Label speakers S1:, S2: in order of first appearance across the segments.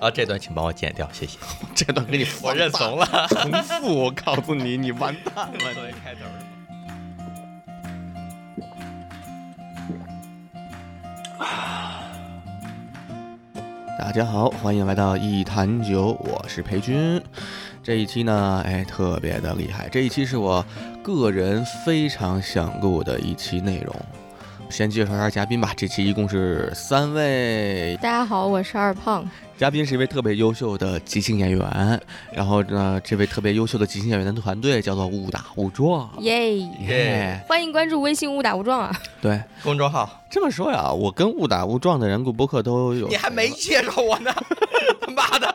S1: 啊，这段请帮我剪掉，谢谢。
S2: 这段给你放
S1: 我认
S2: 大
S1: 怂了。
S2: 重复，我告诉你，你完蛋了。
S1: 作为开头，
S2: 大家好，欢迎来到一坛酒，我是裴军。这一期呢，哎，特别的厉害。这一期是我个人非常想录的一期内容。先介绍一下嘉宾吧，这期一共是三位，
S3: 大家好，我是二胖。
S2: 嘉宾是一位特别优秀的即兴演员，然后呢，这位特别优秀的即兴演员的团队叫做误打误撞，
S3: 耶！
S2: 耶、
S3: 欢迎关注微信“误打误撞”啊！
S2: 对，
S1: 公众号，
S2: 这么说呀，我跟误打误撞的人录播客都有，
S1: 你还 没介绍我呢，他妈的！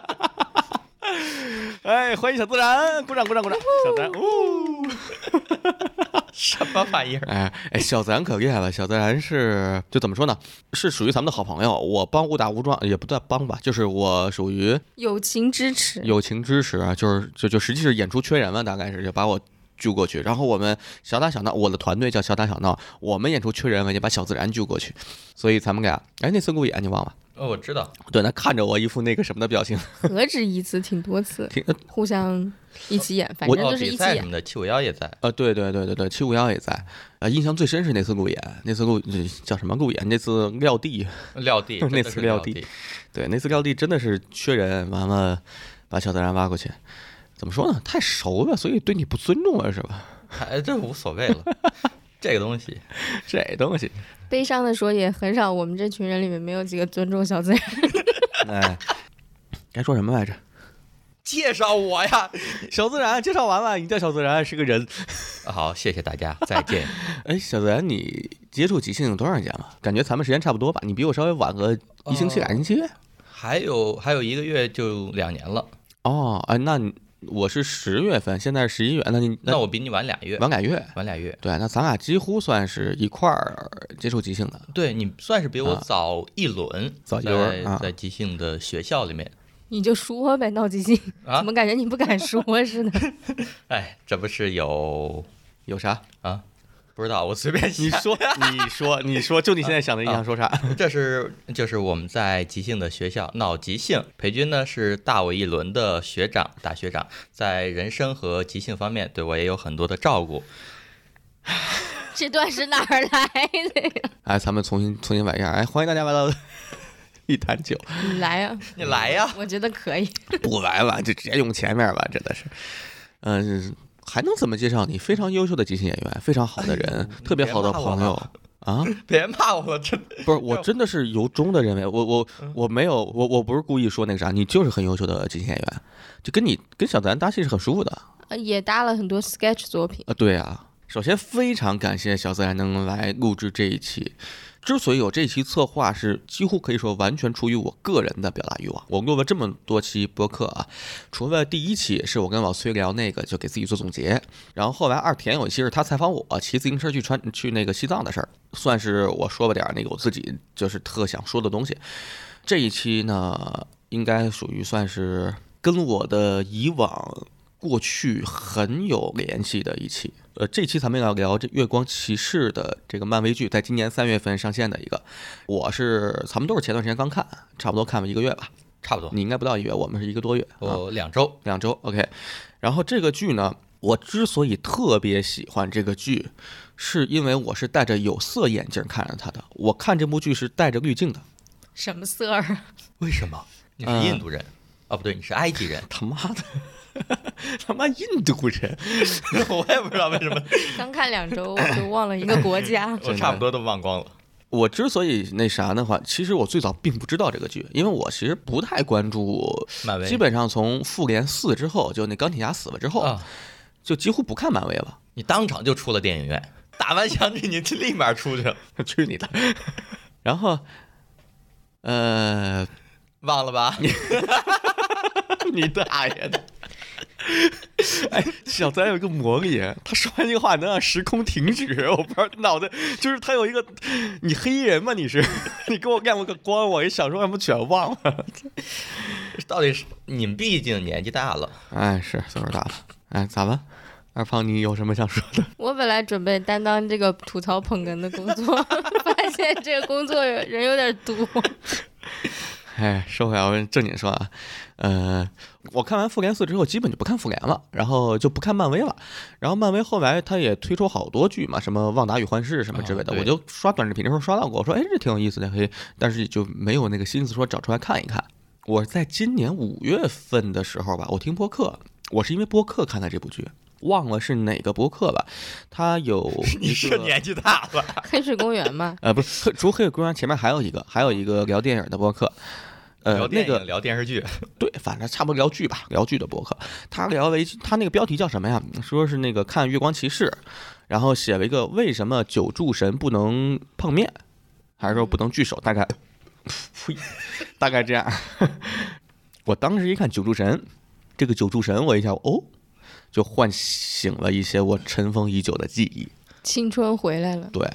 S2: 哎，欢迎小自然，鼓掌鼓掌鼓掌， 小自然，呜。
S1: 什么玩意儿？
S2: 哎哎，小自然可厉害了，小自然是就怎么说呢，是属于咱们的好朋友。我帮误打误撞，也不算帮吧，就是我属于
S3: 友情支 持，
S2: 友情支持，啊，就是就就实际是演出缺人了，大概是就把我。揪过去，然后我们小打小闹，我的团队叫小打小闹，我们演出缺人，我就把小自然揪过去，所以咱们俩，哎，那次路演你忘了？
S1: 哦，我知道，
S2: 对，他看着我一副那个什么的表情， 呃
S3: 何止一次，挺多次，
S2: 挺
S3: 互相一起演，反
S2: 我
S3: 正
S1: 哦，
S3: 就是一
S1: 比
S3: 起
S1: 赛什
S3: 演。
S1: 么的，七五幺也 在。
S2: 呃，对对对对对，七五幺也在，呃，印象最深是那次路演，那次路叫什么路演？那次撂地，，
S1: 撂地
S2: 那
S1: 真的
S2: 次
S1: 是
S2: 撂
S1: 撂
S2: 地，对，那次撂地真的是缺人，完了把小自然挖过去，怎么说呢？太熟了，所以对你不尊重了是吧？
S1: 哎，这无所谓了。这个东西，
S2: 这东西，
S3: 悲伤的说，也很少，我们这群人里面没有几个尊重小自然。
S2: 哎， 该说什么来着？
S1: 介绍我呀！
S2: 小自然介绍完了，你叫小自然是个人。
S1: 好，谢谢大家，再 见。
S2: 哎，小自然，你接触即兴有多长时间了？感觉咱们时间差不多吧？你比我稍微晚个一星期、
S1: 呃
S2: 俩星期。
S1: 还有还有一个月就两年了，
S2: 哦，哎，那你我是十月份，现在是十一月，那你
S1: 那我比你晚俩月，
S2: 晚俩月。
S1: 晚俩月。
S2: 对，那咱俩几乎算是一块儿接触即兴的。
S1: 对你算是比我
S2: 啊
S1: 早一轮，
S2: 早一
S1: 在
S2: 轮啊
S1: 在即兴的学校里面
S3: 你就说呗，闹即兴，
S1: 啊
S3: 怎么，感觉你不敢说似的？
S1: 哎，这不是有
S2: 有啥？
S1: 啊？不知道，我随便
S2: 你
S1: 想。
S2: 说，你说，你说，就你现在想的，你想 说啥？
S1: 这是就是我们在即兴的学校闹即兴，裴军呢是大我一轮的学长，大学长，在人生和即兴方面对我也有很多的照顾。
S3: 这段是哪儿来的呀？
S2: 哎，咱们重新重新玩一下。哎，欢迎大家来到 一坛酒。
S3: 你 来啊，
S1: 你来呀，
S3: 我觉得可以。
S2: 不来了，就直接用前面吧，真的是。嗯、还能怎么介绍你？非常优秀的即兴演员，非常好的人，特别好的朋友啊！
S1: 别骂我了，真的
S2: 不是，我真的是由衷的认为，我我我没有，我我不是故意说那个啥，你就是很优秀的即兴演员，就跟你跟小咱搭戏是很舒服的
S3: 呃也搭了很多 sketch 作品，
S2: 啊。对啊，首先非常感谢小自然能来录制这一期。之所以有这期策划，是几乎可以说完全出于我个人的表达欲望。我录了这么多期播客啊，除了第一期是我跟老崔聊那个，就给自己做总结，然后后来二田有一期是他采访我骑自行车去川去那个西藏的事儿，算是我说了点儿那个我自己就是特想说的东西。这一期呢，应该属于算是跟我的以往过去很有联系的一期。呃，这期咱们要聊这《月光骑士》的这个漫威剧，在今年三月份上线的一个，我是咱们都是前段时间刚看，差不多看了一个月吧，
S1: 差不多，
S2: 你应该不到一个月，我们是一个多月。啊
S1: 我两周。
S2: 两周。OK，然后这个剧呢，我之所以特别喜欢这个剧，是因为我是戴着有色眼镜看着它的。我看这部剧是带着滤镜的。
S3: 什么色儿啊？
S1: 为什么？你是
S2: 嗯。
S1: 印度人？哦，不对，你是埃及人
S2: 他妈的， 他妈印度人！
S1: 我也不知道为什 么，
S3: 刚看两周我就忘了一个国 家。
S1: 我差不多都忘光了。
S2: 我之所以那啥的话，其实我最早并不知道这个剧，因为我其实不太关注，
S1: 漫威
S2: 基本上从复联四之后，就那钢铁侠死了之后，
S1: 啊，
S2: 就几乎不看漫威了。
S1: 你当场就出了电影院，打完响指你就立马出去了，
S2: 去 你的！然后，呃，
S1: 忘了吧？
S2: 你大爷的！哎，小三有一个魔力，他说完这个话能让时空停止。我不知道脑袋就是他有一个，你黑衣人吗？你是？ 你给我亮了个光，我一想说什么全忘了。
S1: 到底是你们毕竟年纪大了，
S2: 哎，是岁数大了。哎，咋了？二胖，你有什么想说的？
S3: 我本来准备担当这个吐 槽捧哏的工作，发现这个工作人有点多。
S2: 哎，说回来，我正经说啊，呃，我看完复联四之后，基本就不看复联了，然后就不看漫威了。然后漫威后来他也推出好多剧嘛，什么《旺达与幻视》什么之类的，
S1: 啊对
S2: 我就刷短视频的时候刷到过，我说哎，这挺有意思的，嘿，但是就没有那个心思说找出来看一看。我在今年五月份的时候吧，我听播客，我是因为播客看的这部剧，忘了是哪个播客了，他有 一个
S1: 纪大了，
S3: 黑水公园嘛，
S2: 呃，不是，黑除了黑水公园前面还有一个，还有一个聊电影的播客，呃
S1: 聊，
S2: 那
S1: 电影
S2: 个
S1: 聊电视剧，
S2: 对，反正差不多聊剧吧，聊剧的播客，他聊了一，他那个标题叫什么呀？说是那个看《月光骑士》，然后写了一个为什么九柱神不能碰面，还是说不能聚首，大概，呸，大概这样。 我当时一看九柱神，这个九柱神，我一下哦，就唤醒了一些我尘封已久的记忆。
S3: 青春回来了。
S2: 对，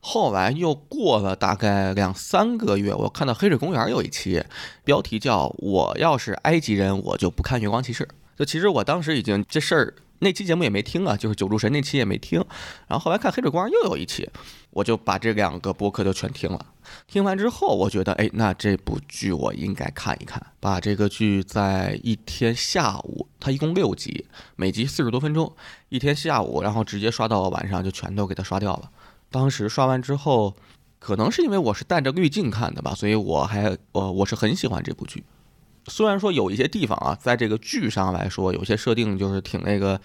S2: 后来又过了大概两三个月，我看到《黑水公园》有一期，标题叫“我要是埃及人，我就不看《月光骑士》”。就其实我当时已经这事儿。那期节目也没听啊，就是九柱神那期也没听，然后后来看《黑水公园》又有一期，我就把这两个播客就全听了。听完之后，我觉得，哎，那这部剧我应该看一看。把这个剧在一天下午，它一共六集，每集四十多分钟，一天下午，然后直接刷到晚上就全都给它刷掉了。当时刷完之后，可能是因为我是带着滤镜看的吧，所以我还我我是很喜欢这部剧。虽然说有一些地方啊，在这个剧上来说，有些设定就是挺那个，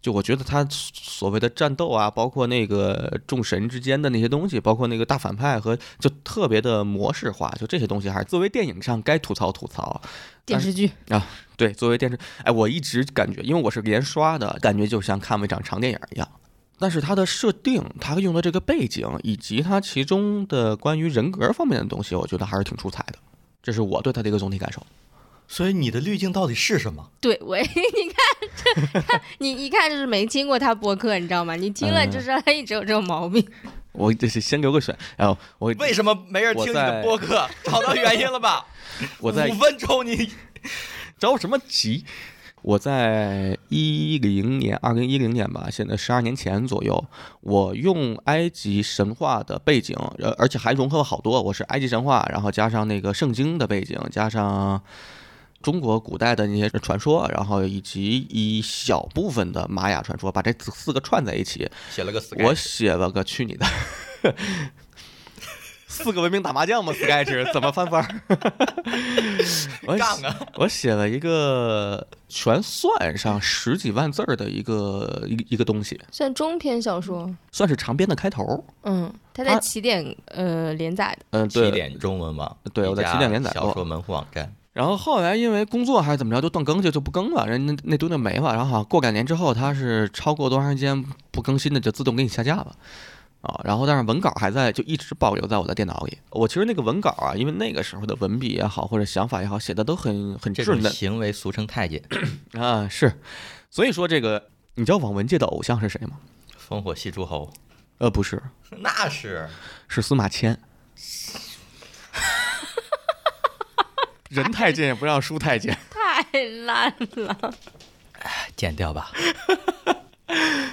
S2: 就我觉得它所谓的战斗啊，包括那个众神之间的那些东西，包括那个大反派和就特别的模式化，就这些东西还是作为电影上该吐槽啊吐槽，
S3: 电视剧
S2: 对，作为电视，哎，我一直感觉，因为我是连刷的，感觉就像看了一场长电影一样。但是它的设定，它用的这个背景，以及它其中的关于人格方面的东西，我觉得还是挺出彩的。这是我对它的一个总体感受。
S1: 所以你的滤镜到底是什么？
S3: 对，喂， 你看这，看你一看就是没听过他播客，你知道吗？你听了就知道他一直有这种毛病。
S2: 我这是先留个选，然后我
S1: 为什么没人听你
S2: 我在
S1: 的播客？ 找到原因了 吧？
S2: 我在
S1: 五分钟你
S2: 着什么急？我在一零年，二零一零年吧，现在十二年前左右，我用埃及神话的背景，呃，而且还融合了好多，我是埃及神话，然后加上那个圣经的背景，加上中国古代的那些传说，然后以及一小部分的玛雅传说，把这四个串在一起，
S1: 写了个 sky，
S2: 我写了个去你的， 四个文明打麻将吗？Sketch 怎么翻番儿？ 我
S1: 杠
S2: 写
S1: 啊！
S2: 我写了一个全算上十几万字儿的一个一个一个东西，
S3: 算中篇小说，
S2: 算是长篇的开头。
S3: 嗯，他
S2: 他
S3: 在起点呃连载的，
S2: 嗯，
S1: 起
S2: 对。
S1: 点中文网，
S2: 对我在
S1: 一家
S2: 起点连载过
S1: 小说门户网站，
S2: 然后后来因为工作还是怎么着，就断更就就不更了，人那那堆就没了。然后好像过两年之后，它是超过多长时间不更新的，就自动给你下架了。啊，然后但是文稿还在，就一直保留在我的电脑里。我其实那个文稿啊，因为那个时候的文笔也好，或者想法也好，写的都很很
S1: 这
S2: 稚
S1: 种
S2: 嫩
S1: 行为俗称太 监，
S2: 啊，是。所以说这个，你知道网文界的偶像是谁吗？
S1: 烽火戏诸侯，
S2: 呃，不是，
S1: 那是
S2: 是司马 迁。人太监也不让书太监。
S3: 太烂了。
S1: 剪掉 吧，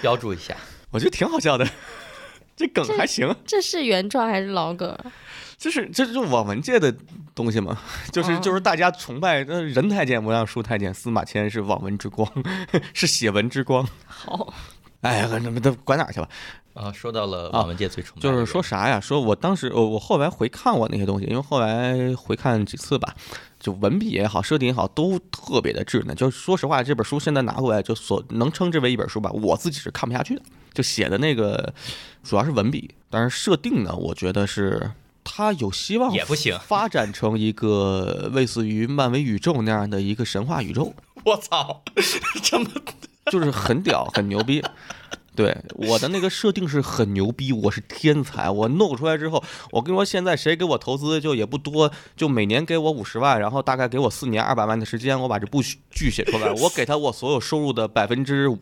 S1: 标注一下。
S2: 我觉得挺好笑的，这梗还行，
S3: 这是原创还是老梗啊？
S2: 就是这就是网文界的东西嘛，就是
S3: 哦
S2: 就是大家崇拜，那人太监不让书太监，司马迁是网文之光， 是写文之光。
S3: 好，
S2: 哎呀，那那管哪儿去吧？
S1: 啊，说到了网文界最崇拜、
S2: 就是说，啥呀？说我当时呃我我后来回看我那些东西，因为后来回看几次吧，就文笔也好，设定也好，都特别的稚嫩。就是说实话，这本书现在拿过来，就所能称之为一本书吧，我自己是看不下去的。就写的那个主要是文笔，但是设定呢，我觉得是它有希望
S1: 也不行
S2: 发展成一个类似于漫威宇宙那样的一个神话宇宙。
S1: 我操，这么
S2: 就是很屌，很牛逼。对我的那个设定是很牛逼，我是天才。我弄出来之后，我跟你说，现在谁给我投资就也不多，就每年给我五十万，然后大概给我四年二百万的时间，我把这部剧写出来，我给他我所有收入的百分之五，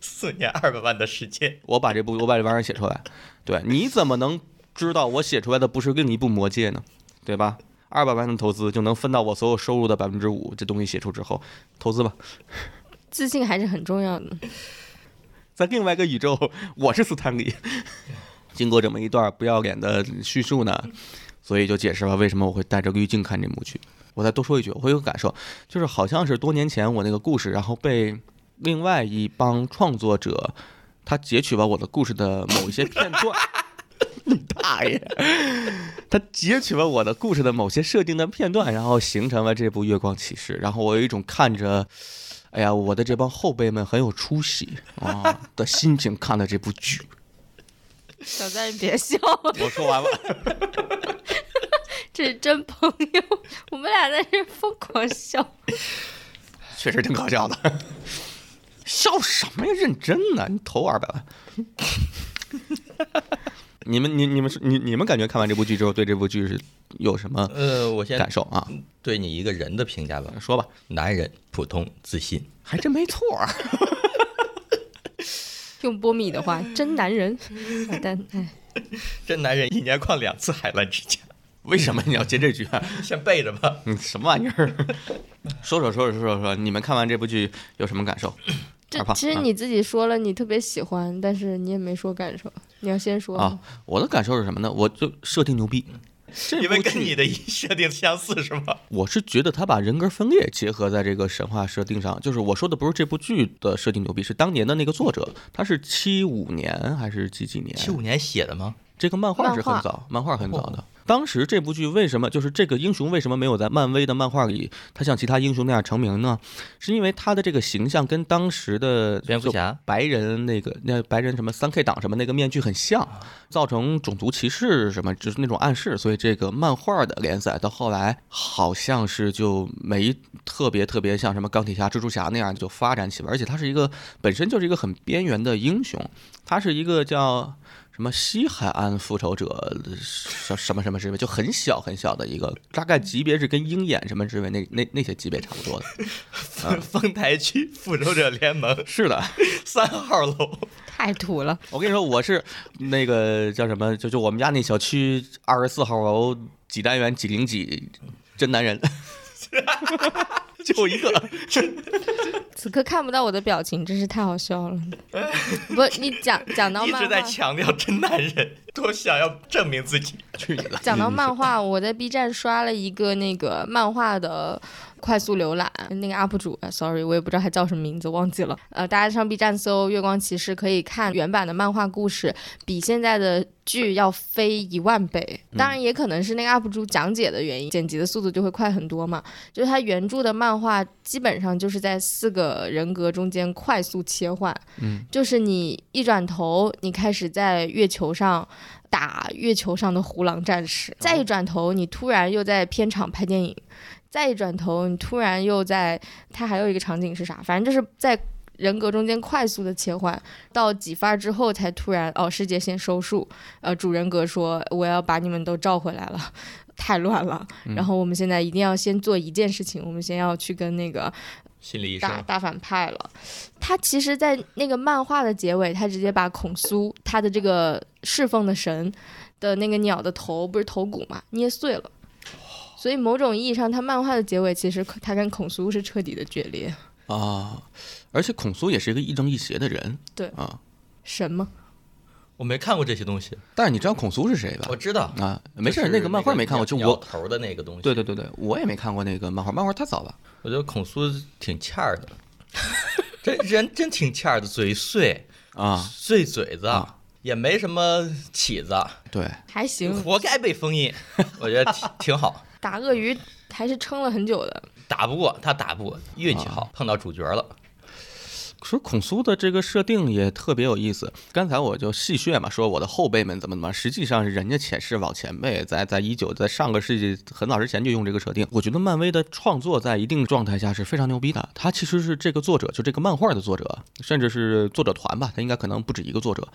S1: 四年二百万的时间，
S2: 我把这部我把这玩意儿写出来。对，你怎么能知道我写出来的不是另一部《魔戒》呢？对吧？二百万的投资就能分到我所有收入的百分之五，这东西写出之后，投资吧。
S3: 自信还是很重要的。
S2: 在另外一个宇 宙，我是斯坦李。经过这么一段不要脸的叙述呢，所以就解释了为什么我会带着滤镜看这部剧。我再多说一句，我会有感受，就是好像是多年前我那个故事，然后被另外一帮创作者他截取了我的故事的某一些片段。 你大爷！他截取了我的故事的某些设定的片段，然后形成了这部《月光骑士》，然后我有一种看着，哎呀，我的这帮后辈们很有出 息啊的心情看了这部剧。
S3: 小赞，你别笑，
S2: 我说完了，
S3: 这是真朋友，我们俩在这疯狂笑。
S2: 确实挺搞笑的。笑什么呀？认真呢？你投二百万。 你们，你你们是你你们感觉看完这部剧之后，对这部剧是有什么
S1: 呃，我先
S2: 感受啊？
S1: 对你一个人的评价吧，
S2: 说吧，
S1: 男人普通自信，
S2: 还真没错儿。
S3: 用波米的话，真 男人。但哎，
S1: 这男人一年逛两次海澜之家，
S2: 为什么你要接这句啊？
S1: 先背着吧。
S2: 你什么玩意儿？ 说说说说说说，你们看完这部剧有什么感受？
S3: 这
S2: 二胖
S3: 其实
S2: 啊
S3: 你自己说了，你特别喜欢，但是你也没说感受。你要先说
S2: 啊，我的感受是什么呢？我就设定牛逼，这
S1: 因为
S2: 部
S1: 跟
S2: 剧
S1: 你的一设定相似是吗？
S2: 我是觉得他把人格分裂结合在这个神话设定上，就是我说的不是这部剧的设定牛逼，是当年的那个作者，他是七五年还是几几年？
S1: 七五哦年写的吗？
S2: 这个漫画是
S3: 漫
S2: 很
S3: 画
S2: 早，漫画很早的。当时这部剧为什么就是这个英雄为什么没有在漫威的漫画里，他像其他英雄那样成名呢？是因为他的这个形象跟当时的
S1: 蝙蝠侠
S2: 就白人那个那白人什么三 K 党什么那个面具很像，造成种族歧视什么就是那种暗示，所以这个漫画的连载到后来好像是就没特别特别像什么钢铁侠、蜘蛛侠那样就发展起来，而且他是一个本身就是一个很边缘的英雄，他是一个叫什么西海岸复仇者什什么什么职位，就很小很小的一个，大概级别是跟鹰眼什么职位那那那些级别差不多的。
S1: 丰台区复仇者联盟
S2: 是的，
S1: 三号楼，
S3: 太土了。
S2: 我跟你说，我是那个叫什么，就就我们家那小区二十四号楼几单元几零几，真男人， 就一个。
S3: 此刻看不到我的表情，真是太好笑了。不，你讲讲 到
S1: 一
S3: 漫
S1: 直在
S3: 画，
S1: 强调真男人多想要证明自己。
S2: 去你的！
S3: 讲到漫画，我在 B 站刷了一个那个漫画的快速浏览，那个 UP 主、呃 s o r r y 我也不知道他叫什么名字，忘记了。呃，大家上 B 站搜《月光骑士》，可以看原版的漫画故事，比现在的剧要飞一万倍。当然，也可能是那个 UP 主讲解的原因，剪辑的速度就会快很多嘛。就是他原著的漫画基本上就是在四个人格中间快速切换，
S2: 嗯，
S3: 就是你一转头，你开始在月球上。打月球上的胡狼战士，再一转头，你突然又在片场拍电影，再一转头，你突然又在，它还有一个场景是啥？反正就是在人格中间快速的切换，到几番之后才突然哦，世界线收束，呃，主人格说我要把你们都召回来了。 太乱了，然后我们现在一定要先做一件事情，我们先要去跟那个
S1: 心理医
S3: 大
S1: 生，
S3: 大反派了。他其实，在那个漫画的结尾，他直接把孔苏他的这个侍奉的神的那个鸟的头，不是头骨嘛，捏碎了。所以某种意义上，他漫画的结尾其实他跟孔苏是彻底的决裂。
S2: 啊！而且孔苏也是一个亦正亦邪的人。
S3: 对
S2: 啊，
S3: 神吗？
S1: 我没看过这些东西，
S2: 但是你知道孔苏是谁吧
S1: 我？知道。
S2: 啊，没事
S1: 就
S2: 儿，
S1: 是
S2: 那个漫画没看过，就
S1: 鸟
S2: 我。
S1: 头的那个东西。
S2: 对对对对，我也没看过那个漫画，漫画太早了。
S1: 我觉得孔苏挺欠儿的， 这人真挺欠儿的，嘴碎，
S2: 啊，
S1: 碎嘴子，
S2: 啊
S1: 也没什么起子，
S2: 对，
S3: 还行，
S1: 活该被封 印。我觉得挺挺好，
S3: 打鳄鱼还是撑了很久的。
S1: 打不过他打不过，运气好碰到主角了。
S2: 说孔苏的这个设定也特别有意思。刚才我就戏谑嘛，说我的后辈们怎么怎么，实际上是人家前世老前辈在在一九在上个世纪很早之前就用这个设定。我觉得漫威的创作在一定状态下是非常牛逼的。他其实是这个作者，就这个漫画的作者，甚至是作者团吧，他应该可能不止一个作者。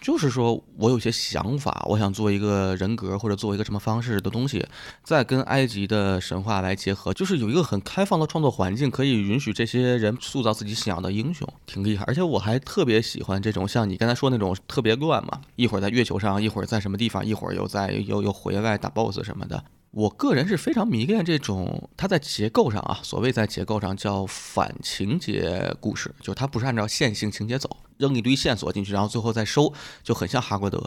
S2: 就是说我有些想法，我想做一个人格或者做一个什么方式的东西，再跟埃及的神话来结合，就是有一个很开放的创作环境，可以允许这些人塑造自己想要的英雄，挺厉害。而且我还特别喜欢这种像你刚才说那种特别乱嘛，一会儿在月球上，一会儿在什么地方，一会儿又在又又回来打 BOSS 什么的。我个人是非常迷恋这种，它在结构上啊，所谓在结构上叫反情节故事，就是它不是按照线性情节走，扔一堆线索进去，然后最后再收，就很像哈伯德。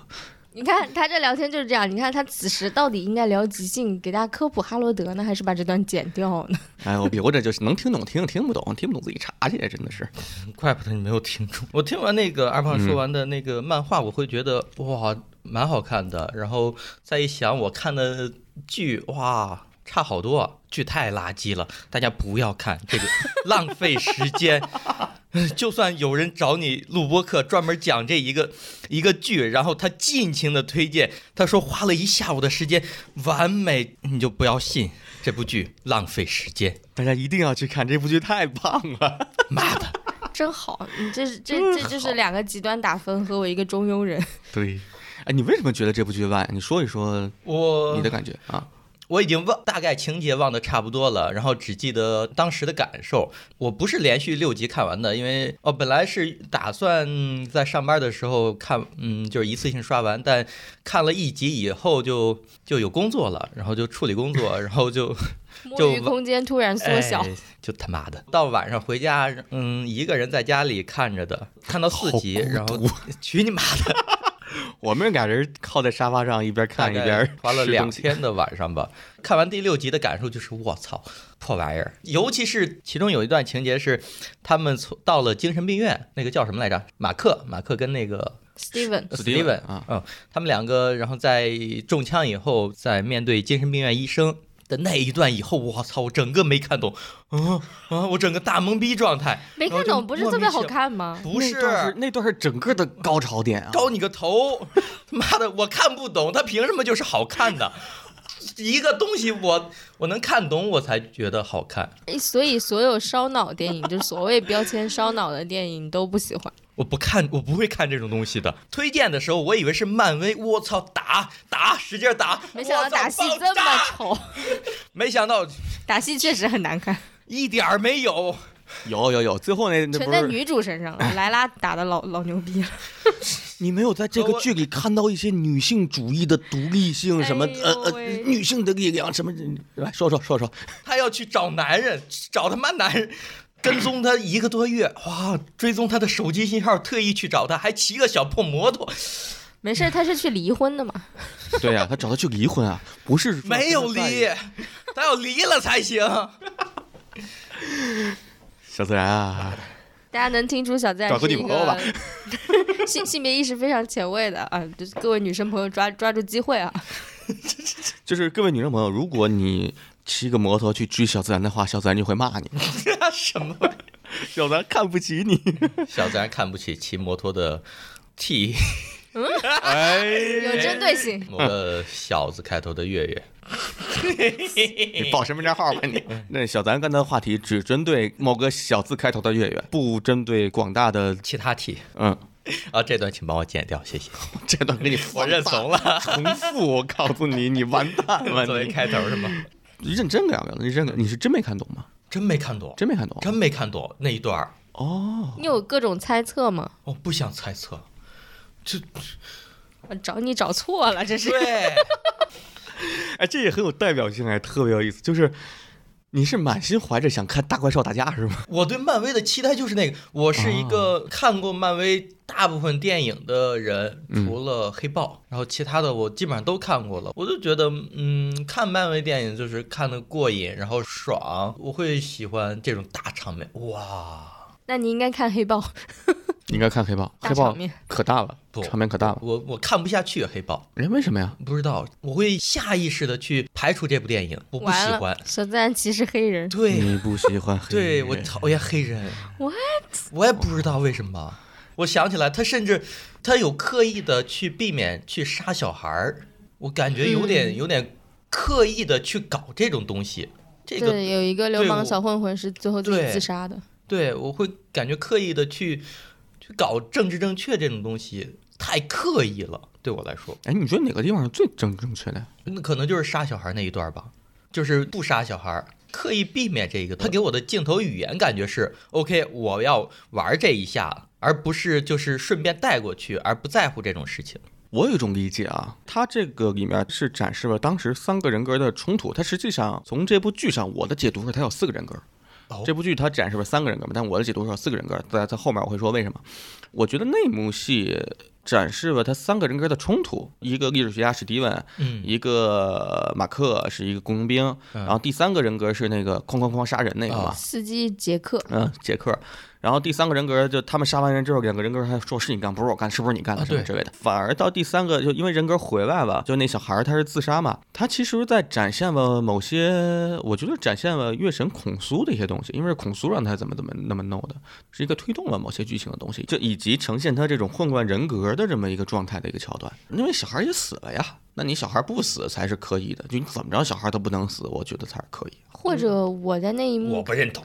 S3: 你看他这聊天就是这样，你看他此时到底应该聊即兴，给大家科普哈罗德呢，还是把这段剪掉呢？
S2: 哎，我留着就是能听懂听，听不懂听不懂自己查去，真的是。
S1: 怪不得你没有听众。我听完那个二胖说完的那个漫画，我会觉得哇，蛮好看的。然后再一想，我看的剧哇，差好多啊，剧太垃圾了，大家不要看这个，浪费时间。 就算有人找你录播课，专门讲这一个一个剧，然后他尽情的推荐，他说花了一下午的时间，完美，你就不要信这部剧，浪费时间，
S2: 大家一定要去看这部剧，太棒了！
S1: 妈的！
S3: 真好，你这是这这就是两个极端打分和我一个中庸人。
S2: 对，哎，你为什么觉得这部剧烂？你说一说
S1: 我
S2: 你的感觉啊？
S1: 我已经忘大概情节忘得差不多了，然后只记得当时的感受。我不是连续六集看完的，因为哦，本来是打算在上班的时候看，嗯，就是一次性刷完，但看了一集以后就就有工作了，然后就处理工作，然后 就
S3: 摸
S1: 就
S3: 鱼空间突然缩小，
S1: 哎就他妈的到晚上回家，嗯，一个人在家里看着的，看到四集，
S2: 好
S1: 然
S2: 孤
S1: 后
S2: 独啊
S1: 去你妈的，
S2: 我们俩人靠在沙发上，一边看一边
S1: 花了
S2: 吃
S1: 两
S2: 东西。
S1: 天的晚上吧。看完第六集的感受就是，我操，破玩意儿！尤其是其中有一段情节是，他们从到了精神病院，那个叫什么来着？马克，马克跟那个
S3: Steven，
S2: Steven，
S1: Steven
S2: 啊
S1: 嗯，他们两个，然后在中枪以后，在面对精神病院医生的那一段以后，我操，我整个没看懂，啊啊，我整个大懵逼状态，
S3: 没看懂，不是特别好看吗？
S1: 不
S2: 那段是那段是整个的高潮点啊！
S1: 高你个头！ 妈的，我看不懂，他凭什么就是好看的？ 一个东西我我能看懂，我才觉得好看。
S3: 哎所以所有烧脑电影，就是所谓标签烧脑的电影，你都不喜欢。
S1: 我不看，我不会看这种东西的。推荐的时候，我以为是漫威，我操，打打，使劲打，
S3: 没想到
S1: 我操
S3: 打戏
S1: 爆
S3: 这么
S1: 炸
S3: 丑，
S1: 没想到
S3: 打戏确实很难看，
S1: 一点儿没有。
S2: 有有有，最后 那那
S3: 全
S2: 不
S3: 在
S2: 是
S3: 女主身 上了。莱拉打的老老牛逼了，
S2: 你没有在这个剧里看到一些女性主义的独立性什么
S3: 哎呦
S2: 呃呃
S3: 喂
S2: 女性的力量什么？来说说说说，
S1: 他要去找男人，找他妈男人，跟踪他一个多月，哇，追踪他的手机信号，特意去找他，还骑个小破摩托，
S3: 没事儿，他是去离婚的嘛？
S2: 对呀、他找他去离婚啊，不是说
S1: 没有离
S2: 跟他在一起，
S1: 他要离了才行。
S2: 小自然啊，
S3: 大家能听出小自然
S2: 找个
S3: 是一
S2: 女朋友吧
S3: 性性别意识非常前卫的啊！就是各位女生朋友抓抓住机会啊！
S2: 就是各位女生朋友，如果你骑个摩托去追小自然的话，小自然就会骂 你，
S1: 什么？
S2: 小自然看不起 你。
S1: 小自然看不起骑摩托的 T
S2: 哎，
S3: 有针对性，
S1: 某个小字开头的月月，
S2: 你报身份证号吧你。那小咱刚才的话题只针对某个小字开头的月月，不针对广大的
S1: 其他 T
S2: 嗯，
S1: 啊，这段请帮我剪掉，谢谢。
S2: 这段给你
S1: 我认怂
S2: 了，重复，我告诉你，你完 蛋 了，
S1: 作为
S2: 你
S1: 开头是吗？
S2: 认真聊聊，你认你是真没看懂吗？
S1: 真没看懂，
S2: 真没看懂啊
S1: 真没看懂那一段儿，
S2: 哦，
S3: 你有各种猜测吗？
S1: 我不想猜测。这
S3: 我找你找错了，这是。
S1: 对，
S2: 哎，这也很有代表性，哎，特别有意思，就是。你是满心怀着想看大怪兽打架是吗？
S1: 我对漫威的期待就是那个，我是一个看过漫威大部分电影的人，除了黑豹，然后其他的我基本上都看过了。我就觉得，嗯，看漫威电影就是看的过瘾，然后爽，我会喜欢这种大场面。哇，
S3: 那你应该看黑豹，
S2: 应该看黑豹，
S3: 大
S2: 黑豹
S3: 场面
S2: 可大了，
S1: 不
S2: 场面可大了。
S1: 我我看不下去啊黑豹，
S2: 人为什么呀？
S1: 不知道，我会下意识的去排除这部电影，我不喜
S3: 完
S1: 欢
S3: 了。，小自然歧视黑人，
S1: 对
S2: 你不喜欢黑？
S1: 对，我讨厌黑人。
S3: What？
S1: 我也不知道为什么。我想起来，他甚至他有刻意的去避免去杀小孩儿，我感觉有点、
S3: 嗯
S1: 有点刻意的去搞这种东西。这个
S3: 对，有一个流
S1: 对我
S3: 氓小混混是最后自己
S1: 对
S3: 自杀的。
S1: 对我会感觉刻意的去去搞政治正确这种东西太刻意了，对我来说，
S2: 哎，你觉得哪个地方是最正正确的呀？
S1: 那可能就是杀小孩那一段吧，就是不杀小孩儿。刻意避免这一个，他给我的镜头语言感觉是 OK，我要玩这一下，而不是就是顺便带过去，而不在乎这种事情。
S2: 我有一种理解啊，它这个里面是展示了当时三个人格的冲突。它实际上从这部剧上，我的解读是它有四个人格。
S1: 哦
S2: 这部剧它展示了三个人格嘛，但我的解读是有四个人格。在在后面我会说为什么。我觉得那幕戏展示了他三个人格的冲突，一个历史学家史蒂文，
S1: 嗯，
S2: 一个马克是一个雇佣兵，
S1: 嗯
S2: 然后第三个人格是那个哐哐哐杀人那个嘛
S1: 啊，
S3: 司机杰克，
S2: 嗯，杰克。然后第三个人格就他们杀完人之后，两个人格还说是你干，不是我干，是不是你干的
S1: 啊
S2: 什么
S1: 对
S2: 之类的。反而到第三个，就因为人格回来了，就那小孩儿他是自杀嘛，他其实在展现了某些，我觉得展现了月神孔苏的一些东西，因为是孔苏让他怎么怎么那么弄的，是一个推动了某些剧情的东西，就以及呈现他这种混乱人格的这么一个状态的一个桥段。因为小孩儿也死了呀，那你小孩儿不死才是可以的，就你怎么着小孩儿都不能死，我觉得才是可以。
S1: 嗯
S3: 或者我在那一幕
S1: 我不认同。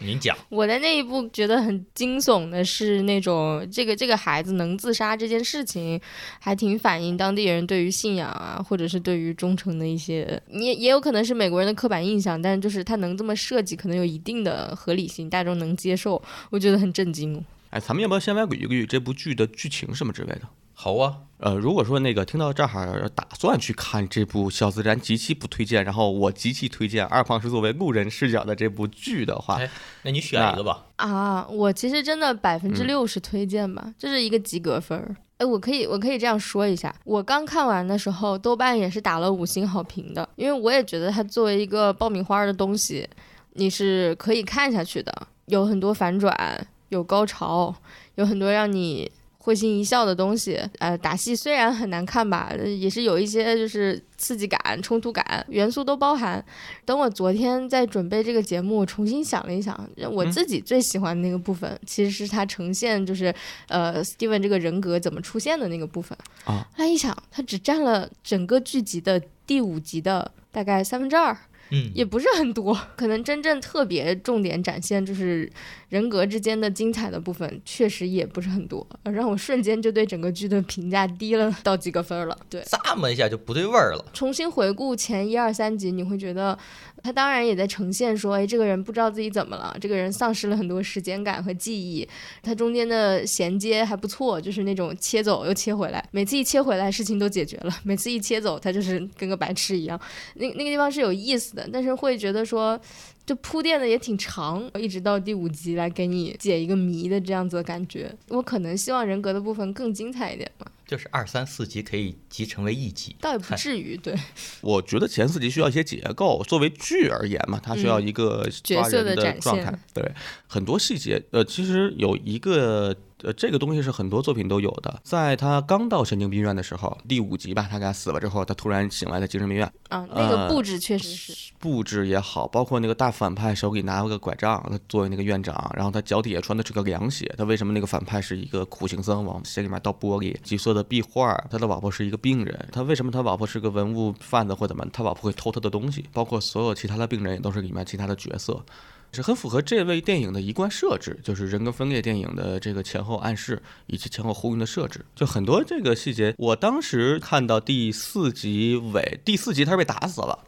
S1: 您讲，
S3: 我的那一部觉得很惊悚的是那种这个这个孩子能自杀这件事情，还挺反映当地人对于信仰啊，或者是对于忠诚的一些，也也有可能是美国人的刻板印象，但是就是他能这么设计，可能有一定的合理性，大众能接受，我觉得很震惊哦。
S2: 哎，咱们要不要先来捋一捋这部剧的剧情什么之类的？
S1: 好啊，
S2: 呃，如果说那个听到这儿打算去看这部《小自然》极其不推荐，然后我极其推荐二胖是作为路人视角的这部剧的话，
S1: 哎那你选一个吧。
S3: 啊，我其实真的百分之六十推荐吧，这是一个及格分儿。哎，我可以，我可以这样说一下，我刚看完的时候，豆瓣也是打了五星好评的，因为我也觉得它作为一个爆米花儿的东西，你是可以看下去的，有很多反转，有高潮，有很多让你会心一笑的东西。呃，打戏虽然很难看吧，呃也是有一些就是刺激感、冲突感元素都包含。等我昨天在准备这个节目，我重新想了一想，我自己最喜欢的那个部分，其实是它呈现就是呃，Steven 这个人格怎么出现的那个部分。
S2: 啊，
S3: 后来一想，它只占了整个剧集的第五集的大概三分之二。
S1: 嗯，
S3: 也不是很多，可能真正特别重点展现就是人格之间的精彩的部分，确实也不是很多，让我瞬间就对整个剧的评价低了到几个分儿了。对，
S1: 咂摸一下就不对味儿了。
S3: 重新回顾前一二三集，你会觉得他当然也在呈现说，哎，这个人不知道自己怎么了，这个人丧失了很多时间感和记忆，他中间的衔接还不错，就是那种切走又切回来，每次一切回来事情都解决了，每次一切走他就是跟个白痴一样，那那个地方是有意思的，但是会觉得说。就铺垫的也挺长，一直到第五集来给你解一个谜的这样子的感觉。我可能希望人格的部分更精彩一点吧，
S1: 就是二三四集可以集成为一集，
S3: 倒也不
S1: 嗨
S3: 至于。对，
S2: 我觉得前四集需要一些结构，作为剧而言嘛，它需要一个抓
S3: 嗯角色
S2: 人
S3: 的展
S2: 状
S3: 现
S2: 态，对，很多细节，呃，其实有一个。呃，这个东西是很多作品都有的。在他刚到神经病院的时候，第五集吧，他给他死了之后，他突然醒来在精神病院，
S3: 啊，那个
S2: 呃
S3: 布置确实是。
S2: 布置也好，包括那个大反派手里拿了个拐杖，他作为那个院长，然后他脚底也穿的是个凉鞋，他为什么那个反派是一个苦行僧往鞋里面倒玻璃？橘色的壁画，他的老婆是一个病人，他为什么他老婆是个文物贩子或怎么？他老婆会偷他的东西，包括所有其他的病人也都是里面其他的角色。是很符合这类电影的一贯设置，就是人格分裂电影的这个前后暗示以及前后呼应的设置，就很多这个细节。我当时看到第四集尾，第四集他是被打死了。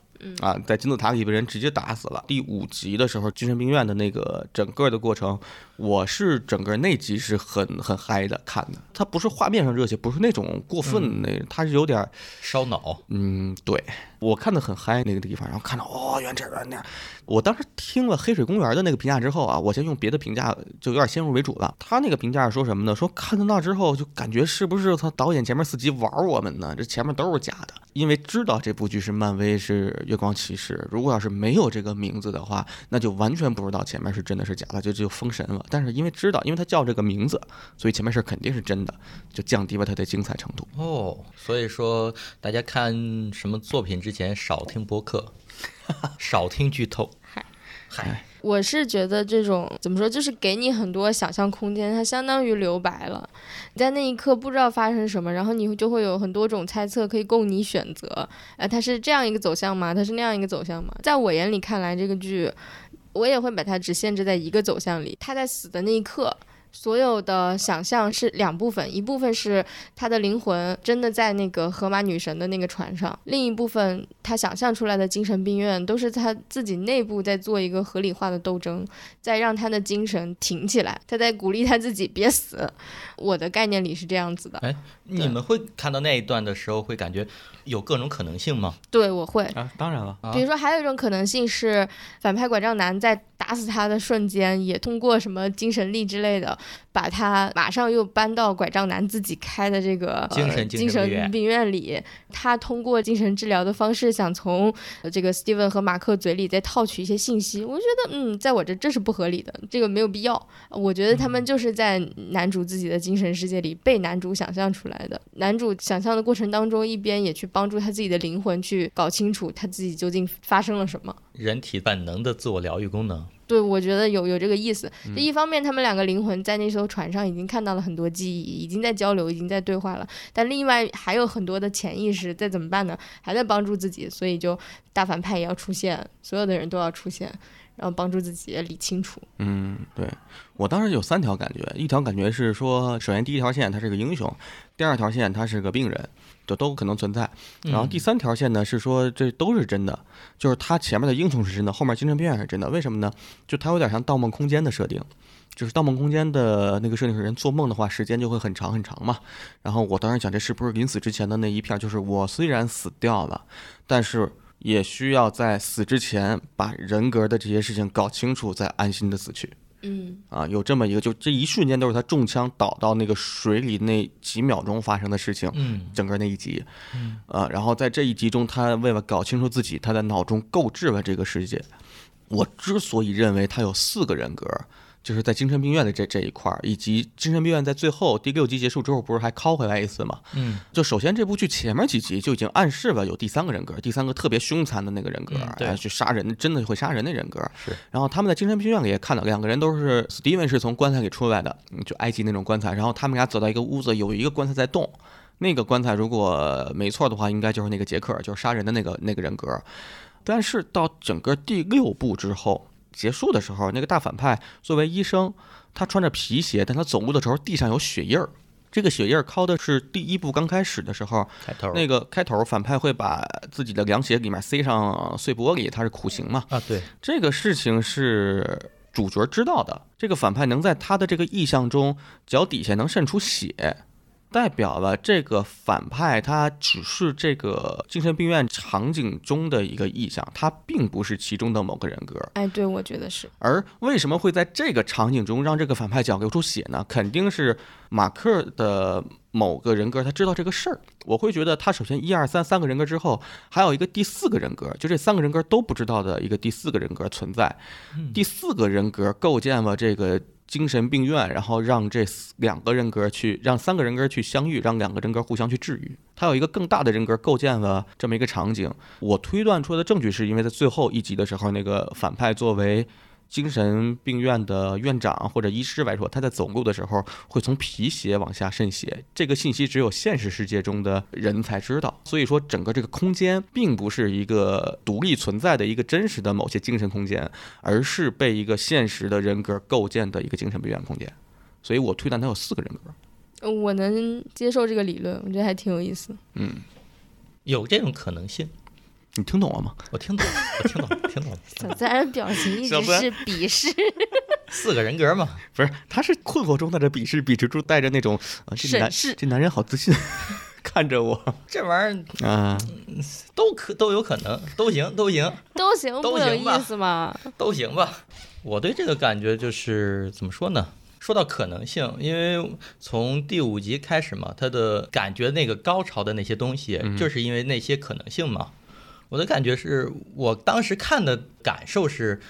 S2: 啊，在金字塔里被人直接打死了。第五集的时候，精神病院的那个整个的过程，我是整个那集是很很嗨的看的。它不是画面上热血，不是那种过分的那，它是有点儿
S1: 烧脑。
S2: 嗯，对我看的很嗨那个地方，然后看到哦，原这儿原那儿。我当时听了黑水公园的那个评价之后啊，我先用别的评价就有点先入为主了。他那个评价说什么呢？说看到那之后就感觉是不是他导演前面四集玩我们呢？这前面都是假的，因为知道这部剧是漫威是月光骑士，如果要是没有这个名字的话，那就完全不知道前面是真的是假的，就就封神了。但是因为知道，因为他叫这个名字，所以前面是肯定是真的，就降低了它的精彩程度。
S1: 哦，所以说大家看什么作品之前少听播客，少听剧透。
S3: 嗨
S1: 嗨，
S3: 我是觉得这种怎么说，就是给你很多想象空间，它相当于留白了。你在那一刻不知道发生什么，然后你就会有很多种猜测可以供你选择。呃，它是这样一个走向吗？它是那样一个走向吗？在我眼里看来，这个剧我也会把它只限制在一个走向里。他在死的那一刻。所有的想象是两部分，一部分是他的灵魂真的在那个河马女神的那个船上，另一部分他想象出来的精神病院都是他自己内部在做一个合理化的斗争，在让他的精神挺起来，他在鼓励他自己别死。我的概念里是这样子的，
S1: 你们会看到那一段的时候，会感觉有各种可能性吗？
S3: 对我会。
S2: 啊，当然了。
S1: 啊
S3: 比如说，还有一种可能性是，反派拐杖男在打死他的瞬间，也通过什么精神力之类的，把他马上又搬到拐杖男自己开的这个、呃
S1: 精神
S3: 精
S1: 精神病院
S3: 神病院里。他通过精神治疗的方式，想从呃这个 Steven 和马克嘴里再套取一些信息。我觉得，嗯，在我这这是不合理的，这个没有必要。我觉得他们就是在男主自己的精神世界里被男主想象出来的。男主想象的过程当中，一边也去帮助他自己的灵魂去搞清楚他自己究竟发生了什么。
S1: 人体本能的自我疗愈功能。
S3: 对，我觉得有有这个意思。就一方面，他们两个灵魂在那艘船上已经看到了很多记忆，已经在交流，已经在对话了。但另外还有很多的潜意识在怎么办呢？还在帮助自己，所以就大反派也要出现，所有的人都要出现，然后帮助自己理清楚。
S2: 嗯，对我当时有三条感觉，一条感觉是说，首先第一条线他是个英雄，第二条线他是个病人，就都可能存在。然后第三条线呢是说这都是真的，就是他前面的英雄是真的，后面精神病院是真的。为什么呢？就它有点像《盗梦空间》的设定，就是《盗梦空间》的那个设定是人做梦的话时间就会很长很长嘛。然后我当时想，这是不是临死之前的那一片儿？就是我虽然死掉了，但是。也需要在死之前把人格的这些事情搞清楚，再安心的死去。
S3: 嗯，
S2: 啊，有这么一个，就这一瞬间都是他中枪倒到那个水里那几秒钟发生的事情，
S1: 嗯
S2: 整个那一集，啊，然后在这一集中，他为了搞清楚自己，他在脑中构置了这个世界。我之所以认为他有四个人格，就是在精神病院的这这一块儿，以及精神病院在最后第六集结束之后，不是还拷回来一次吗？
S1: 嗯，
S2: 就首先这部剧前面几集就已经暗示了有第三个人格，第三个特别凶残的那个人格，
S1: 嗯对
S2: 哎去杀人，真的会杀人的人格。
S1: 是，
S2: 然后他们在精神病院里也看到，两个人都是 Steven 是从棺材里出来的，嗯就埃及那种棺材。然后他们俩走到一个屋子，有一个棺材在动。那个棺材如果没错的话，应该就是那个杰克，就是杀人的那个那个人格。但是到整个第六部之后结束的时候，那个大反派作为医生，他穿着皮鞋，但他走路的时候地上有血印儿。这个血印儿靠的是第一部刚开始的时候，
S1: 开头
S2: 那个开头反派会把自己的凉鞋里面塞上碎玻璃，他是苦行嘛。
S1: 啊，对，
S2: 这个事情是主角知道的，这个反派能在他的这个意象中脚底下能渗出血，代表了这个反派他只是这个精神病院场景中的一个意象，他并不是其中的某个人格。
S3: 哎，对，我觉得是。
S2: 而为什么会在这个场景中让这个反派脚流出血呢？肯定是马克的某个人格他知道这个事儿。我会觉得他首先一二三三个人格之后，还有一个第四个人格，就这三个人格都不知道的一个第四个人格存在。第四个人格构建了这个。精神病院，然后让这四两个人格去，让三个人格去相遇，让两个人格互相去治愈。他有一个更大的人格构建了这么一个场景。我推断出来的证据是因为在最后一集的时候，那个反派作为精神病院的院长或者医师来说，他在走路的时候会从皮鞋往下渗血，这个信息只有现实世界中的人才知道。所以说，整个这个空间并不是一个独立存在的一个真实的某些精神空间，而是被一个现实的人格构建的一个精神病院空间。所以我推断他有四个人格。
S3: 呃我能接受这个理论，我觉得还挺有意思。
S1: 有这种可能性。
S2: 你听懂了吗？
S1: 我听 懂，了，我听懂，了，听懂了，
S3: 小 自然表情一直
S2: 小自然
S3: 是鄙视，
S1: 四个人格嘛，
S2: 不是，他是困惑中带着鄙视，鄙视中带着那种啊，这男
S3: 审视
S2: 这男人好自信， 看着我
S1: 这玩意儿
S2: 啊。
S1: 都可都有可能，都行，都行，
S3: 都行，
S1: 都
S3: 不有
S1: 行
S3: 意
S1: 吧
S3: 思吗？
S1: 都行吧。我对这个感觉就是怎么说呢？说到可能性，因为从第五集开始嘛，他的感觉那个高潮的那些东西，就是因为那些可能性嘛。我的感觉是我当时看的感受是，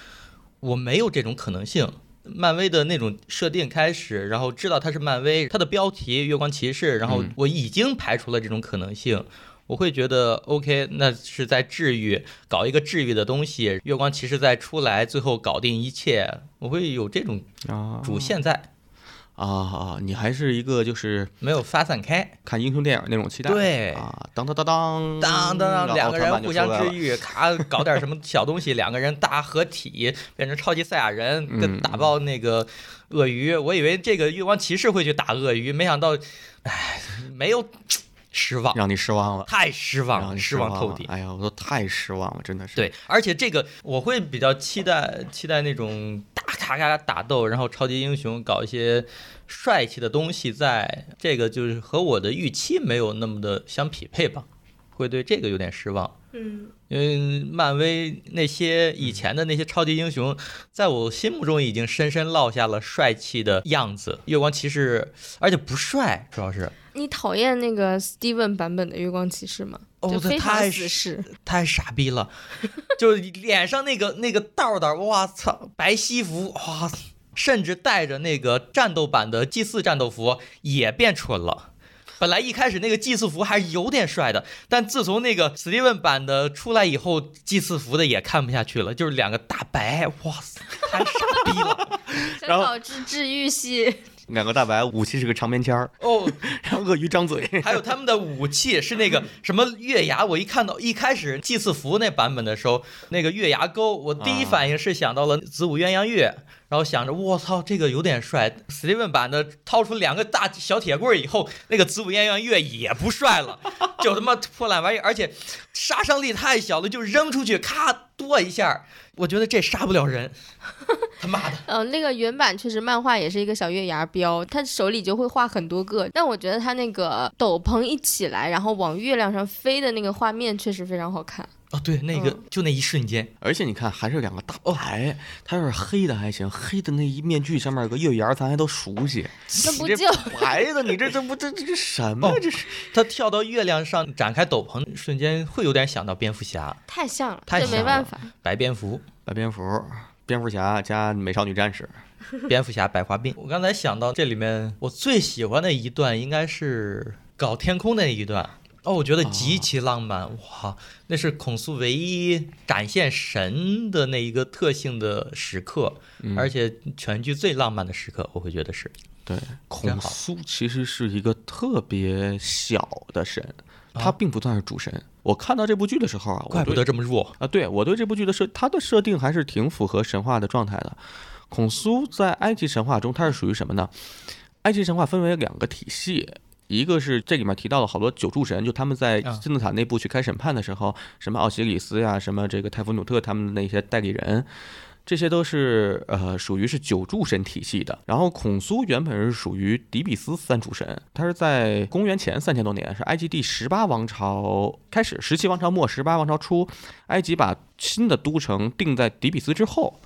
S1: 我没有这种可能性。漫威的那种设定开始，然后知道它是漫威，它的标题《月光骑士》，然后我已经排除了这种可能性。我会觉得 OK，那是在治愈，搞一个治愈的东西。月光骑士再出来，最后搞定一切，我会有这种
S2: 啊
S1: 主线在，
S2: 啊啊！你还是一个就是
S1: 没有发散开。
S2: 看英雄电影那种期待，
S1: 对
S2: 啊，当当当当
S1: 当当当，两个人互相治
S2: 愈，
S1: 愈，咔搞点什么小东 西，两个人大合体变成超级赛亚人，跟
S2: 嗯
S1: 打爆那个鳄鱼。我以为这个月光骑士会去打鳄鱼，没想到，唉，没有失望，
S2: 让你失望了，
S1: 太失望
S2: 让
S1: 了，
S2: 你
S1: 失
S2: 望
S1: 望透
S2: 了
S1: 顶。
S2: 哎呀，我都太失望了，真的是。
S1: 对，而且这个我会比较期待，期待那种大咔咔打斗，然后超级英雄搞一些帅气的东西在，这个就是和我的预期没有那么的相匹配吧。会对这个有点失望。
S3: 嗯，
S1: 因为漫威那些以前的那些超级英雄，在我心目中已经深深烙下了帅气的样子。月光骑士，而且不帅，主要是
S3: 你讨厌那个 Steven 版本的月光骑士吗？
S1: 哦
S3: 就
S1: 他
S3: 非常
S1: 太
S3: 死侍，
S1: 太傻逼了， 就是脸上那个那个道道，哇操，白西服，哇，甚至带着那个战斗版的祭祀战斗服也变蠢了。本来一开始那个祭祀服还是有点帅的，但自从那个史蒂文版的出来以后，祭祀服的也看不下去了，就是两个大白，哇塞，太傻逼了！
S3: 想
S2: 然后
S3: 搞治治愈系，
S2: 两个大白，武器是个长棉签儿，
S1: 哦，
S2: 然后鳄鱼张嘴，
S1: 还有他们的武器是那个什么月牙，我一看到一开始祭祀服那版本的时候，那个月牙钩，我第一反应是想到了子午鸳鸯月，然后想着我操，这个有点帅。Steven 版的掏出两个大小铁棍儿以后，那个子午鸳鸯月也不帅了，就他妈破烂玩意儿，而且杀伤力太小了，就扔出去咔剁一下儿，我觉得这杀不了人，他妈的，
S3: 嗯、那个原版确实漫画也是一个小月牙标，他手里就会画很多个，但我觉得他那个斗篷一起来，然后往月亮上飞的那个画面确实非常好看。
S1: 哦对，那个就那一瞬间，
S2: 而且你看还是两个
S1: 哦
S2: 大白，它要是黑的还行，黑的那一面具上面有个月牙儿，咱还都熟悉，
S3: 那不
S2: 你这
S3: 就
S2: 白的，你这这不这这这什么呀
S1: 哦
S2: 这是
S1: 他跳到月亮上展开斗篷，瞬间会有点想到蝙蝠侠、
S3: 太像了，
S1: 太
S3: 这
S1: 像
S3: 没
S1: 了
S3: 办法。
S1: 白蝙蝠、
S2: 白蝙蝠、蝙蝠侠加美少女战士，
S1: 蝙蝠侠、白化病。我刚才想到这里面，我最喜欢的一段应该是搞天空那一段。哦，我觉得极其浪漫，哇！那是孔苏唯一展现神的那一个特性的时刻，
S2: 嗯
S1: 而且全剧最浪漫的时刻，我会觉得是。
S2: 对，孔
S1: 真好
S2: 苏其实是一个特别小的神，他
S1: 啊
S2: 并不算是主神。我看到这部剧的时候啊，我
S1: 怪不
S2: 对
S1: 得这么弱，
S2: 啊，对我对这部剧的设，它的设定还是挺符合神话的状态的。孔苏在埃及神话中，它是属于什么呢？埃及神话分为两个体系，一个是这里面提到了好多九柱神，就他们在
S1: 啊
S2: 金字塔内部去开审判的时候，什么奥西里斯呀，什么这个泰夫努特他们的那些代理人。这些都是呃，属于是九柱神体系的。然后孔苏原本是属于底比斯三主神，他是在公元前三千多年，是埃及第十八王朝开始，十七王朝末，十八王朝初，埃及把新的都城定在底比斯之后，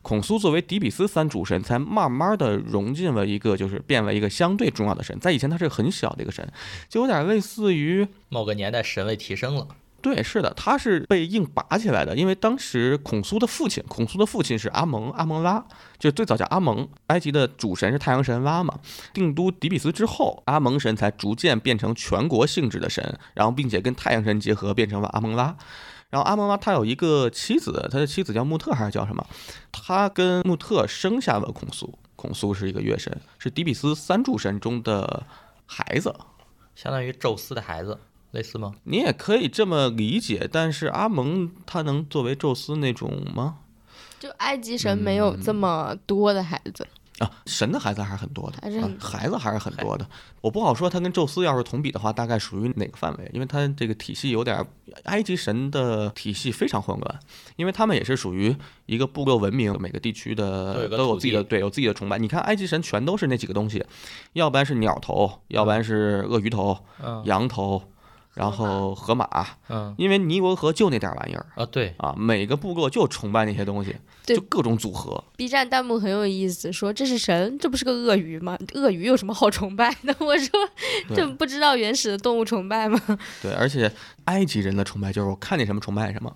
S2: 孔苏作为底比斯三主神，才慢慢的融进了一个，就是变为一个相对重要的神。在以前，他是个很小的一个神，就有点类似于，
S1: 某个年代神位提升了。
S2: 对，是的，他是被硬拔起来的，因为当时孔苏的父亲，孔苏的父亲是阿蒙，阿蒙拉，就最早叫阿蒙，埃及的主神是太阳神拉嘛。定都底比斯之后，阿蒙神才逐渐变成全国性质的神，然后并且跟太阳神结合，变成了阿蒙拉。然后阿蒙拉他有一个妻子，他的妻子叫穆特还是叫什么？他跟穆特生下了孔苏，孔苏是一个月神，是底比斯三柱神中的孩子。
S1: 相当于宙斯的孩子，类似吗？
S2: 你也可以这么理解，但是阿蒙他能作为宙斯那种吗？
S3: 就埃及神没有这么多的孩子，
S2: 啊，神的孩子还是很多的，
S3: 还是
S2: 啊
S3: 很、多
S2: 孩子还是很多的。我不好说他跟宙斯要是同比的话，大概属于哪个范围，因为他这个体系有点儿，埃及神的体系非常混乱，因为他们也是属于一个部落文明，每个地区
S1: 都
S2: 的
S1: 有个
S2: 都有
S1: 土
S2: 自己的
S1: 地
S2: 对有自己的崇拜。你看埃及神全都是那几个东西，要不然是鸟头，要不然是鳄鱼头、
S1: 嗯
S2: 羊头，然后河马，
S1: 嗯
S2: 因为尼罗河就那点儿玩意儿。
S1: 啊，对，
S2: 啊，每个部落就崇拜那些东西，
S3: 对
S2: 就各种组合。
S3: B 站弹幕很有意思，说这是神，这不是个鳄鱼吗？鳄鱼有什么好崇拜的？ 我说
S2: 对
S3: 这不知道原始的动物崇拜吗？
S2: 对，而且埃及人的崇拜就是我看见什么崇拜 什么。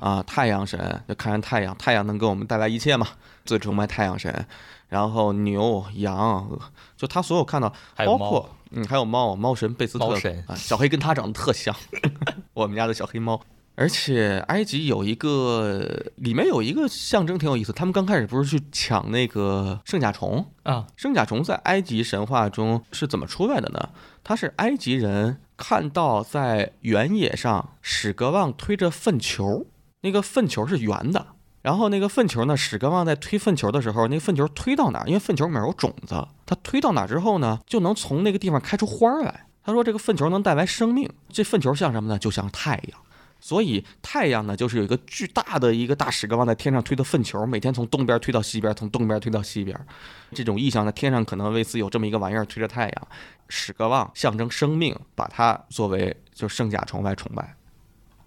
S2: 啊，太阳神就看上太阳，太阳能给我们带来一切嘛，最崇拜太阳神。然后牛、羊，呃就他所有看到，
S1: 还有
S2: 包
S1: 猫
S2: 括。嗯，还有猫，猫神贝斯特
S1: 猫神
S2: 啊，小黑跟他长得特像， 我们家的小黑猫。而且埃及有一个，里面有一个象征挺有意思，他们刚开始不是去抢那个圣甲虫，
S1: 啊，
S2: 圣甲虫在埃及神话中是怎么出来的呢？它是埃及人看到在原野上史格旺推着粪球，那个粪球是圆的，然后那个粪球呢，史格旺在推粪球的时候，那个粪球推到哪儿？因为粪球里面有种子，它推到哪儿之后呢，就能从那个地方开出花儿来。他说这个粪球能带来生命，这粪球像什么呢？就像太阳。所以太阳呢，就是有一个巨大的一个大石膏往在天上推的粪球，每天从东边推到西边，从东边推到西边。这种意象呢，天上可能为此有这么一个玩意儿推着太阳，史格旺象征生命，把它作为就圣甲虫来崇拜。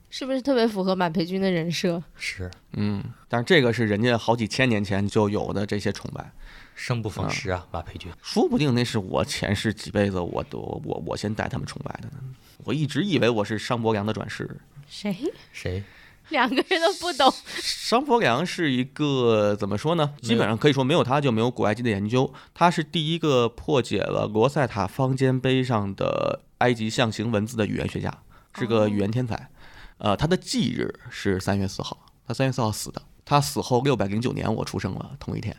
S3: 是不是特别符合满培军的人设？
S1: 是
S2: 嗯，但是这个是人家好几千年前就有的这些崇拜，
S1: 生不逢时啊，马培军。
S2: 说不定那是我前世几辈子我我我我先带他们崇拜的呢。我一直以为我是商伯良的转世，
S3: 谁？
S1: 谁？
S3: 两个人都不懂。
S2: 商伯良是一个怎么说呢？基本上可以说没有他就没有古埃及的研究。他是第一个破解了罗塞塔方尖碑上的埃及象形文字的语言学家，是个语言天才。呃，他的忌日是三月四号，他三月四号死的。他死后六百零九年，我出生了同一天。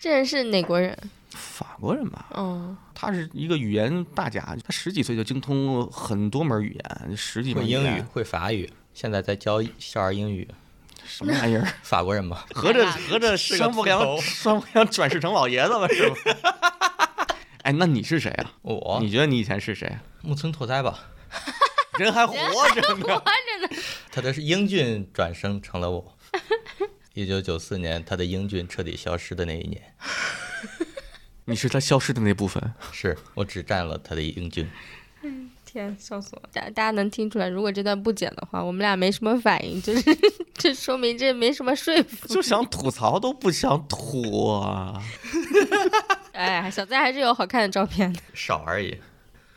S3: 这人是哪国人？
S2: 法国人吧，
S3: 嗯，
S2: 他是一个语言大家，他十几岁就精通很多门语言，十几
S1: 会
S2: 门语
S1: 英
S2: 言
S1: 语，会法语，现在在教小二英语。
S2: 什么玩意儿？
S1: 法国人嘛，
S2: 合着合着
S1: 是个
S2: 商不
S1: 刺
S2: 良
S1: 头
S2: 商不良转世成老爷子了是吧？ 哎，那你是谁啊？
S1: 我
S2: 你觉得你以前是谁啊？
S1: 木村拓哉吧，
S2: 人还活着呢。
S1: 他的是英俊转生成了我。一九九四年，他的英俊彻底消失的那一年，
S2: 你是他消失的那部分。
S1: 是我只占了他的英俊。
S3: 天，笑死我！大大家能听出来，如果这段不剪的话，我们俩没什么反应，就是 这说明这没什么说服。
S2: 就想吐槽都不想吐啊！
S3: 哎，小赞还是有好看的照片的。
S1: 少而已。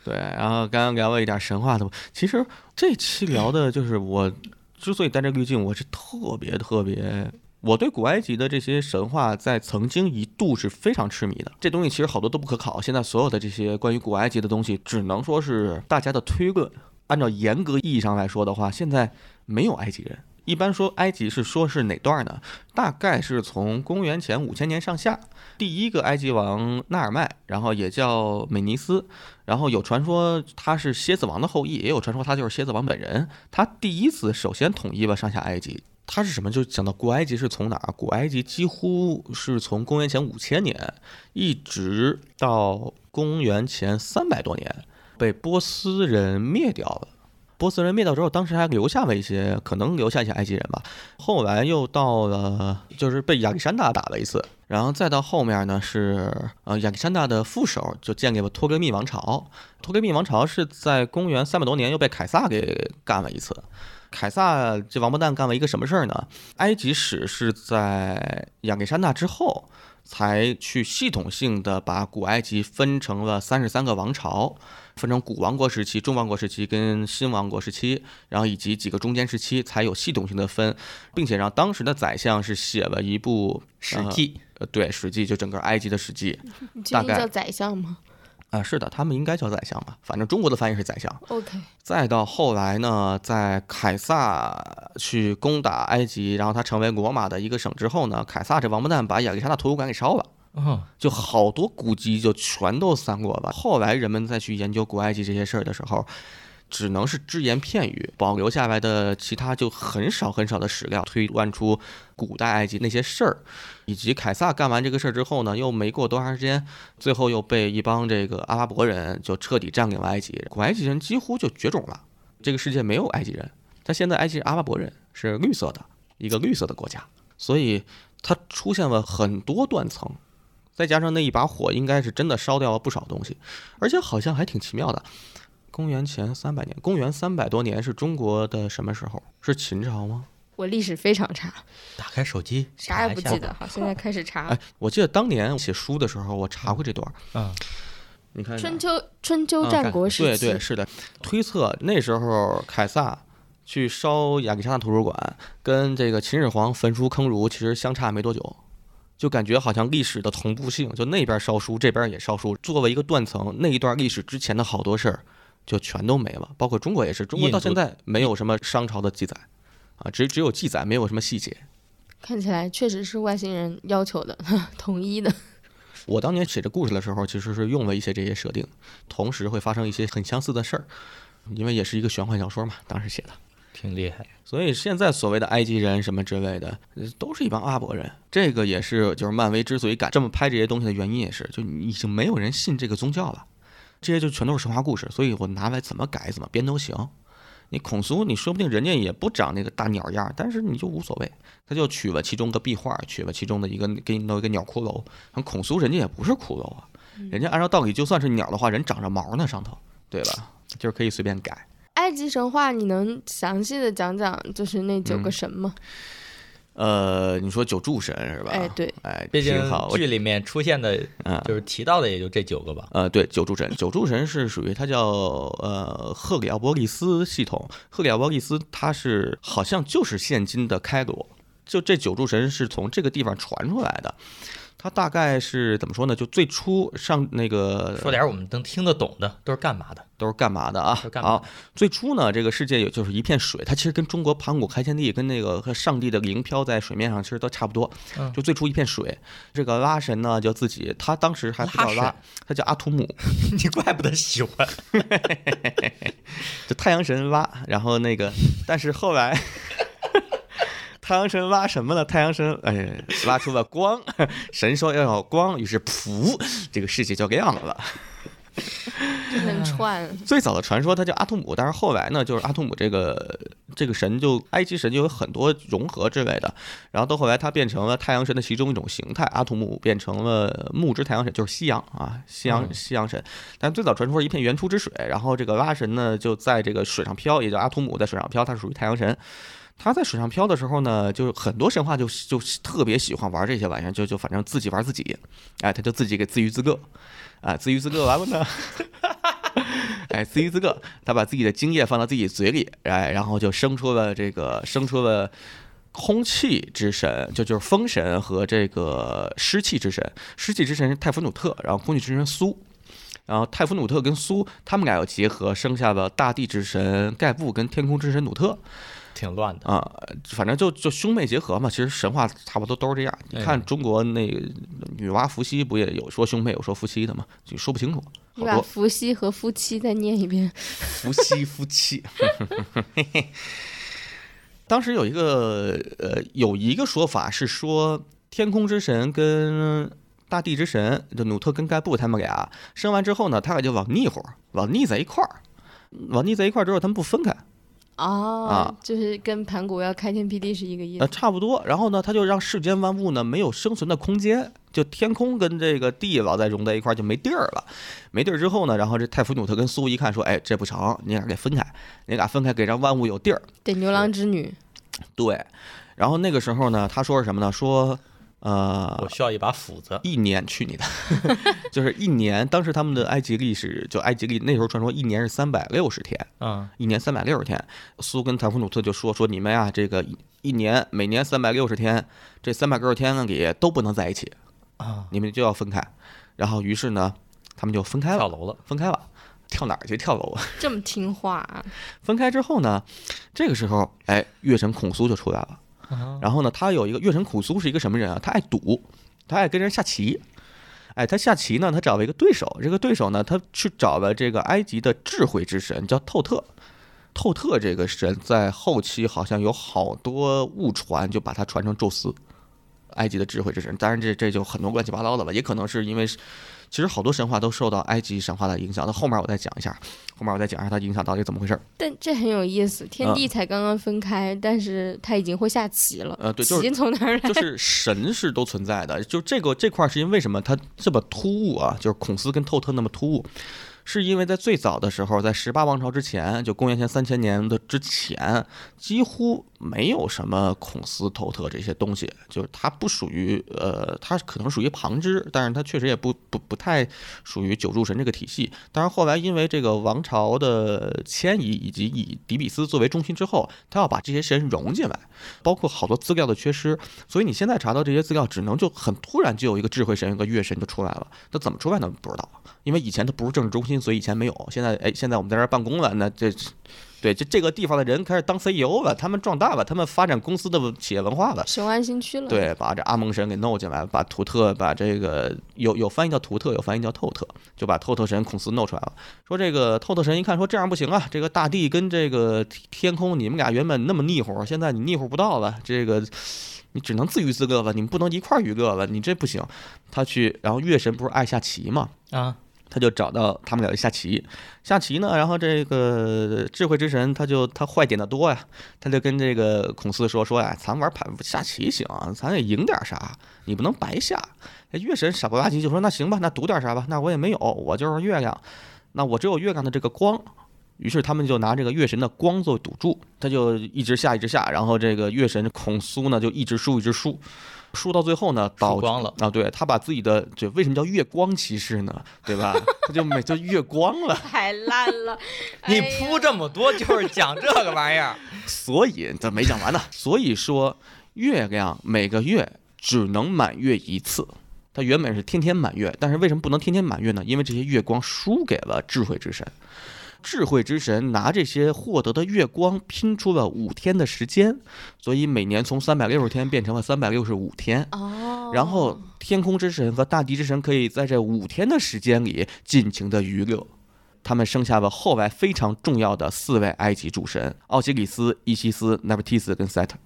S2: 对，然后刚刚聊了一点神话的，其实这期聊的就是我之所以带这个滤镜，我是特别特别，我对古埃及的这些神话在曾经一度是非常痴迷的。这东西其实好多都不可考，现在所有的这些关于古埃及的东西，只能说是大家的推论。按照严格意义上来说的话，现在没有埃及人。一般说埃及是说是哪段呢？大概是从公元前五千年上下，第一个埃及王纳尔迈，然后也叫美尼斯，然后有传说他是蝎子王的后裔，也有传说他就是蝎子王本人。他第一次首先统一了上下埃及。他是什么？就讲到古埃及是从哪儿？古埃及几乎是从公元前五千年一直到公元前三百多年，被波斯人灭掉了。波斯人灭掉之后，当时还留下了一些，可能留下一些埃及人吧。后来又到了，就是被亚历山大打了一次，然后再到后面呢是，呃，亚历山大的副手就建立了托勒密王朝。托勒密王朝是在公元三百多年又被凯撒给干了一次。凯撒这王八蛋干了一个什么事儿呢？埃及史是在亚历山大之后才去系统性的把古埃及分成了三十三个王朝，分成古王国时期、中王国时期跟新王国时期，然后以及几个中间时期才有系统性的分，并且让当时的宰相是写了一部
S1: 史记，
S2: 呃，对，《史记》就整个埃及的《史记》
S3: 你
S2: 确大定概叫
S3: 宰相吗
S2: 啊，是的，他们应该叫宰相吧？反正中国的翻译是宰相。
S3: ？OK，
S2: 再到后来呢，在凯撒去攻打埃及，然后他成为罗马的一个省之后呢，凯撒这王八蛋把亚历山大图书馆给烧了。
S1: 哦，
S2: 就好多古籍就全都散落了。后来人们再去研究古埃及这些事儿的时候，只能是只言片语，保留下来的其他就很少很少的史料，推断出古代埃及那些事儿，以及凯撒干完这个事儿之后呢，又没过多长时间，最后又被一帮这个阿拉伯人就彻底占领了埃及，古埃及人几乎就绝种了，这个世界没有埃及人。但现在埃及是阿拉伯人是绿色的，一个绿色的国家，所以它出现了很多断层。再加上那一把火，应该是真的烧掉了不少东西，而且好像还挺奇妙的。公元前三百年，公元三百多年是中国的什么时候？是秦朝吗？
S3: 我历史非常差，
S1: 打开手机，
S3: 啥也不
S1: 查
S3: 记
S1: 一下
S3: 得。好，现在开始查
S2: 哎。，我记得当年写书的时候，我查过这段儿。
S1: 嗯，
S2: 你看一下啊
S3: 春秋春秋
S1: 嗯
S3: 战
S1: 看
S3: 国时
S2: 哦对
S3: 期，
S2: 对是的，推测那时候凯撒去烧亚历山大图书馆，跟这个秦始皇焚书坑儒其实相差没多久，就感觉好像历史的同步性，就那边烧书，这边也烧书，作为一个断层，那一段历史之前的好多事儿就全都没了，包括中国也是，中国
S1: 印
S2: 到
S1: 度
S2: 现在没有什么商朝的记载。啊，只只有记载，没有什么细节。
S3: 看起来确实是外星人要求的， 统一的。
S2: 我当年写这故事的时候，其实是用了一些这些设定，同时会发生一些很相似的事儿，因为也是一个玄幻小说嘛，当时写的。
S1: 挺厉害。
S2: 所以现在所谓的埃及人什么之类的，呃都是一帮阿拉伯人。这个也是，就是漫威之所以敢这么拍这些东西的原因，也是就你已经没有人信这个宗教了，这些就全都是神话故事，所以我拿来怎么改怎么编都行。你孔苏，你说不定人家也不长那个大鸟样儿，但是你就无所谓，他就取了其中个壁画，取了其中的一个，给你弄一个鸟骷髅。像孔苏人家也不是骷髅啊，人家按照道理就算是鸟的话，人长着毛呢上头，对吧？就是可以随便改。
S3: 埃及神话你能详细的讲讲，就是那九
S2: 嗯
S3: 个神吗？
S2: 呃，你说九柱神是吧？
S3: 哎，对，
S2: 哎，
S1: 毕竟
S2: 挺好，我
S1: 剧里面出现的，
S2: 嗯
S1: 就是提到的也就这九个吧。
S2: 呃，对，九柱神，九柱神是属于它叫呃赫里奥波利斯系统。赫里奥波利斯它是好像就是现今的开罗，就这九柱神是从这个地方传出来的。它大概是怎么说呢？就最初上那个
S1: 说点我们能听得懂的，都是干嘛的？
S2: 都是干嘛的啊
S1: 都？干嘛
S2: 啊，最初呢，这个世界也就是一片水，它其实跟中国盘古开天地跟那个和上帝的灵飘在水面上，其实都差不多
S1: 嗯。
S2: 就最初一片水，这个拉神呢就自己，他当时还不叫
S1: 拉神
S2: 拉，他叫阿图姆，
S1: 你怪不得喜欢。
S2: 就太阳神拉，然后那个，但是后来 太阳神拉什么呢？太阳神哎拉出了光， 神说要有光，于是噗，这个世界就亮了。
S3: 就能串。
S2: 最早的传说它叫阿图姆，但是后来呢，就是阿图姆这个这个神就埃及神就有很多融合之类的，然后到后来它变成了太阳神的其中一种形态，阿图姆变成了木之太阳神，就是夕阳啊，夕阳
S1: 嗯
S2: 夕阳神。但最早传说是一片原初之水，然后这个拉神呢就在这个水上漂，也叫阿图姆在水上漂，它属于太阳神。他在水上漂的时候呢，就是很多神话就就特别喜欢玩这些玩意儿，就就反正自己玩自己，哎，他就自己给自娱自乐，啊，自娱自乐完了呢，哎，自娱自乐，他把自己的精液放到自己嘴里，哎，然后就生出了这个，生出了空气之神，就就是风神和这个湿气之神。湿气之神是泰弗努特，然后空气之神苏。然后泰弗努特跟苏，他们俩又结合，生下了大地之神盖布跟天空之神努特
S1: 挺乱的。
S2: 啊、反正就就兄妹结合嘛。其实神话差不多都是这样。你看中国那个女娲、伏羲不也有说兄妹，有说夫妻的嘛？就说不清楚，好
S3: 你把
S2: 多。
S3: 伏羲和夫妻再念一遍，
S2: 夫妻夫 妻。当时有一个呃，有一个说法是说，天空之神跟大地之神，就努特跟盖布他们俩生完之后呢，他俩就往腻乎儿，往腻在一块儿，往腻在一块儿之后，他们不分开，
S3: 哦，
S2: 啊
S3: 就是跟盘古要开天辟地是一个意思
S2: 呃，。差不多。然后呢，他就让世间万物呢没有生存的空间，就天空跟这个地老在融在一块儿就没地儿了。没地儿之后呢，然后这泰弗努特跟苏一看说，哎，这不成，你俩给分开，你俩分开给让万物有地儿。
S3: 对，牛郎织女，
S2: 对，然后那个时候呢，他说是什么呢？说，呃
S1: 我，需要一把斧子。
S2: 一年去你的， 就是一年。当时他们的埃及历史，就埃及历那时候传说一年是三百六十天，
S1: 嗯，
S2: 一年三百六十天。苏跟塔夫努特就说说你们呀、这个一一年每年三百六十天，这三百六十天里都不能在一起
S1: 啊，
S2: 你们就要分开。然后于是呢，他们就分开
S1: 跳
S2: 了，
S1: 楼了。
S2: 分开了，跳哪儿去？跳楼啊。
S3: 这么听话、啊，
S2: 分开之后呢，这个时候，哎，月神孔苏就出来了。然后呢，他有一个月神孔苏是一个什么人啊？他爱赌，他爱跟人下棋。哎，他下棋呢，他找了一个对手，这个对手呢，他去找了这个埃及的智慧之神，叫透特。透特这个神在后期好像有好多误传，就把他传成宙斯，埃及的智慧之神。当然这这就很多乱七八糟的了，也可能是因为是，其实好多神话都受到埃及神话的影响。那后面我再讲一下，后面我再讲一下它影响到底怎么回事儿。
S3: 但这很有意思。天
S2: 嗯
S3: 地才刚刚分开，但是他已经会下棋了。
S2: 呃对就是
S3: 棋从哪儿来？
S2: 就是神是都存在的，就这个这块儿是因为什么它这么突兀啊？就是孔斯跟透特那么突兀，是因为在最早的时候，在十八王朝之前，就公元前三千年的之前，几乎没有什么孔斯、透特这些东西，就是它不属于呃，它可能属于旁支，但是它确实也不不不太属于九柱神这个体系。当然后来因为这个王朝的迁移以及以底比斯作为中心之后，它要把这些神融进来，包括好多资料的缺失，所以你现在查到这些资料，只能就很突然就有一个智慧神、有一个月神就出来了。那怎么出来呢？不知道，因为以前它不是政治中心，所以以前没有。现在哎，现在我们在这儿办公了，那这。对，这这个地方的人开始当 CEO 了，他们壮大了，他们发展公司的文企业文化了，
S3: 雄安新区了。，
S2: 对，把这阿蒙神给弄进来，把图特，把这个有有翻译叫图特，有翻译叫透特，就把透特神孔斯弄出来了。说这个透特神一看，说这样不行啊，这个大地跟这个天天空，你们俩原本那么腻乎，现在你腻乎不到了，这个你只能自娱自乐了，你们不能一块儿娱乐了，你这不行。他去，然后月神不是爱下棋嘛，
S1: 啊，
S2: 他就找到他们俩下棋，下棋呢，然后这个智慧之神他就他坏点的多呀，他就跟这个孔四说说呀、咱玩盘下棋行，啊咱也赢点啥，你不能白下。哎月神傻不拉几就说那行吧，那赌点啥吧，那我也没有，我就是月亮，那我只有月亮的这个光。于是他们就拿这个月神的光做赌注，他就一直下一直下，然后这个月神孔苏呢就一直输一直输，输到最后呢导
S1: 输光了，
S2: 啊！对他把自己的这为什么叫月光骑士呢？对吧？他就每就月光了。
S3: 太烂 了
S1: 你
S3: 哎
S1: 铺这么多就是讲这个玩意 儿，
S2: 所以这没讲完呢。所以说，月亮每个月只能满月一次。它原本是天天满月，但是为什么不能天天满月呢？因为这些月光输给了智慧之神。智慧之神拿这些获得的月光拼出了五天的时间，所以每年从三百六十天变成了三百六十五天。
S3: 哦，
S2: 然后天空之神和大地之神可以在这五天的时间里尽情的娱乐。他们生下了后来非常重要的四位埃及主神：奥西里斯、伊西斯、奈普提斯跟赛特。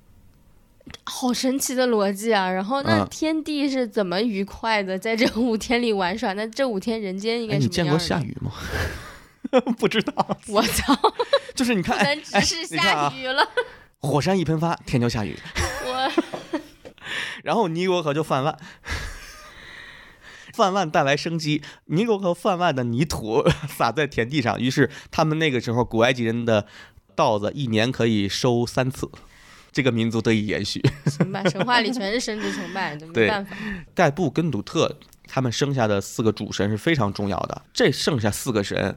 S3: 好神奇的逻辑啊！然后那
S2: 嗯
S3: 天地是怎么愉快的在这五天里玩耍？那这五天人间应该
S2: 哎，
S3: 什
S2: 你
S3: 么
S2: 见
S3: 样
S2: 过
S3: 的？
S2: 下雨吗？不知道，
S3: 我操，
S2: 就是你看，哎
S3: 咱只
S2: 哎
S3: 是
S2: 你看
S3: 下
S2: 啊，
S3: 雨了，
S2: 火山一喷发，天就下雨，
S3: 我
S2: 然后尼罗河就泛滥。 泛滥带来生机，尼罗河泛滥的泥土撒在田地上，于是他们那个时候古埃及人的稻子一年可以收三次，这个民族得以延续。
S3: 行吧，神话里全是神职崇拜，这
S2: 对
S3: 没办法。
S2: 盖布跟鲁特他们生下的四个主神是非常重要的，这剩下四个神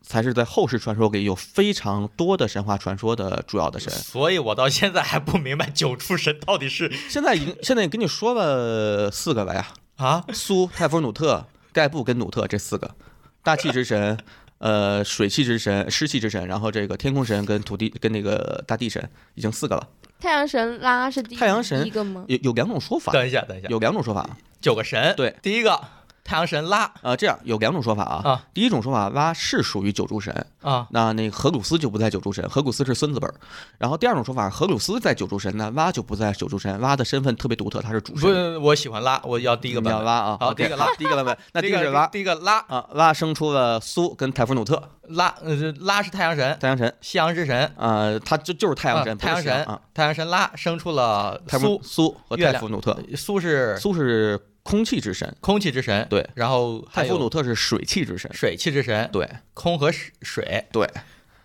S2: 才是在后世传说里有非常多的神话传说的主要的神。
S1: 所以我到现在还不明白九柱神到底是
S2: 现在已经现在也跟你说了四个了呀，
S1: 啊，
S2: 苏、泰夫努特、盖布跟努特这四个，大气之神。 呃，水气之神、湿气之神，然后这个天空神跟土地跟那个大地神，已经四个了。
S3: 太阳神拉是第一
S2: 太阳神
S3: 第一个吗？
S2: 有有两种说法，
S1: 等一下，等一下，
S2: 有两种说法。
S1: 九个神，
S2: 对，
S1: 第一个太阳神拉
S2: 呃，这样有两种说法啊。
S1: 啊
S2: 第一种说法，拉是属于九柱神，
S1: 啊，
S2: 那那个荷鲁斯就不在九柱神，荷鲁斯是孙子辈儿。然后第二种说法，荷鲁斯在九柱神呢，蛙就不在九柱神，蛙的身份特别独特，他是主
S1: 不
S2: 神。
S1: 是，我喜欢拉，我要第一个
S2: 你
S1: 版
S2: 要
S1: 本。
S2: 蛙啊，
S1: 好第
S2: OK，
S1: 一个蛙
S2: 好第一个 版本，那第
S1: 第
S2: 一
S1: 一
S2: 个是蛙
S1: 第一个拉
S2: 啊，蛙生出了苏跟泰弗努特，
S1: 拉，呃，拉是太阳神，
S2: 太阳神，
S1: 夕阳之神，
S2: 呃，他就就是太阳
S1: 啊
S2: 神，
S1: 太阳
S2: 不是
S1: 神
S2: 啊，
S1: 太阳神拉生出了
S2: 泰弗
S1: 苏，
S2: 苏和
S1: 月
S2: 泰
S1: 亮
S2: 弗努特，
S1: 苏是
S2: 苏是空气之神，
S1: 空气之神，
S2: 对，
S1: 然后
S2: 泰
S1: 还
S2: 弗
S1: 有
S2: 努特是水气之神，
S1: 水气之神，
S2: 对
S1: 空和水水，
S2: 对，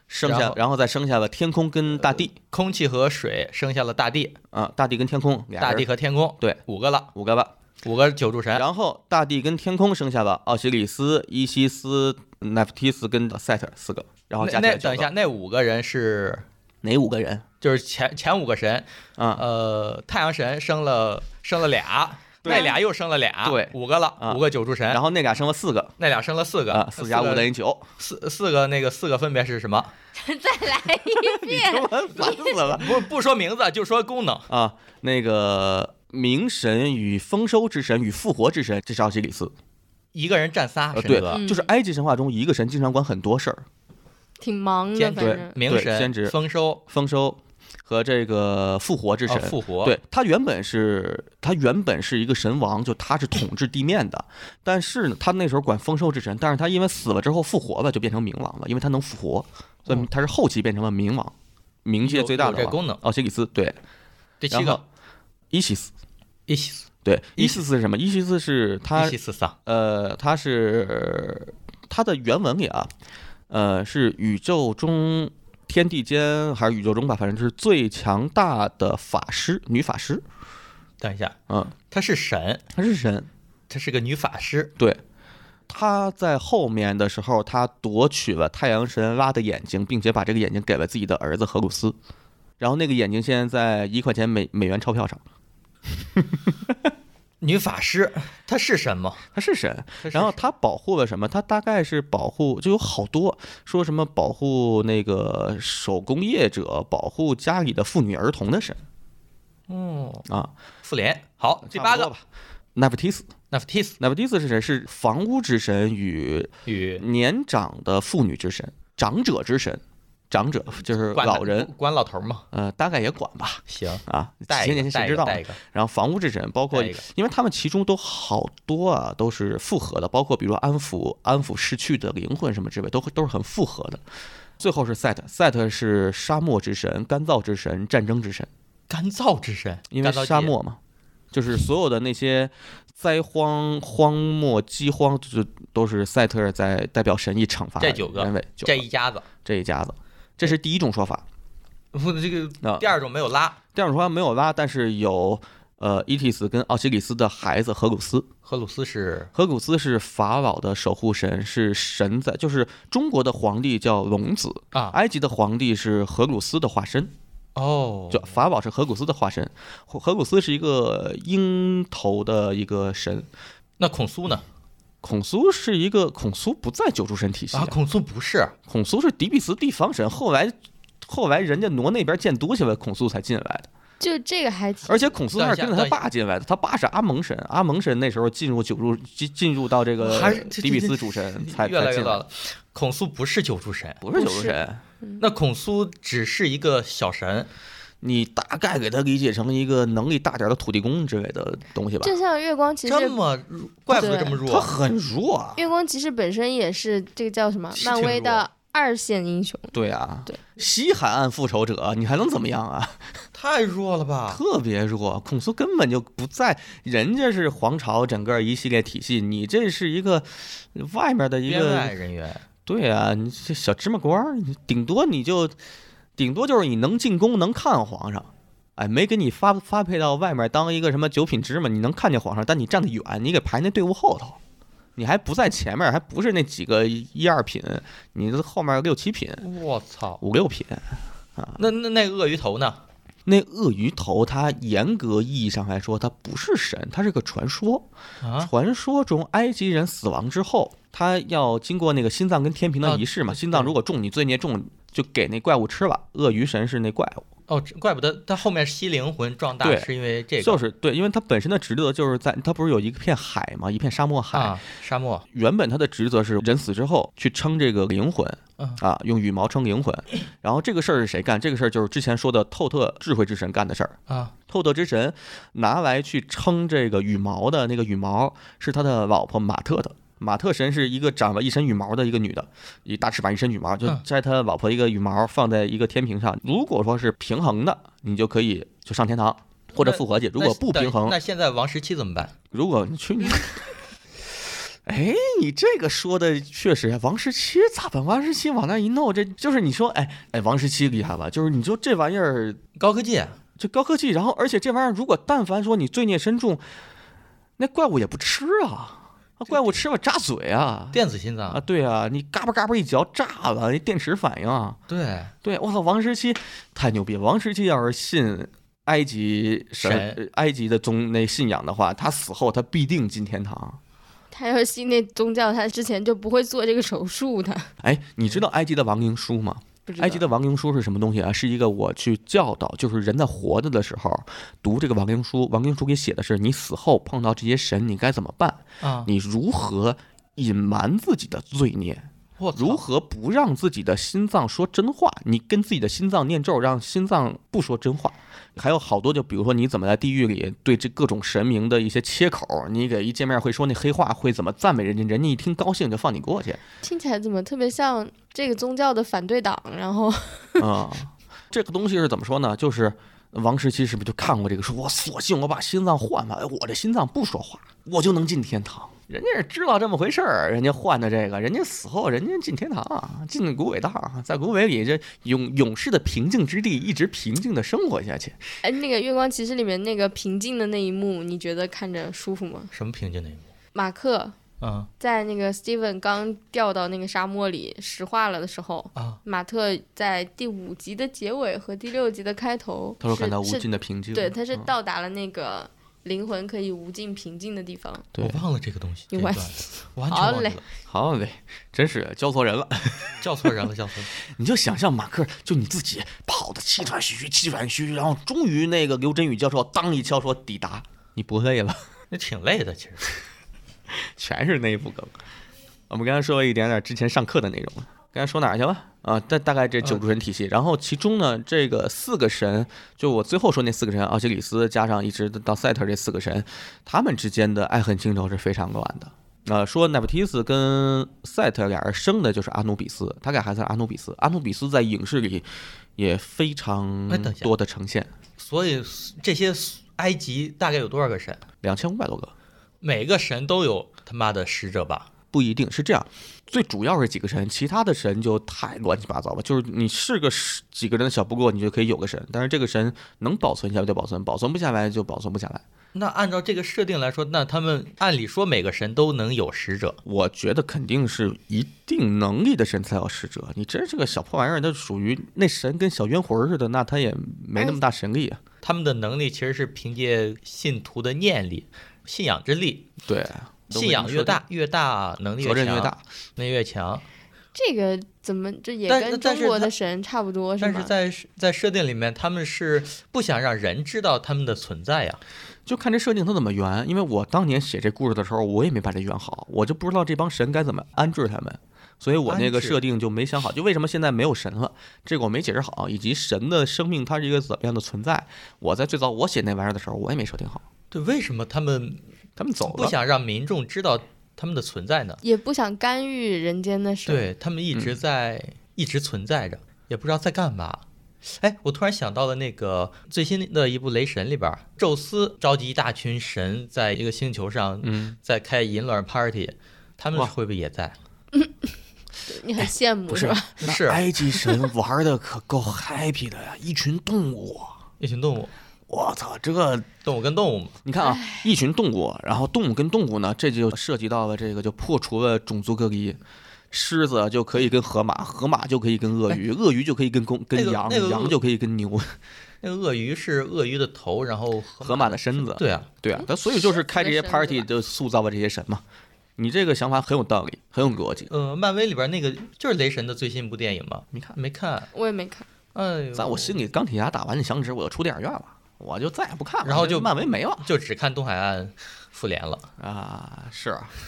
S2: 生
S1: 然
S2: 下
S1: 后
S2: 然后再生下了天空跟大地
S1: 空气和水生下了大地，
S2: 啊，大地跟天空俩
S1: 呃大
S2: 人
S1: 地和天空，
S2: 对，
S1: 五个了，
S2: 五个吧，
S1: 五个九柱神，
S2: 然后大地跟天空生下了奥西里斯、伊西斯、奈普提斯跟赛特四个，然后
S1: 那
S2: 加起来
S1: 那
S2: 九个
S1: 等一下，，那五个人是
S2: 哪五个人？
S1: 就是前前五个神，
S2: 啊、
S1: 呃，太阳神生了生了俩，
S2: 对
S1: 那俩又生了俩，
S2: 对
S1: 五个
S2: 啊
S1: 了，五个九柱神，
S2: 然后那俩生了四个
S1: 那俩生了四个，
S2: 啊，四加五等于九，
S1: 四四个那个四个分别是什么？
S3: 再来 一遍，
S2: 烦死了
S1: 不不说名字，就说功能。
S2: 啊！那个冥神与丰收之神与复活之神，这是奥西里斯。
S1: 一个人占仨
S2: 呃，
S1: 神
S2: 对
S1: 格，，
S3: 嗯
S2: 就是埃及神话中一个神经常管很多事儿，
S3: 挺忙的，
S1: 兼
S3: 反
S2: 对
S3: 正
S1: 冥
S2: 对
S1: 神
S2: 兼职、
S1: 丰收、
S2: 丰收和这个复活之
S1: 啊
S2: 神。
S1: 复活。，
S2: 对，他原本是他原本是一个神王，就他是统治地面的，但是呢，他那时候管丰收之神，但是他因为死了之后复活了，就变成冥王了，因为他能复活，所以
S1: 哦
S2: 他是后期变成了冥王，冥界
S1: 有
S2: 最大
S1: 有
S2: 的
S1: 这
S2: 王哦
S1: 功能
S2: 奥西里斯对，
S1: 这七
S2: 然后
S1: 个
S2: 伊西斯
S1: 一起
S2: 对，伊
S1: 伊
S2: 西斯是什么？伊西斯是
S1: 一
S2: 他
S1: 起四丧
S2: 呃，他是他的原文里啊，呃，是宇宙中。天地间还是宇宙中吧，反正就是最强大的法师，女法师，
S1: 等一下，
S2: 嗯，
S1: 她是神，
S2: 她是神，
S1: 她是个女法师。
S2: 对，他在后面的时候，他夺取了太阳神拉的眼睛，并且把这个眼睛给了自己的儿子荷鲁斯。然后那个眼睛现在在一块钱美美元钞票上，
S1: 女法师她是什么？
S2: 他是神。
S1: 她是
S2: 然后
S1: 神
S2: 他保护了什么？他大概是保护，就有好多说什么保护那个手工业者，保护家里的妇女儿童的神
S1: 哦，
S2: 啊。
S1: 妇联好，这八
S2: 差不多
S1: 个
S2: 吧。奈普提斯，
S1: 那 f t i s
S2: 奈普提斯是谁？是房屋之神与
S1: 与
S2: 年长的妇女之神、长者之神、长者，就是
S1: 管
S2: 老人，
S1: 管老头儿嘛，
S2: 呃，大概也管吧，
S1: 行，
S2: 啊，
S1: 带
S2: 几
S1: 一
S2: 千
S1: 个
S2: 年前
S1: 带
S2: 谁
S1: 一
S2: 知
S1: 个
S2: 道呢？
S1: 带一个，
S2: 然后防务之神，包括
S1: 带一个
S2: 因为他们其中都好多啊，都是复合的，包括比如说安抚安抚逝去的灵魂什么之类，都会都是很复合的。最后是 Set，Set 是沙漠之神、干燥之神、战争之神，
S1: 干燥之神，
S2: 因为
S1: 干燥
S2: 沙
S1: 季
S2: 漠嘛，就是所有的那些灾荒、荒漠、饥荒，就是都是赛特尔在代表神意惩罚
S1: 这九个
S2: 人为九
S1: 这一家子，
S2: 这一家子，这是第一种说法。
S1: 不，这个
S2: 那
S1: 第二种没有拉，
S2: 第二种说法没有拉，但是有呃伊提斯跟奥西里斯的孩子荷鲁斯。
S1: 荷鲁斯是
S2: 荷鲁斯是法老的守护神，是神在，就是中国的皇帝叫龙子，
S1: 啊，
S2: 埃及的皇帝是荷鲁斯的化身，
S1: 哦，
S2: 就法宝是荷鲁斯的化身。荷荷鲁斯是一个鹰头的一个神，
S1: 那孔苏呢？啊
S2: 孔苏是一个孔苏不在九柱神体系
S1: 啊，
S2: 啊、
S1: 孔苏不是，
S2: 孔苏是底比斯地方神，后来后来人家挪那边建都去了，孔苏才进来的。
S3: 就这个还挺，
S2: 而且孔苏那是跟着
S1: 等
S2: 他
S1: 一下
S2: 爸进来的，他爸是阿蒙神，阿蒙神那时候进入九柱进进入到这个
S1: 还是这
S2: 底比斯主神才
S1: 越来
S2: 才
S1: 越
S2: 进
S1: 乱了。孔苏不是九柱神，
S2: 不是九
S3: 不
S2: 柱
S3: 是
S2: 神。
S1: 那孔苏只是一个小神，
S2: 你大概给他理解成一个能力大点儿的土地公之类的东西吧。
S3: 就像月光骑士
S1: 这么弱怪不得这么
S2: 他
S1: 弱，
S2: 很弱啊，
S3: 月光骑士本身也是这个叫什么
S1: 是？挺
S3: 漫威
S1: 弱
S3: 的二线英雄，
S2: 对啊，
S3: 对
S2: 西海岸复仇者，你还能怎么样啊？
S1: 太弱了吧？
S2: 特别弱，孔苏根本就不在，人家是皇朝整个一系列体系，你这是一个外面的一
S1: 编外
S2: 个，
S1: 人员，
S2: 对啊，你这小芝麻官儿，你顶多你就，顶多就是你能进宫能看皇上。哎，没给你发发配到外面当一个什么九品芝麻，你能看见皇上，但你站得远，你给排那队伍后头，你还不在前面，还不是那几个一二品，你这后面六七品、
S1: 我操！
S2: 五六品，啊
S1: 那那那鳄鱼头呢？
S2: 那鳄鱼头，它严格意义上来说，它不是神，它是个传说。
S1: 啊，
S2: 传说中，埃及人死亡之后，他要经过那个心脏跟天平的
S1: 啊
S2: 仪式嘛。
S1: 对
S2: 心脏如果中你罪孽重，就给那怪物吃了。鳄鱼神是那怪物，
S1: 哦，这怪不得他后面吸灵魂壮大
S2: 对
S1: 是因为这个，
S2: 就是对，因为它本身的职责就是在它不是有一片海嘛，一片沙漠海。
S1: 啊，沙漠
S2: 原本它的职责是人死之后去称这个灵魂
S1: 嗯，
S2: 啊，用羽毛称灵魂。然后这个事儿是谁干？这个事儿就是之前说的透特智慧之神干的事儿。
S1: 啊，
S2: 透特之神拿来去称这个羽毛的那个羽毛是他的老婆马特的。马特神是一个长了一身羽毛的一个女的，一大翅膀一身羽毛，就
S1: 嗯
S2: 摘他老婆一个羽毛放在一个天平上。如果说是平衡的，你就可以就上天堂或者复活去；如果
S1: 那
S2: 不平衡
S1: 那，嗯现在王十七怎么办？
S2: 如果你去你， 哎，你这个说的确实，王十七咋办？王十七往那一弄，这就是你说，哎哎，王十七厉害吧？就是你说这玩意儿
S1: 高科技啊
S2: 就高科技，然后而且这玩意儿，如果但凡说你罪孽深重，那怪物也不吃啊，那怪物吃了扎嘴啊，
S1: 电子心
S2: 啊
S1: 脏，
S2: 对啊，你嘎巴嘎巴一嚼炸了，那电池反应啊，
S1: 对，
S2: 对，我操，王十七太牛逼了，王十七要是信埃及神、
S1: 神
S2: 呃埃及的宗那信仰的话，他死后他必定进天堂。
S3: 他要是信那宗教，他之前就不会做这个手术的。
S2: 哎，你知道埃及的亡灵书吗？
S3: 不知道
S2: 埃及的亡灵书是什么东西啊？是一个我去教导，就是人在活着的时候读这个亡灵书，亡灵书给写的是你死后碰到这些神，你该怎么办？
S1: 啊，
S2: 你如何隐瞒自己的罪孽？
S1: 我操
S2: 如何不让自己的心脏说真话？你跟自己的心脏念咒，让心脏不说真话。还有好多，就比如说你怎么在地狱里对这各种神明的一些切口，你给一见面会说那黑话，会怎么赞美人家？人家一听高兴就放你过去。
S3: 听起来怎么特别像这个宗教的反对党？然后
S2: 啊、这个东西是怎么说呢？就是王十七是不是就看过这个书？我索性我把心脏换了，哎我这心脏不说话，我就能进天堂。人家是知道这么回事儿，人家换的这个，人家死后人家进天堂，进古伟大，在古伟里这勇勇士的平静之地，一直平静的生活下去。
S3: 哎，那个《月光骑士》里面那个平静的那一幕，你觉得看着舒服吗？
S1: 什么平静那一幕？
S3: 马克
S1: 啊
S3: 在那个 Steven 刚掉到那个沙漠里石化了的时候，
S1: 啊，
S3: 马特在第五集的结尾和第六集的开头，
S2: 他说感到无
S3: 是
S2: 尽的平静，
S3: 是对，他是
S2: 嗯
S3: 到达了那个灵魂可以无尽平静的地方。
S2: 对
S1: 我忘了这个东西，
S3: 你
S1: 这一
S3: 完
S1: 段我完全
S3: 好
S1: 忘记
S3: 嘞
S1: 了，
S2: 好嘞，真是教错人了。
S1: 叫错人了，叫错人了。
S2: 你就想象马克，就你自己跑的气喘吁吁，气喘吁吁，然后终于那个刘振宇教授当一敲说抵达，你不累了？
S1: 那挺累的，其实
S2: 全是内部梗。我们刚才说了一点点之前上课的内容，刚才说哪儿去了？啊，
S1: 嗯
S2: 大大概这九柱神体系，然后其中呢，这个四个神，就我最后说那四个神，奥西里斯加上一直到赛特这四个神，他们之间的爱恨情仇是非常乱的。呃，说奈普提斯跟赛特俩人生的就是阿努比斯，他俩孩子是阿努比斯。阿努比斯在影视里也非常
S1: 哎等一下
S2: 多的呈现，
S1: 所以这些埃及大概有多少个神？
S2: 两千五百多个，
S1: 每个神都有他妈的使者吧？
S2: 不一定是这样。最主要是几个神，其他的神就太乱七八糟了。就是你是个十几个人的小部落，你就可以有个神，但是这个神能保存下来就保存，保存不下来就保存不下来。
S1: 那按照这个设定来说，那他们按理说每个神都能有使者，
S2: 我觉得肯定是一定能力的神才有使者，你真是个小破玩意儿，他属于那神跟小冤魂儿似的，那他也没那么大神力啊。
S1: 他们的能力其实是凭借信徒的念力、信仰之力。
S2: 对，
S1: 信仰越大，越大能力
S2: 责任
S1: 强，
S2: 越大，
S1: 能力越强。
S3: 这个怎么这也
S1: 但
S3: 跟
S1: 但
S3: 中
S1: 是
S3: 国
S1: 它
S3: 的神差不多
S1: 但
S3: 吗
S1: 是？在在设定里面，他们是不想让人知道他们的存在呀。
S2: 就看这设定它怎么圆。因为我当年写这故事的时候，我也没把这圆好，我就不知道这帮神该怎么安置他们，所以我那个
S1: 安置
S2: 设定就没想好。就为什么现在没有神了，这个我没解释好，以及神的生命它是一个怎么样的存在。我在最早我写那玩意儿的时候，我也没设定好，
S1: 对，为什么他们
S2: 他们走
S1: 不
S2: 了。
S1: 想让民众知道他们的存在呢？
S3: 也不想干预人间的事。，
S1: 对他们一直在、一直存在着，也不知道在干嘛。哎，我突然想到了那个最新的一部《雷神》里边，宙斯召集一大群神，在一个星球上
S2: 嗯，
S1: 在开银卵 party，他们
S2: 哇
S1: 会不会也在？
S3: 你很羡 慕、
S2: 不
S3: 是吧？
S2: 那
S1: 是
S2: 埃及神玩的可够 happy 的呀，一群动物，
S1: 一群动物，
S2: 我操，这
S1: 动物跟动物嘛。
S2: 你看啊，一群动物，然后动物跟动物呢，这就涉及到了这个就破除了种族隔离。狮子就可以跟河马，河马就可以跟鳄鱼，鳄鱼就可以跟公
S1: 哎那
S2: 跟
S1: 个
S2: 羊，
S1: 那个鳄
S2: 羊就可以跟牛，
S1: 那个鳄鱼是鳄鱼的头，然后河
S2: 河马的身子。
S1: 对啊，
S2: 对啊，它所以就是开这些
S3: 狮子的身子
S2: party 就塑造了这些神嘛。你这个想法很有道理，很有逻辑。
S1: 呃，漫威里边那个就是雷神的最新一部电影嘛，
S2: 你看，
S1: 没看，
S3: 我也没看，
S1: 哎呦，
S2: 在我心里，钢铁侠打完那响指，我就出电影院了，我就再也不看了。
S1: 然后就
S2: 漫威没了。
S1: 就只看东海岸复联了。
S2: 啊，是啊。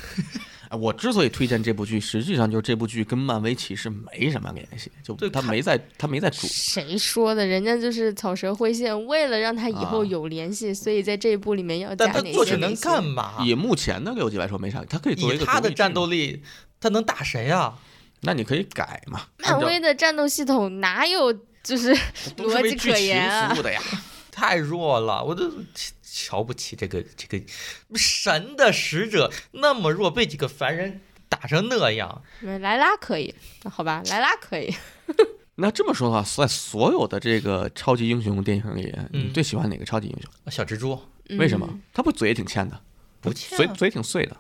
S2: 哎我之所以推荐这部剧，实际上就是这部剧跟漫威其实没什么联系，就
S1: 对
S2: 它
S1: 看
S2: 没在它没在主。
S3: 谁说的？人家就是草蛇灰线，为了让他以后
S2: 啊
S3: 有联系，所以在这一步里面要加
S1: 但
S3: 哪
S1: 他
S3: 些
S1: 作者能
S3: 联系
S1: 干嘛？
S2: 以目前的六集来说，没啥，它可啊以作为
S1: 以
S2: 一个
S1: 他
S2: 独
S1: 的
S2: 立剧
S1: 战
S2: 嘛
S1: 斗，力，他能打谁啊？
S2: 那你可以改嘛。
S3: 漫威的战斗系统哪有就是
S2: 都是
S3: 逻
S2: 为
S3: 辑
S2: 剧
S3: 可
S2: 情
S3: 言啊
S2: 服务的呀。
S1: 太弱了，我都瞧不起这个这个神的使者那么弱，被几个凡人打成那样，
S3: 嗯莱拉可以？好吧，莱拉可以。
S2: 那这么说的话，在所有的这个超级英雄电影里，你
S1: 嗯
S2: 最喜欢哪个超级英雄？
S1: 小蜘蛛
S2: 为什么
S3: 嗯？？
S2: 他不嘴也挺欠的，
S1: 不欠
S2: 嘴
S1: 啊
S2: 嘴挺碎的。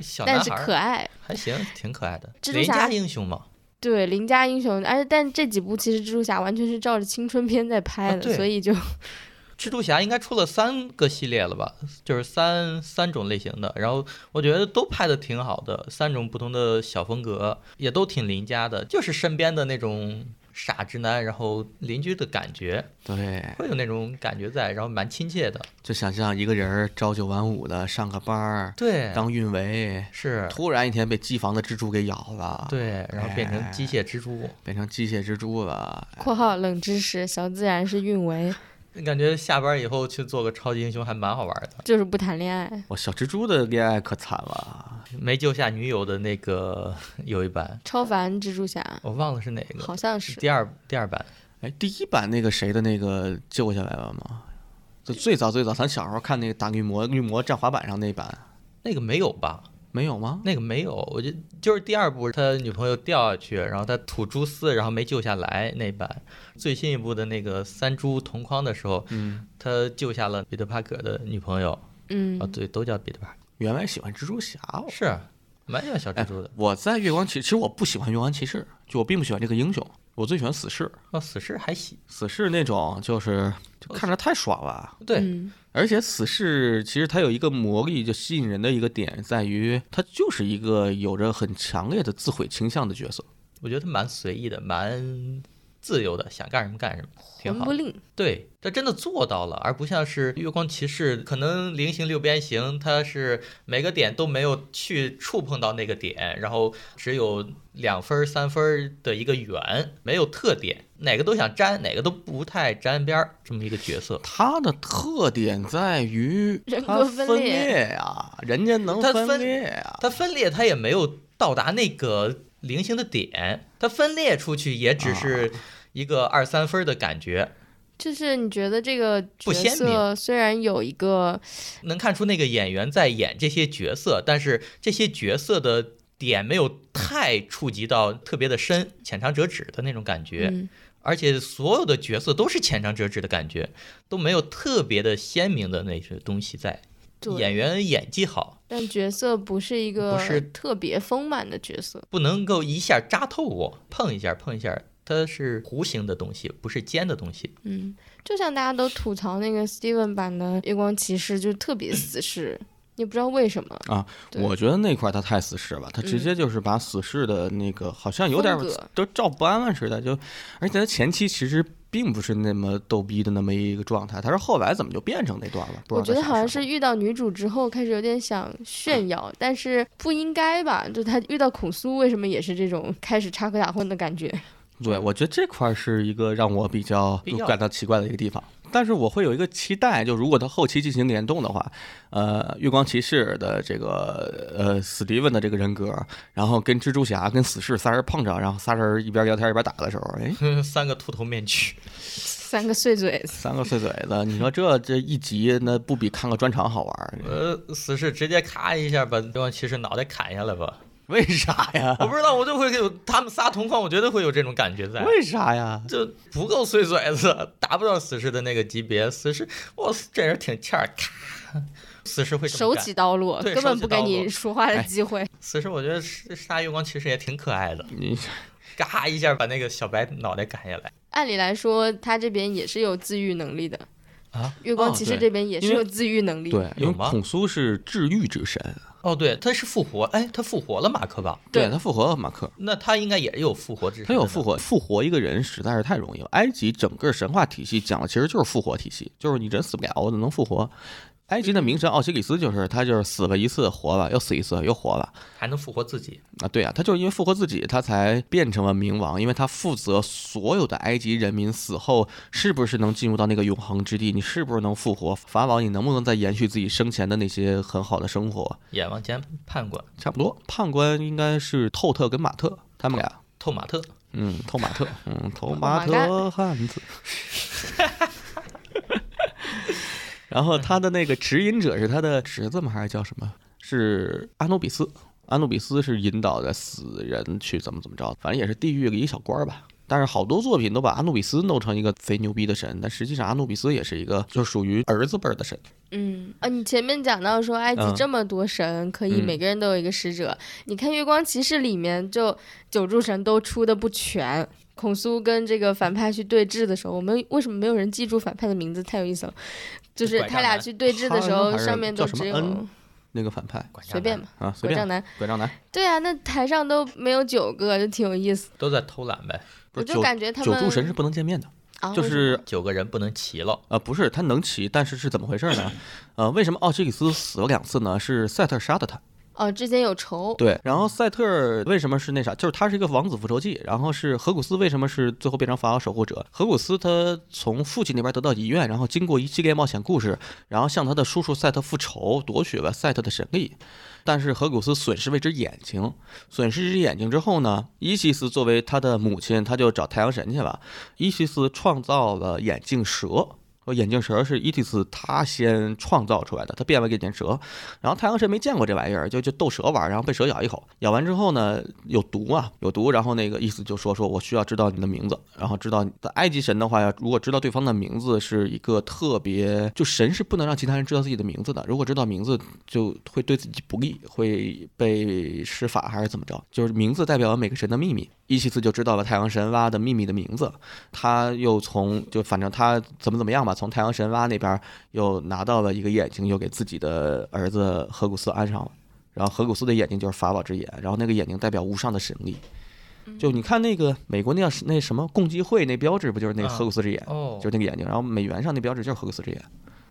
S1: 小
S3: 但
S1: 男
S3: 是
S1: 孩
S3: 可
S1: 儿
S3: 爱。
S1: 还行，挺可爱的，
S3: 蜘蛛
S1: 邻
S3: 侠
S1: 家英雄嘛。
S3: 对邻家英雄，而且但这几部其实蜘蛛侠完全是照着青春片在拍
S1: 啊
S3: 的，
S1: 对
S3: 所以就
S1: 蜘蛛侠应该出了三个系列了吧，就是三三种类型的，然后我觉得都拍的挺好的，三种不同的小风格也都挺邻家的，就是身边的那种傻直男，然后邻居的感觉
S2: 对，
S1: 会有那种感觉在，然后蛮亲切的。
S2: 就想象一个人儿朝九晚五的上个班儿，
S1: 对，
S2: 当运维，
S1: 是，
S2: 突然一天被机房的蜘蛛给咬了，
S1: 对，然后变成机械蜘蛛，
S2: 变成机械蜘蛛了。
S3: （括号冷知识）小自然是运维，
S1: 感觉下班以后去做个超级英雄还蛮好玩的，
S3: 就是不谈恋爱。
S2: 我小蜘蛛的恋爱可惨了，
S1: 没救下女友的那个 有一版
S3: 超凡蜘蛛侠
S1: 我忘了是哪个，
S3: 好像
S1: 是
S3: 是
S1: 第二第二版。
S2: 哎，第一版那个谁的那个救下来了吗？就最早最早，咱小时候看那个打绿魔，绿魔站滑板上那版
S1: 那个没有吧？
S2: 没有吗？
S1: 那个没有，我就就是第二部他女朋友掉下去，然后他吐蛛丝，然后没救下来那版。最新一部的那个三蛛同框的时候，
S2: 嗯，
S1: 他救下了彼得·帕克的女朋友
S3: 嗯
S1: 啊，，对，都叫彼得·帕克，
S2: 原来喜欢蜘蛛侠哦。
S1: 是啊蛮喜欢小蜘蛛的。
S2: 我在月光骑，其实我不喜欢月光骑士，就我并不喜欢这个英雄，我最喜欢死侍。
S1: 哦，死侍还行，
S2: 死侍那种就是就看着太爽了，
S1: 对，
S3: 嗯
S2: 而且死侍其实它有一个魔力，就吸引人的一个点在于，它就是一个有着很强烈的自毁倾向的角色。
S1: 我觉得他蛮随意的，蛮自由的，想干什么干什么，挺
S3: 魂
S1: 好
S3: 不
S1: 的。
S3: 吝。
S1: 对，这真的做到了，而不像是月光骑士，可能菱形六边形，它是每个点都没有去触碰到那个点，然后只有两分儿、三分儿的一个圆，没有特点，哪个都想沾，哪个都不太沾边儿，这么一个角色。
S2: 他的特点在于
S3: 人
S2: 他
S3: 格
S2: 分
S3: 分
S2: 裂呀、人家能
S1: 他
S2: 分
S1: 分
S2: 裂呀、
S1: 它分裂，它也没有到达那个菱形的点，它分裂出去也只是一个二三分儿的感觉，
S3: 就是你觉得这个角
S1: 不鲜
S3: 色虽然有一个
S1: 能看出那个演员在演这些角色，但是这些角色的点没有太触及到特别的深，浅尝辄止的那种感觉。
S3: 嗯，
S1: 而且所有的角色都是浅尝辄止的感觉，都没有特别的鲜明的那些东西在。
S3: 对，
S1: 演员演技好，
S3: 但角色不是一个
S1: 不是
S3: 特别丰满的角色，
S1: 不能够一下扎透我，碰一下碰一下，它是弧形的东西，不是尖的东西。
S3: 嗯，就像大家都吐槽那个 Steven 版的《月光骑士》就特别死侍，也不知道为什么，对嗯
S2: 我觉得那块他太死侍了，他直接就是把死侍的那个、好像有点
S3: 风格
S2: 都照搬了似的，就而且他前期其实并不是那么逗逼的那么一个状态，他是后来怎么就变成那段了？不知
S3: 我
S2: 道
S3: 觉
S2: 在
S3: 得
S2: 啥
S3: 好像
S2: 时候
S3: 是遇到女主之后开始有点想
S1: 嗯
S3: 炫耀，但是不应该吧？就他遇到孔苏，为什么也是这种开始插科打诨的感觉？
S2: 对，我觉得这块儿是一个让我比较
S1: 比较
S2: 感到奇怪的一个地方。但是我会有一个期待，就如果它后期进行联动的话，呃，月光骑士的这个呃史蒂文的这个人格，然后跟蜘蛛侠跟死侍仨人碰着，然后仨人一边聊天一边打的时候，哎，
S1: 三个秃头面具，
S3: 三个碎嘴子，
S2: 三个碎嘴子，你说这这一集那不比看个专场好玩儿？
S1: 呃，死侍直接咔一下把对方骑士脑袋砍下来吧。
S2: 为啥呀
S1: 我？不知道，我就会有他们仨同框，我觉得会有这种感觉在。
S2: 为啥呀？
S1: 就不够碎嘴子，达不到死侍的那个级别。死侍，哇，这人挺欠儿，咔，死侍会这么
S3: 手
S1: 干
S3: 起。刀落，
S1: 对
S3: 根本不给
S1: 手起刀
S3: 你
S1: 落
S3: 说话的
S2: 哎
S3: 机会。
S1: 死侍，我觉得是杀月光骑士也挺可爱的，
S2: 你
S1: 嘎一下把那个小白脑袋砍下来。
S3: 按理来说，他这边也是有自愈能力的
S1: 啊。
S3: 月光骑士
S2: 哦对
S3: 这边也是
S2: 因为
S3: 有自愈能力，
S2: 对，因
S1: 有
S2: 为
S1: 吗
S2: 孔苏是治愈之神，
S1: 哦，对，他是复活，哎，他复活了马克吧？
S3: 对
S2: 对他复活了马克，
S1: 那他应该也有复活之神。
S2: 他有复。活，复活一个人实在是太容易了。埃及整个神话体系讲的其实就是复活体系，就是你人死不了，我能复活。埃及的名神奥西里斯就是他，就是死了一次活了，又死一次又活了
S1: 还能复活自己，
S2: 啊！对啊，他就是因为复活自己，他才变成了冥王，因为他负责所有的埃及人民死后是不是能进入到那个永恒之地，你是不是能复活，法老你能不能再延续自己生前的那些很好的生活，
S1: 也往前判官
S2: 差不多。判官应该是透特跟马特他们俩，
S1: 透马特，
S2: 嗯，偷马特，嗯，偷马
S3: 马干
S2: 特汉 子。然后他的那个指引者是他的侄子吗？还是叫什么？是阿努比斯。阿努比斯是引导的死人去怎么怎么着，反正也是地狱里一小官儿吧。但是好多作品都把阿努比斯弄成一个贼牛逼的神，但实际上阿努比斯也是一个就属于儿子辈儿的神。
S3: 嗯，啊，你前面讲到说埃及
S2: 嗯
S3: 这么多神，可以
S2: 嗯
S3: 每个人都有一个使者。你看《月光骑士》里面，就九柱神都出的不全。孔苏跟这个反派去对峙的时候，我们为什么没有人记住反派的名字？太有意思了。就是
S1: 拐杖
S3: 他俩
S1: 男
S3: 去对峙的时
S2: 哈恩
S3: 候，
S2: 还是
S3: 上面都
S2: 叫什么
S3: 只有
S2: 恩那个反派
S1: 管
S3: 随便吧，
S2: 啊，随
S3: 拐杖
S2: 便
S3: 男。
S2: 拐杖男，
S3: 对啊，那台上都没有九个，就挺有意思。
S1: 都在偷懒呗。
S2: 不是
S3: 我就
S2: 九
S3: 感觉他
S2: 九
S3: 们
S2: 柱神是不能见面的，
S3: 啊
S2: 就
S3: 为什
S2: 是
S1: 九个人不能齐了，
S2: 呃，不是，他能骑，但是是怎么回事呢？呃，为什么奥西里斯死了两次呢？是赛特杀的他。
S3: 哦，之间有仇，
S2: 对，然后赛特为什么是那啥？就是他是一个王子复仇记。然后是荷古斯为什么是最后变成法老守护者？荷古斯他从父亲那边得到遗愿，然后经过一系列冒险故事，然后向他的叔叔赛特复仇，夺取了赛特的神力。但是荷古斯损失了一只眼睛，损失一只眼睛之后呢，伊西斯作为他的母亲，他就找太阳神去了。伊西斯创造了眼镜蛇。说眼镜蛇是伊西斯他先创造出来的，他变为眼镜蛇，然后太阳神没见过这玩意儿，就就逗蛇玩儿，然后被蛇咬一口，咬完之后呢有毒啊，有毒，然后那个意思就说说我需要知道你的名字，然后知道你的埃及神的话，如果知道对方的名字是一个特别，就神是不能让其他人知道自己的名字的，如果知道名字就会对自己不利，会被施法还是怎么着，就是名字代表了每个神的秘密。伊西斯就知道了太阳神蛙的秘密的名字，他又从就反正他怎么怎么样吧，从太阳神蛙那边又拿到了一个眼睛，又给自己的儿子荷古斯安上了。然后荷古斯的眼睛就是法宝之眼，然后那个眼睛代表无上的神力。就你看那个美国那叫是那什么共济会那标志，不就是那个
S1: 啊
S2: 荷鲁斯之眼，
S1: 哦，
S2: 就是那个眼睛，然后美元上那标志就是荷鲁斯之眼。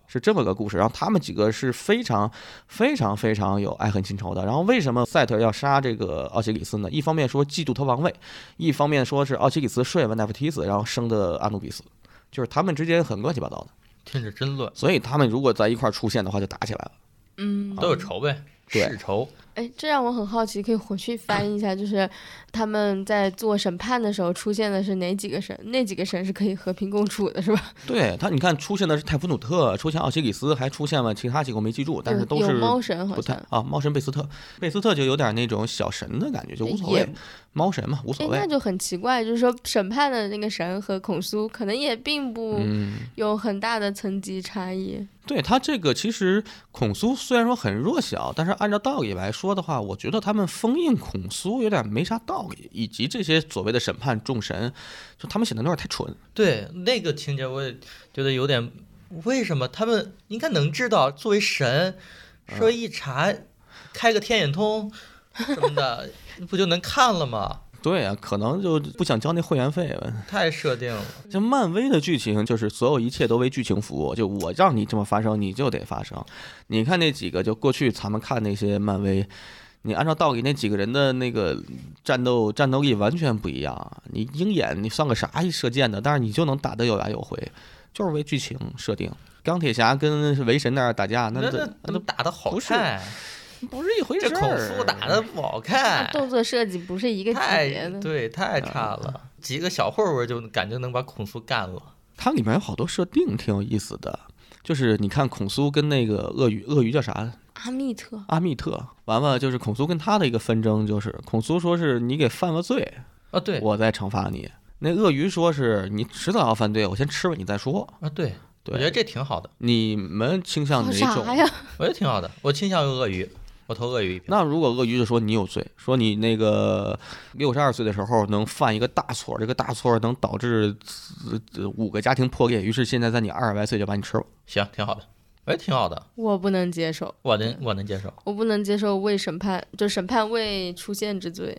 S2: 是这么个故事，然后他们几个是非常、非常、非常有爱恨情仇的。然后为什么赛特要杀这个奥西里斯呢？一方面说嫉妒他王位，一方面说是奥西里斯睡完奈夫提斯，然后生的阿努比斯，就是他们之间很乱七八糟的。
S1: 听着真乱，
S2: 所以他们如果在一块儿出现的话，就打起来了。
S3: 嗯，
S1: 都有仇呗，
S2: 对
S1: 世仇。
S3: 哎，这让我很好奇，可以回去翻一下，就是他们在做审判的时候出现的是哪几个神？那几个神是可以和平共处的，是吧？
S2: 对他，你看出现的是泰夫努特，出现奥西里斯，还出现了其他几个我没记住，但是
S3: 有
S2: 都
S3: 有
S2: 是
S3: 猫神好
S2: 不太
S3: 像。
S2: 啊。猫神贝斯特，贝斯特就有点那种小神的感觉，就无所
S3: 哎也
S2: 谓，猫神嘛，无
S3: 哎
S2: 所，
S3: 那
S2: 谓。
S3: 就很奇怪，就是说审判的那个神和孔苏可能也并不
S2: 嗯，
S3: 有很大的层级差异。
S2: 对他这个其实孔苏虽然说很弱小，但是按照道理来说的话，我觉得他们封印孔苏有点没啥道理，以及这些所谓的审判众神，就他们显得有点太蠢。
S1: 对那个情节，我也觉得有点，为什么他们应该能知道？作为神，
S2: 嗯
S1: 说一查，开个天眼通什么的， 不就能看了吗？
S2: 对啊，可能就不想交那会员费了。
S1: 太设定了，
S2: 就漫威的剧情，就是所有一切都为剧情服务，就我让你这么发生，你就得发生。你看那几个，就过去咱们看那些漫威，你按照道理，那几个人的那个战斗战斗力完全不一样。你鹰眼，你算个啥射箭的，但是你就能打得有来有回，就是为剧情设定。钢铁侠跟维神那儿打架，那
S1: 那
S2: 这
S1: 怎么打的好
S2: 不是
S1: 看？
S2: 不是一回事
S1: 这
S2: 儿。啊
S1: 孔夫打的不好
S3: 那
S2: 哎
S1: 看，
S3: 动作设计不是一个级别
S1: 太
S3: 的。
S1: 对，太差
S2: 嗯
S1: 了。几个小混混就感觉能把孔夫干了。
S2: 它里面有好多设定挺有意思的，就是你看孔苏跟那个鳄鱼，鳄鱼叫啥？
S3: 阿密特，
S2: 阿密特，完了就是孔苏跟他的一个纷争，就是孔苏说是你给犯了罪，
S1: 啊，对，
S2: 我再惩罚你。那鳄鱼说是你迟早要犯罪，我先吃了你再说。
S1: 啊，对，我觉得这
S2: 对，
S1: 挺好的，
S2: 你们倾向
S3: 好
S2: 哪
S3: 啥
S2: 种？
S3: 呀？
S1: 我觉得挺好的。我倾向于鳄鱼，我投鳄鱼一票。
S2: 那如果鳄鱼就说你有罪，说你那个六十二岁的时候能犯一个大错，这个大错能导致呃五个家庭破裂，于是现在在你二十来岁就把你吃了。
S1: 行，挺好的，我觉得挺好的，
S3: 我不能接受，
S1: 我能我能接受。
S3: 我不能接受未审判，就审判未出现之罪。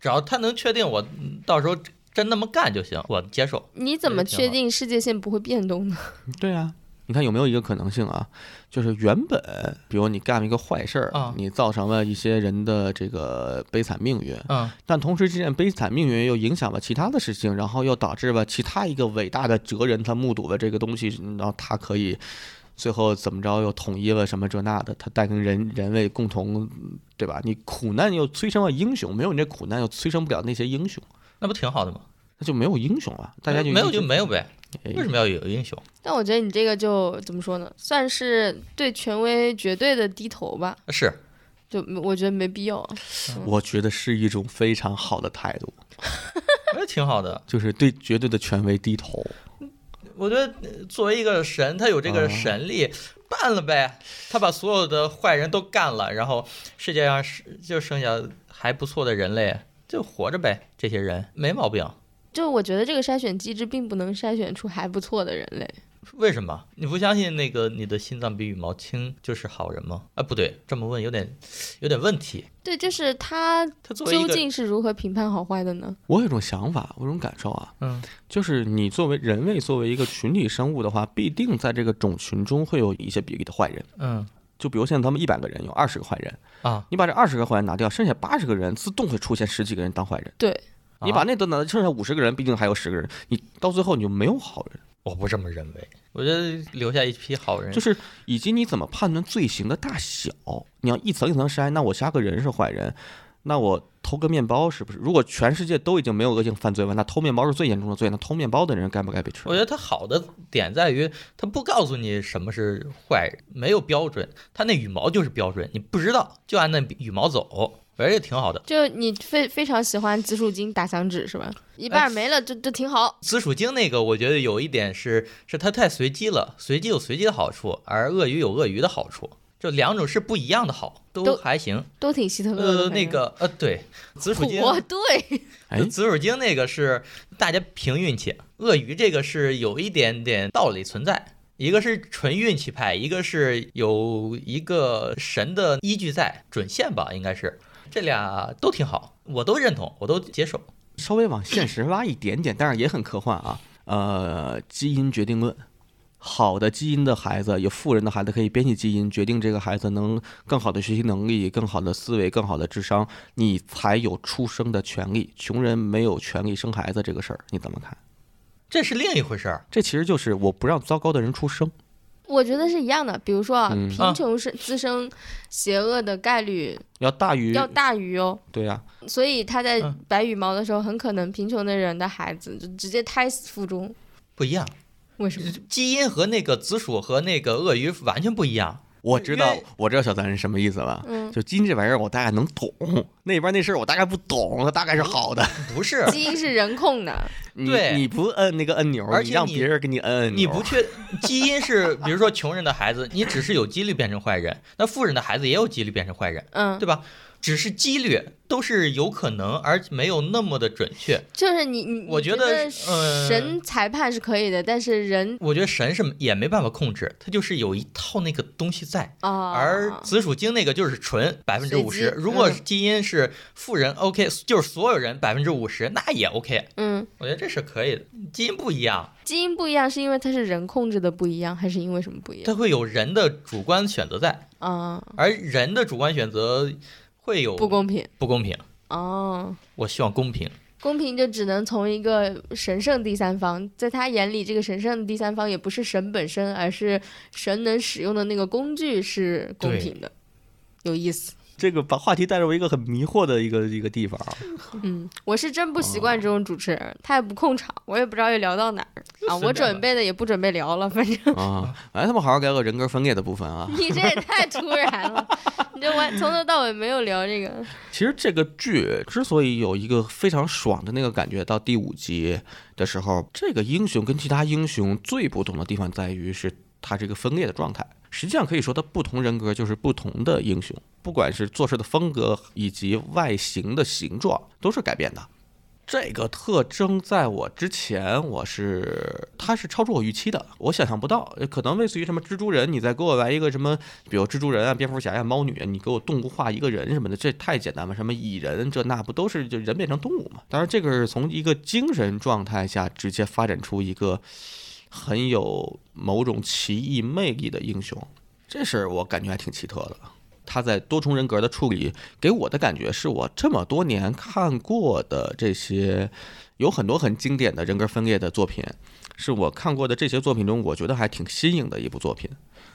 S1: 只要他能确定我嗯到时候真那么干就行，我接受。
S3: 你怎么确定世界线不会变动呢？
S2: 对啊，你看有没有一个可能性啊？就是原本，比如你干了一个坏事儿，
S1: 啊
S2: 你造成了一些人的这个悲惨命运，
S1: 嗯，
S2: 但同时这件悲惨命运又影响了其他的事情，然后又导致了其他一个伟大的哲人他目睹了这个东西，然后他可以。最后怎么着又统一了什么这那的，他带跟人人类共同，对吧？你苦难又催生了英雄，没有你这苦难又催生不了那些英雄，
S1: 那不挺好的吗？
S2: 那就没有英雄了。大家就
S1: 没有
S2: 一直
S1: 就没有呗，
S2: 哎
S1: 为什么要有英雄？
S3: 但我觉得你这个就怎么说呢，算是对权威绝对的低头吧，
S2: 哎
S1: 是
S3: 就我觉得没必要。啊
S2: 我觉得是一种非常好的态度。
S1: 我觉得挺好的。
S2: 就是对绝对的权威低头。
S1: 我觉得呃作为一个神，他有这
S2: 啊
S1: 个神力，办了呗。他把所有的坏人都干了，然后世界上是就剩下还不错的人类，就活着呗。这些人没毛病。
S3: 就我觉得这个筛选机制并不能筛选出还不错的人类。
S1: 为什么你不相信那个你的心脏比羽毛轻就是好人吗？啊，不对，这么问有点有点问题。
S3: 对，就是他
S1: 他作为一
S3: 究
S1: 个
S3: 竟是如何评判好坏的呢？
S2: 我有一种想法，我有一种感受啊，
S1: 嗯，
S2: 就是你作为人类，作为一个群体生物的话，必定在这个种群中会有一些比例的坏人。
S1: 嗯
S2: 就比如现在咱们一百个人有二十个坏人，
S1: 啊，
S2: 你把这二十个坏人拿掉，剩下八十个人自动会出现十几个人当坏人。
S3: 对，
S2: 你
S1: 啊
S2: 把那都拿，剩下五十个人，毕竟还有十个人，你到最后你就没有好人。
S1: 我不这么认为，我觉得留下一批好人，
S2: 就是以及你怎么判断罪行的大小，你要一层一层筛。那我杀个人是坏人，那我偷个面包是不是？如果全世界都已经没有恶性犯罪了，那偷面包是最严重的罪，那偷面包的人该不该被吃
S1: 我？觉得它好的点在于，它不告诉你什么是坏人，没有标准，它那羽毛就是标准，你不知道就按那羽毛走，我觉得这挺好的。
S3: 就你非非常喜欢紫薯精打响指是吧？一
S1: 呃
S3: 半没了就就挺好。
S1: 紫薯精那个，我觉得有一点是，是它太随机了，随机有随机的好处，而鳄鱼有鳄鱼的好处，就两种是不一样的好，都
S3: 都
S1: 还行。
S3: 都挺希特勒的。
S1: 呃，
S3: 反
S1: 那
S3: 正
S1: 个呃，对，紫薯精，
S3: 我对，
S2: 哎
S1: 紫薯精那个是大家凭运气，鳄鱼这个是有一点点道理存在。一个是纯运气派，一个是有一个神的依据在，准线吧，应该是这俩都挺好，我都认同，我都接受。
S2: 稍微往现实挖一点点，但是也很科幻啊。呃，基因决定论，好的基因的孩子，有富人的孩子可以编辑基因，决定这个孩子能更好的学习能力、更好的思维、更好的智商，你才有出生的权利。穷人没有权利生孩子这个事儿，你怎么看？
S1: 这是另一回事儿。
S2: 这其实就是我不让糟糕的人出生。
S3: 我觉得是一样的。比如说，啊，
S2: 嗯
S1: 啊
S3: 贫穷是滋生邪恶的概率
S2: 要大于
S3: 要大于哦，
S2: 对呀、
S3: 所以他在
S1: 嗯
S3: 白羽毛的时候，很可能贫穷的人的孩子就直接胎死腹中。
S1: 不一样，
S3: 为什么？
S1: 基因和那个紫薯和那个鳄鱼完全不一样。
S2: 我知道
S1: 因为，
S2: 我知道小咱是什么意思了。
S3: 嗯
S2: 就基因这玩意儿，我大概能懂；那边那事儿我大概不懂，它大概是好的。
S1: 不是，
S3: 基因是人控的，
S2: 你
S1: 对
S2: 你不摁那个按钮，
S1: 而且
S2: 你让
S1: 你
S2: 别人给你摁按钮，
S1: 你不确基因是，比如说穷人的孩子，你只是有几率变成坏人；那富人的孩子也有几率变成坏人，
S3: 嗯，
S1: 对吧？只是几率都是有可能，而没有那么的准确。
S3: 就是你你
S1: 我
S3: 你
S1: 觉
S3: 觉
S1: 得是呃
S3: 神裁判是可以的，但是人
S1: 我觉得神是也没办法控制，他就是有一套那个东西在。
S3: 啊，
S1: 而紫薯精那个就是纯百分之五
S3: 随
S1: 十
S3: 机，嗯
S1: 如果基因是富人，OK，就是所有人百分之五十，那也 OK。
S3: 嗯，
S1: 我觉得这是可以的，基因不一样，
S3: 基因不一样是因为它是人控制的不一样，还是因为什么不一样
S1: 它会有人的主观选择在，
S3: 啊？
S1: 而人的主观选择会有
S3: 不公平
S1: 不公平。
S3: 哦。
S1: 我希望公平。
S3: 公平就只能从一个神圣第三方，在他眼里，这个神圣第三方也不是神本身，而是神能使用的那个工具是公平的，有意思。
S2: 这个把话题带入一个很迷惑的一个一个 地方啊。
S3: 嗯，我是真不习惯这种主持人，他也不控场，我也不知道要聊到哪儿啊。
S1: 随便吧
S3: 我准备的也不准备聊了，反 正
S2: 啊，来，他们好好聊聊人格分裂的部分啊。
S3: 你这也太突然了，你这完从头到尾没有聊这个。
S2: 其实这个剧之所以有一个非常爽的那个感觉，到第五集的时候，这个英雄跟其他英雄最不同的地方在于是他这个分裂的状态。实际上可以说，他不同人格就是不同的英雄，不管是做事的风格以及外形的形状都是改变的。这个特征在我之前，我是它是超出我预期的，我想象不到，呃可能类似于什么蜘蛛人，你再给我来一个什么比如蜘蛛人啊、蝙蝠侠呀、猫女啊，你给我动物化一个人什么的，这太简单了。什么蚁人这那不都是就人变成动物嘛？当然，这个是从一个精神状态下直接发展出一个很有某种奇异魅力的英雄，这事儿我感觉还挺奇特的。他在多重人格的处理，给我的感觉是我这么多年看过的这些，有很多很经典的人格分裂的作品，是我看过的这些作品中，我觉得还挺新颖的一部作品。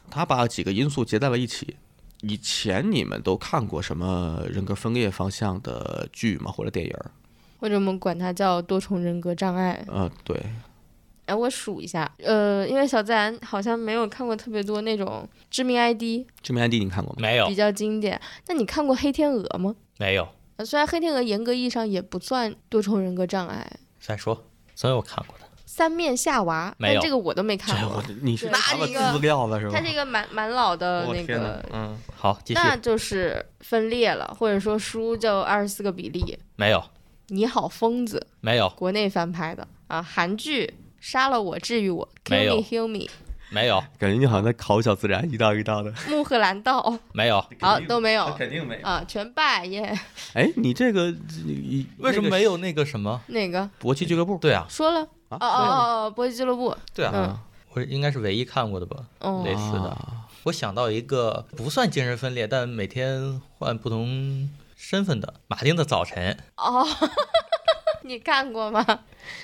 S2: 他把几个因素结在了一起。以前你们都看过什么人格分裂方向的剧吗？或者电影儿？
S3: 或者我们管它叫多重人格障碍。
S2: 呃，对，
S3: 哎，我数一下，呃，因为小自然好像没有看过特别多那种知名 ID
S2: 致命 ID 你看过吗？
S1: 没有
S3: 比，较经典。那你看过《黑天鹅》吗？
S1: 没有。
S3: 呃虽然《黑天鹅》严格意义上也不算多重人格障碍，
S1: 再说，总有看过的。
S3: 《三面夏娃》
S1: 没有
S3: 但这个我都没看过。
S2: 你
S3: 是查了资
S2: 料了是
S3: 它是一个蛮蛮老的呃那个，
S2: 嗯，
S1: 好，继续。
S3: 那就是分裂了，或者说书叫《二十四个比例》。
S1: 没有，
S3: 你好，疯子，
S1: 没有，
S3: 国内翻拍的啊，韩剧《杀了我治愈我》
S1: 没
S3: ，Kill
S1: 有
S3: Me Heal Me，
S1: 没有，
S2: 感觉你好像在考小自然，一道一道的。
S3: 穆赫兰 道，
S1: 没有。
S3: 好都没有
S2: 定没。
S3: 啊，全败耶，
S2: 哎，你这个你
S1: 为什么没有那个什么？
S3: 哪 个
S2: 搏击俱乐部？
S1: 对啊，
S3: 说了？
S2: 啊
S3: 哦哦哦哦，搏击俱乐部，
S1: 对啊，
S3: 嗯
S1: 我应该是唯一看过的吧。
S3: 哦
S1: 类似的
S2: 啊
S1: 我想到一个不算精神分裂，但每天换不同身份的马丁的早晨，
S3: 哦， 你看过吗？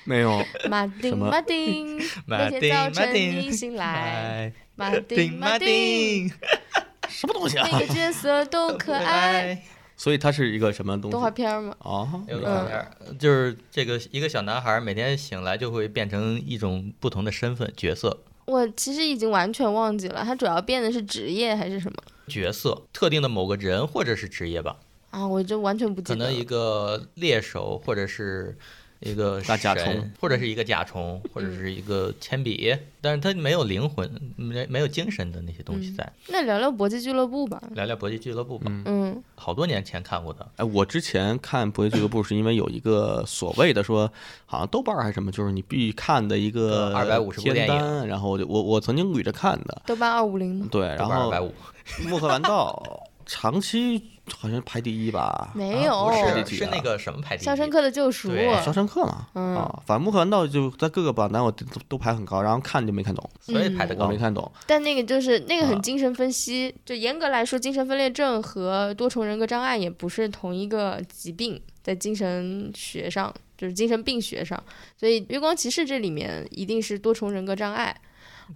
S2: 没有。
S3: 马丁
S2: 什么
S3: 马丁，
S1: 马
S3: 那
S1: 丁
S3: 天早晨
S1: 马
S3: 你
S1: 丁
S3: 醒来，
S1: 哎
S3: 马丁马丁，，
S2: 什么东西啊？
S3: 每个角色都 可爱。。
S2: 所以它是一个什么东
S3: 动画
S2: 西？
S3: 片儿吗？
S2: 哦，
S1: 有
S2: 明
S1: 个
S2: 白
S1: 小片儿，就是这个一个小男孩每天醒来就会变成一种不同的身份角色，
S3: 我其实已经完全忘记了，它主要变的是职业还是什么
S1: 角色特定的某个人或者是职业吧，
S3: 啊？我就完全不记
S1: 可
S3: 得
S1: 能一
S3: 了。
S1: 个猎手，或者是一个
S2: 大甲
S1: 神
S2: 虫，嗯
S1: 或者是一个甲虫，或者是一个铅笔，但是它没有灵魂，没没有精神的那些东西在。
S3: 那聊聊搏击俱乐部吧。
S1: 聊聊搏击俱乐部吧，
S3: 嗯，
S1: 好多年前看过的，
S2: 哎，我之前看《搏击俱乐部》是因为有一个所谓的说，好像豆瓣儿还是什么，就是你必看的一个
S1: 呃250部
S2: 片
S1: 电影
S2: 单，然后我就我我曾经捋着看的，
S3: 豆瓣二五零吗？
S2: 对，然后
S1: 二百五，
S2: 《穆赫兰道》长期好像排第一吧？
S3: 没
S1: 啊不
S3: 有，
S2: 是这
S1: 是
S2: 几
S1: 是
S2: 个
S1: 那个什么排第一？
S3: 肖申克的救赎》
S1: 对
S2: 啊肖申克嘛，
S3: 嗯
S2: 啊，反正《穆赫兰道》就在各个榜单我都都排很高，然后看就没看懂，
S3: 嗯
S1: 所以排的
S2: 我
S1: 高
S2: 没。看懂。
S3: 但那个就是那个
S2: 啊
S3: 很精神分析，就严格来说，精神分裂症和多重人格障碍也不是同一个疾病，在精神学上，就是精神病学上，所以《月光骑士》这里面一定是多重人格障碍，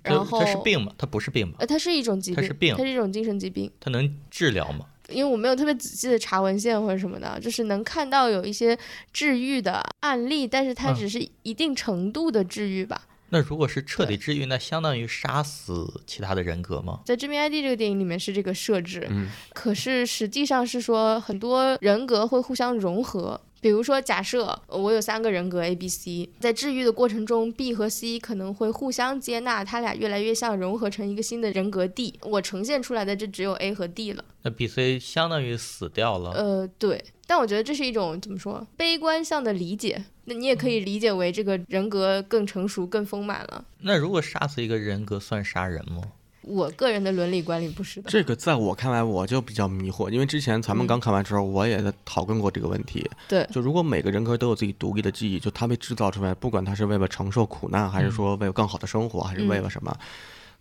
S1: 它
S3: 然后
S1: 它是病吗？它不是病吗？
S3: 呃，它是一种疾
S1: 它
S3: 病，
S1: 是病
S3: 它是一种精神疾病。
S1: 它能治疗吗？
S3: 因为我没有特别仔细的查文献或者什么的，就是能看到有一些治愈的案例，但是它
S1: 嗯
S3: 只是一定程度的治愈吧。
S1: 那如果是彻底治愈，那相当于杀死其他的人格吗？
S3: 在《致命 ID》这个电影里面是这个设置，
S2: 嗯
S3: 可是实际上是说很多人格会互相融合。比如说，假设呃我有三个人格 A、B、C，在治愈的过程中，B 和 C 可能会互相接纳，它俩越来越像，融合成一个新的人格 D。我呈现出来的就只有 A 和 D 了。
S1: 那 B、C 相当于死掉了。
S3: 呃，对，但我觉得这是一种怎么说悲观向的理解。那你也可以理解为这个人格更成熟、更丰满了。
S1: 那如果杀死一个人格算杀人吗？
S3: 我个人的伦理观里不是的。
S2: 这个在我看来我就比较迷惑，因为之前咱们
S3: 嗯
S2: 刚看完之后，我也在讨论过这个问题。
S3: 对，
S2: 就如果每个人格都有自己独立的记忆，就他被制造出来，不管他是为了承受苦难，
S3: 嗯
S2: 还是说为了更好的生活，还是为了什么，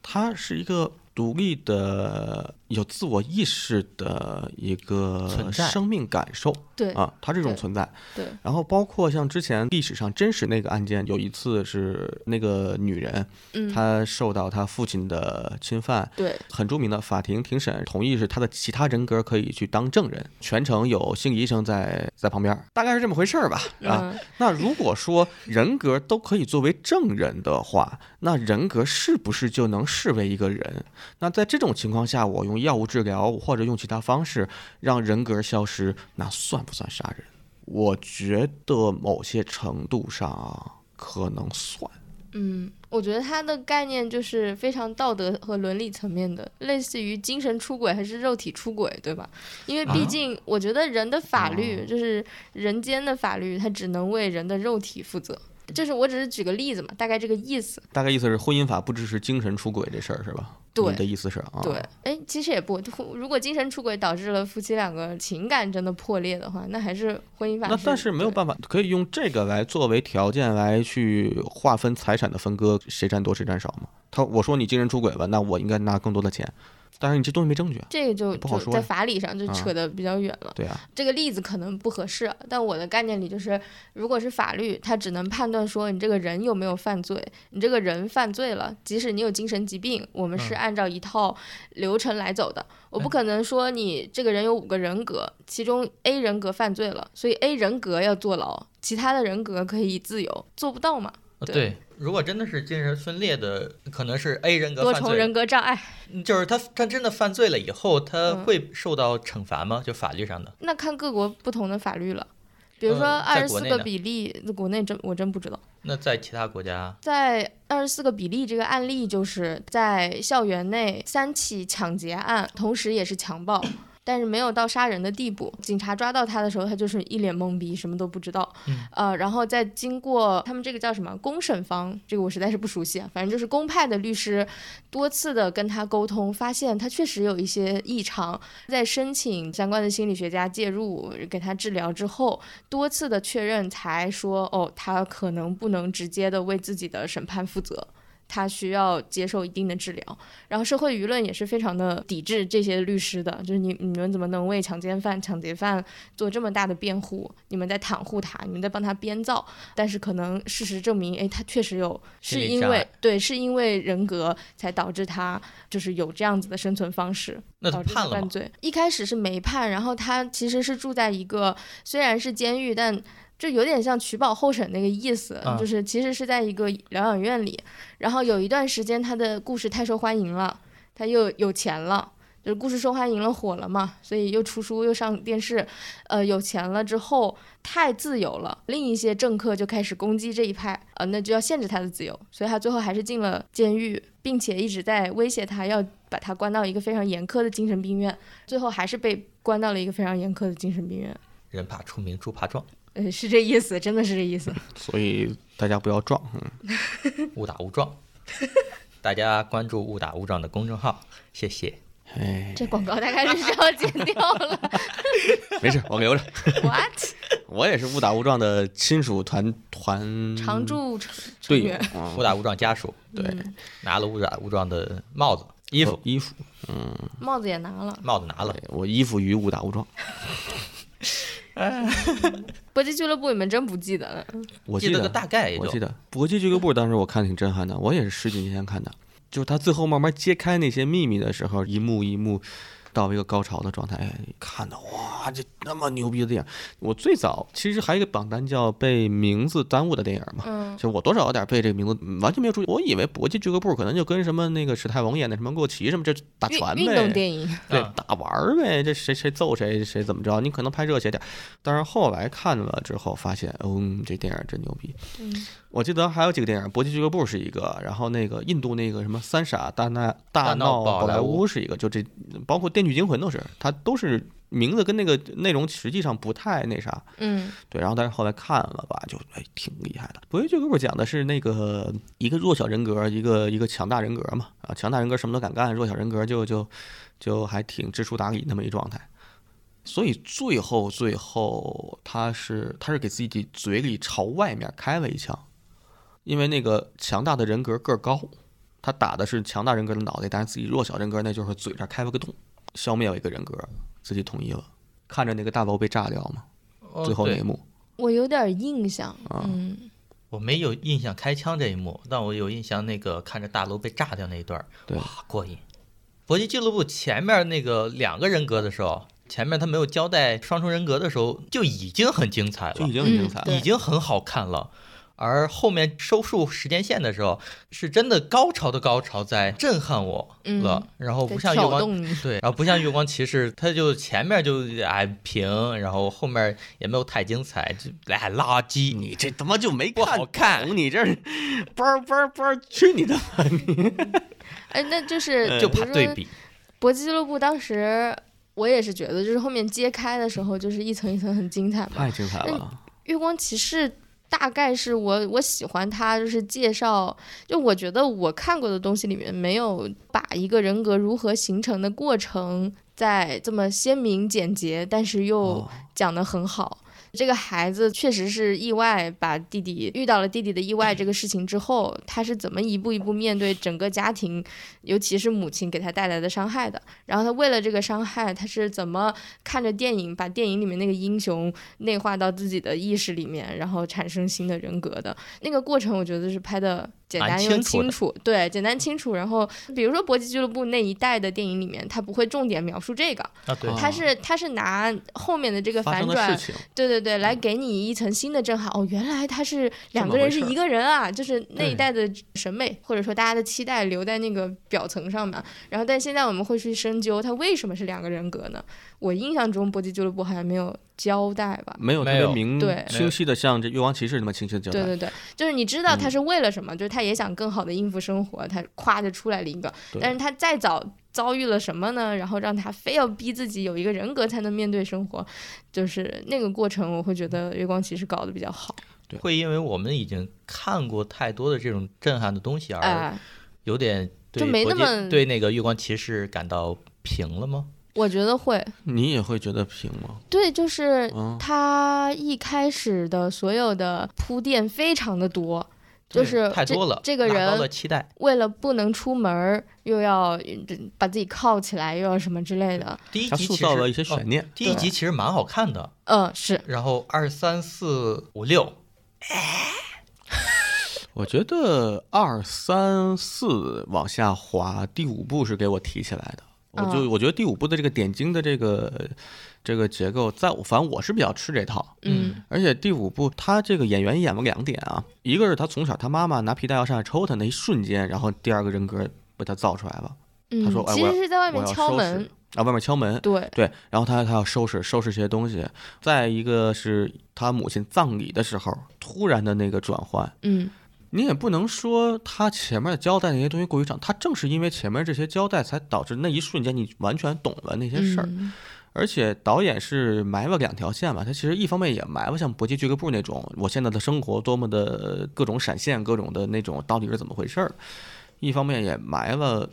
S2: 他是一个独立的、有自我意识的一个
S1: 存在
S2: 生命感受。
S3: 对
S2: 啊，他这种
S3: 对
S2: 存在。
S3: 对
S2: 然后包括像之前历史上真实那个案件，有一次是那个女人，
S3: 嗯
S2: 她受到她父亲的侵犯，
S3: 对，
S2: 很著名的法庭庭审同意是她的其他人格可以去当证人，全程有心理医生在在旁边儿，大概是这么回事儿吧。啊，
S3: 嗯，
S2: 那如果说人格都可以作为证人的话，那人格是不是就能视为一个人？那在这种情况下，我用药物治疗或者用其他方式让人格消失，那算不算杀人？我觉得某些程度上可能算。
S3: 嗯，我觉得它的概念就是非常道德和伦理层面的，类似于精神出轨还是肉体出轨，对吧？因为毕
S1: 啊
S3: 竟我觉得人的法律、就是人间的法律，它只能为人的肉体负责。就是我只是举个例子嘛，大概这个意思。
S2: 大概意思是婚姻法不支持精神出轨这事儿是吧？
S3: 对
S2: 你的意思是啊？
S3: 对，哎，其实也不，如果精神出轨导致了夫妻两个情感真的破裂的话，那还是婚姻法。
S2: 那但是没有办法，可以用这个来作为条件来去划分财产的分割，谁占多谁占少吗？他我说你精神出轨吧，那我应该拿更多的钱，但是你这东西没证据啊，
S3: 这个就
S2: 不好
S3: 就
S2: 说
S3: 在
S2: 呀
S3: 法理上就
S2: 啊
S3: 扯得比较远了。
S2: 对啊，
S3: 这个例子可能不合适，啊但我的概念里就是，如果是法律，它只能判断说你这个人有没有犯罪，你这个人犯罪了，即使你有精神疾病，我们是
S1: 嗯
S3: 按照一套流程来走的。我不可能说你这个人有五个人格，其中 A 人格犯罪了，所以 A 人格要坐牢，其他的人格可以自由，做不到嘛？
S1: 呃
S3: 对
S1: 对，如果真的是精神分裂的，可能是 A 人格
S3: 多
S1: 犯
S3: 重
S1: 罪，
S3: 人格障碍，
S1: 就是他他真的犯罪了以后，他
S3: 嗯
S1: 会受到惩罚吗？就法律上的？
S3: 那看各国不同的法律了。比如说
S1: 嗯
S3: 二
S1: 在
S3: 十
S1: 国
S3: 四
S1: 内
S3: 个
S1: 呢
S3: 比例，国内真我真不知道。
S1: 那在其他国家，
S3: 在二十四个比例这个案例，就是在校园内三起抢劫案，同时也是强暴，但是没有到杀人的地步。警察抓到他的时候，他就是一脸懵逼，什么都不知道。
S1: 嗯
S3: 呃，然后再经过他们这个叫什么公审方，这个我实在是不熟悉啊，反正就是公派的律师多次的跟他沟通，发现他确实有一些异常，在申请相关的心理学家介入给他治疗之后，多次的确认才说，哦，他可能不能直接的为自己的审判负责，他需要接受一定的治疗。然后社会舆论也是非常的抵制这些律师的，就是你你们怎么能为强奸犯、抢劫犯做这么大的辩护？你们在袒护他，你们在帮他编造。但是可能事实证明，哎，他确实有，
S1: 心
S3: 是
S1: 理
S3: 因
S1: 障碍
S3: 为对，是因为人格才导致他就是有这样子的生存方式。
S1: 那他
S3: 导致
S1: 判了
S3: 犯
S1: 吗？
S3: 罪。一开始是没判，然后他其实是住在一个虽然是监狱，但就有点像取保候审那个意思，
S1: 啊
S3: 就是其实是在一个疗养院里。然后有一段时间，他的故事太受欢迎了，他又有钱了。就是故事受欢迎了，火了嘛，所以又出书又上电视，呃，有钱了之后太自由了，另一些政客就开始攻击这一派，呃，那就要限制他的自由，所以他最后还是进了监狱，并且一直在威胁他要把他关到一个非常严苛的精神病院，最后还是被关到了一个非常严苛的精神病院。
S1: 人怕出名，猪怕壮，
S3: 呃，是这意思，真的是 这意思。
S2: 所以大家不要撞。嗯
S1: 误打误撞。大家关注“误打误撞”的公众号，谢谢。
S2: 哎，
S3: 这广告大概是需要剪掉了。
S2: 没事，我留着。
S3: What？
S1: 嗯
S2: 我也是误打误撞的亲属团团
S3: 常驻成成
S2: 队
S3: 员
S2: 员，，嗯
S1: 误打误撞家属
S2: 对
S1: 拿了误打误撞的帽子、衣服，
S2: 衣服，
S3: 帽子也拿了。
S1: 帽子拿了
S2: 对，我衣服与误打误撞。
S3: 搏击俱乐部你们真不记得了？
S2: 我
S1: 记
S2: 得
S1: 得个大概
S3: 哎
S1: 也
S2: 我
S1: 就
S2: 记得《搏击俱乐部》当时我看挺震撼的，我也是十几年前看的。就是他最后慢慢揭开那些秘密的时候，一幕一幕到一个高潮的状态，哎看的哇，这那么牛逼的电影！我最早其实还有一个榜单叫被名字耽误的电影嘛，
S3: 嗯
S2: 就我多少有点被这个名字嗯完全没有注意。我以为《搏击俱乐部》可能就跟什么那个史泰龙演的什么过旗什么，这打
S3: 运
S2: 拳呗，
S3: 运动电影，
S2: 对
S1: 嗯，
S2: 打玩儿呗，这谁谁揍谁谁怎么着，你可能拍热血点儿。但是后来看了之后发现，哦嗯，这电影真牛逼。
S3: 嗯
S2: 我记得还有几个电影，《搏击俱乐部》是一个，然后那个印度那个什么《三傻大闹大
S1: 大
S2: 闹
S1: 闹宝
S2: 宝莱
S1: 莱
S2: 坞
S1: 坞》
S2: 是一个，就这包括《电锯惊魂》都是，它都是名字跟那个内容实际上不太那啥。
S3: 嗯
S2: 对，然后但是后来看了吧，就哎挺厉害的。博越这哥们讲的是那个一个弱小人格，一个一个强大人格嘛，啊，强大人格什么都敢干，弱小人格就就就还挺知书达理那么一状态。所以最后最后他是他是给自己嘴里朝外面开了一枪，因为那个强大的人格个儿高，他打的是强大人格的脑袋，但是自己弱小人格那就是嘴这儿开了个洞，消灭了一个人格，自己统一了。看着那个大楼被炸掉嘛，
S1: 哦
S2: 最后那一
S1: 对，
S2: 幕。
S3: 我有点印象，
S1: 啊
S3: 嗯，
S1: 我没有印象开枪这一幕，但我有印象那个看着大楼被炸掉那一段儿，
S2: 对
S1: 哇，过瘾！搏击俱乐部前面那个两个人格的时候，前面他没有交代双重人格的时候，就已经很精彩
S2: 就
S1: 了
S2: 已，经很精彩
S3: 嗯对
S2: 了。
S1: 已经很好看了。而后面收束时间线的时候，是真的高潮的高潮在震撼我了，然后
S3: 在
S1: 不像月
S3: 嗯挑
S1: 光
S3: 动你，
S1: 对，然后不像月光骑士，他就前面就哎平，然后后面也没有太精彩，就哎垃圾。
S2: 你这他妈就没
S1: 不好
S2: 看懂，你这儿叭叭叭，去你的！
S3: 哎，那
S2: 嗯
S3: 就是
S1: 就
S3: 比
S1: 怕
S3: 如
S1: 对
S3: 说
S1: 比，
S3: 搏击俱乐部当时。我也是觉得，就是后面揭开的时候，就是一层一层很精彩嘛。
S2: 太精彩了，
S3: 月光骑士大概是我我喜欢他，就是介绍，就我觉得我看过的东西里面没有把一个人格如何形成的过程再这么鲜明简洁，但是又
S2: 哦
S3: 讲得很好。这个孩子确实是意外，把弟弟遇到了弟弟的意外这个事情之后，他是怎么一步一步面对整个家庭，尤其是母亲给他带来的伤害的。然后他为了这个伤害，他是怎么看着电影，把电影里面那个英雄内化到自己的意识里面，然后产生新的人格的那个过程，我觉得是拍的简单
S1: 蛮
S3: 又
S1: 清楚的
S3: 清楚，对，简单清楚。然后比如说《搏击俱乐部》那一代的电影里面，他不会重点描述这个，
S1: 啊，对
S2: 哦
S3: 他是他是拿后面的这个
S2: 发
S3: 反
S2: 生的
S3: 转
S2: 事，情，嗯
S3: 对对对，来给你一层新的震撼。哦，原来他是两
S2: 么
S3: 个人
S2: 回
S3: 是
S2: 事儿
S3: 一个人啊，就是那一
S2: 对
S3: 代的审美或者说大家的期待留在那个表层上嘛。然后，但现在我们会去深究他为什么是两个人格呢？我印象中搏击俱乐部好像没有交代吧。
S2: 没有特
S1: 没
S2: 别
S1: 有
S2: 明
S3: 对
S2: 清晰的，像这《月光骑士》那么清晰的交
S3: 对
S2: 代。
S3: 对对，就是你知道他是为了什么，就是他也想更好的应付生活，他咵就出来了一个。
S2: 对
S3: 但是他再早遭遇了什么呢？然后让他非要逼自己有一个人格才能面对生活，就是那个过程，我会觉得《月光骑士》搞得比较好。
S1: 会因为我们已经看过太多的这种震撼的东西而
S3: 哎、
S1: 有点对
S3: 就没
S1: 国
S3: 那
S1: 际
S3: 么
S1: 对那个月光骑士感到平了吗？
S3: 我觉得会，
S2: 你也会觉得平吗？
S3: 对，就是
S2: 嗯，
S3: 他一开始的所有的铺垫非常的多，就是
S1: 嗯太多了，
S3: 这个
S1: 拉高
S3: 人
S1: 了期待。
S3: 为了不能出门儿，又要呃把自己铐起来，又要什么之类的。
S1: 第一
S2: 他
S1: 集
S2: 塑
S1: 其
S2: 造
S1: 实
S2: 了一些
S1: 哦
S2: 悬念，
S1: 第一集其实蛮好看的，
S3: 嗯，是
S1: 然后二三四五六，
S2: 哦我觉得二三四往下滑，第五部是给我提起来的。我就
S3: 嗯
S2: 我觉得第五部的这个点睛的这个这个结构，在我反正我是比较吃这套，
S3: 嗯
S2: 而且第五部他这个演员演了两点啊，一个是他从小他妈妈拿皮带要上来抽他那一瞬间，然后第二个人格被他造出来了，
S3: 嗯，
S2: 他说哎
S3: 其
S2: 我
S3: 实是在外面
S2: 我要
S3: 敲
S2: 收拾
S3: 门，
S2: 啊，外面敲门，
S3: 对，
S2: 对，然后他他要收拾收拾这些东西，再一个是他母亲葬礼的时候突然的那个转换，
S3: 嗯
S2: 你也不能说他前面交代那些东西过于长，他正是因为前面这些交代，才导致那一瞬间你完全懂了那些事儿。
S3: 嗯
S2: 而且导演是埋了两条线嘛，他其实一方面也埋了像搏击俱乐部那种我现在的生活多么的各种闪现，各种的那种到底是怎么回事儿，一方面也埋了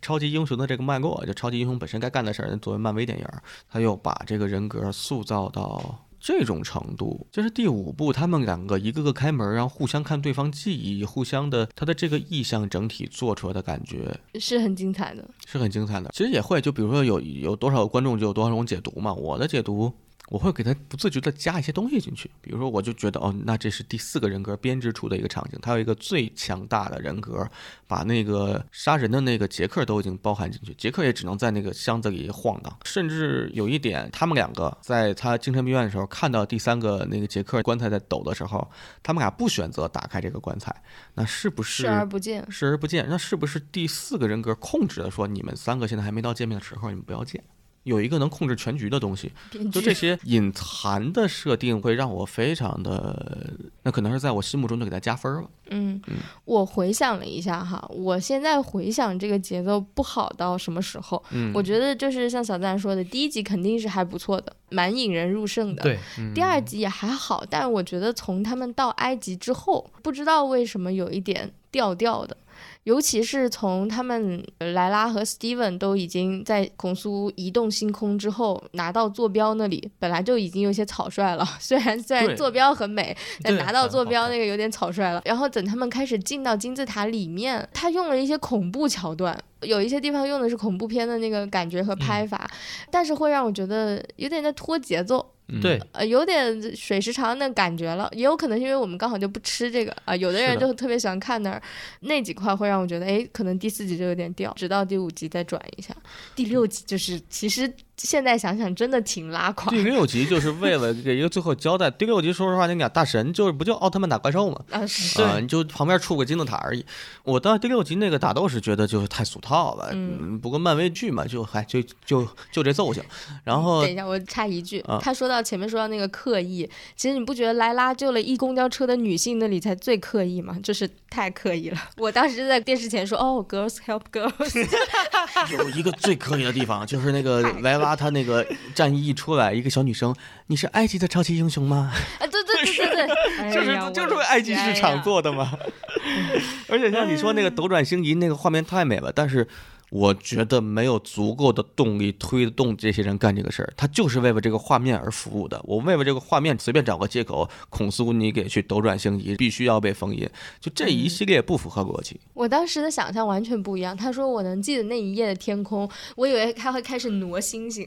S2: 超级英雄的这个脉络，就超级英雄本身该干的事儿，作为漫威电影儿，他又把这个人格塑造到。这种程度，这是第五部，他们两个一个个开门，然后互相看对方记忆，互相的他的这个意向整体做出来的感觉，
S3: 是很精彩的。
S2: 是很精彩的。其实也会，就比如说有有多少观众就有多少种解读嘛。我的解读，我会给他不自觉的加一些东西进去。比如说，我就觉得哦，那这是第四个人格编织出的一个场景，它有一个最强大的人格，把那个杀人的那个杰克都已经包含进去，杰克也只能在那个箱子里晃荡。甚至有一点，他们两个在他精神病院的时候看到第三个那个杰克棺材在抖的时候，他们俩不选择打开这个棺材，那是不是
S3: 视而不见，
S2: 视而不见。那是不是第四个人格控制的说，你们三个现在还没到见面的时候，你们不要见？有一个能控制全局的东西，
S3: 编
S2: 就
S3: 剧
S2: 这些隐藏的设定会让我非常的，那可能是在我心目中就给它加分儿了。
S3: 嗯，我回想了一下哈，我现在回想这个节奏不好到什么时候？
S2: 嗯
S3: 我觉得就是像小赞说的，第一集肯定是还不错的，蛮引人入胜的。
S1: 对，
S3: 第二集也还好，但我觉得从他们到埃及之后，不知道为什么有一点掉掉的。尤其是从他们呃莱拉和 Steven 都已经在孔苏移动星空之后拿到坐标那里，本来就已经有些草率了。 虽然虽
S2: 对
S3: 然坐标很美，但
S1: 对
S3: 拿到
S1: 很
S3: 坐
S1: 好
S3: 标
S1: 看
S3: 那个有点草率了。然后等他们开始进到金字塔里面，他用了一些恐怖桥段，有一些地方用的是恐怖片的那个感觉和拍
S1: 嗯
S3: 法，但是会让我觉得有点在拖节奏。
S2: 嗯
S1: 对，
S3: 呃，有点水时长那感觉了，也有可能是因为我们刚好就不吃这个啊、有的
S2: 是
S3: 人
S2: 的
S3: 就特别喜欢看那儿那几块，会让我觉得，哎，可能第四集就有点掉，直到第五集再转一下，第六集就是其实现在想想真的挺拉垮
S2: 第六集就是为了给一个最后交代。第六集说实话，那俩大神就是不就奥特曼打怪兽吗？
S3: 啊，是
S1: 对
S2: 啊、你就旁边出个金字塔而已。我到第六集那个打斗是觉得就是太俗套了，
S3: 嗯
S2: 嗯，不过漫威剧嘛，就还就就就这揍性。然后
S3: 等一下，我插一句，
S2: 哦啊
S3: 他说到前面说到那个刻意，其实你不觉得莱拉救了一公交车的女性那里才最刻意吗？就是太刻意了。我当时就在电视前说，哦，girls help girls，
S2: 有一个最可以的地方，就是那个莱拉，她那个战役一出来，一个小女生，你是埃及的超级英雄吗？
S3: 啊，对对对对 对，
S2: 就
S3: 哎
S2: 是
S3: 呀
S2: 就
S3: 我
S2: 是
S3: 的
S2: 埃及市
S3: 天
S2: 场
S3: 呀
S2: 做的嘛。 而且像你说那个斗转星移，那个画面太美了，但是我觉得没有足够的动力推动这些人干这个事儿，他就是为了这个画面而服务的。我为了这个画面随便找个借口，孔苏你给去斗转星移，必须要被封印，就这一系列不符合逻辑。
S3: 我当时的想象完全不一样。他说我能记得那一夜的天空，我以为他会开始挪星 星，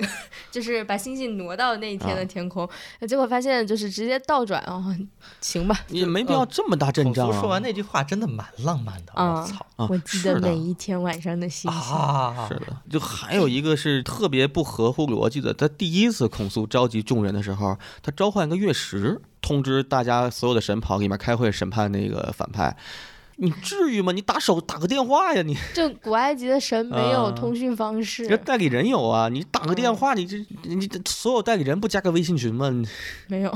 S3: 就是把星星挪到那一
S2: 啊
S3: 天的天空，结果发现就是直接倒转啊、哦，行吧，
S2: 也没必要这么大阵
S1: 孔
S2: 仗、
S1: 夫
S2: 啊。
S1: 说完那句话真的蛮浪漫的，
S3: 啊
S1: 我操
S2: 啊
S3: 我记得
S2: 是的
S3: 每一天晚上的星星。
S1: 啊！
S2: 是的，就还有一个是特别不合乎逻辑的，他第一次孔苏召集众人的时候，他召唤个月食，通知大家所有的神袍里面开会审判那个反派。你至于吗？你打手打个电话呀！你
S3: 就古埃及的神没有通讯方式，
S2: 啊这代理人有啊，你打个电话，你这你这所有代理人不加个微信群吗？你
S3: 没有。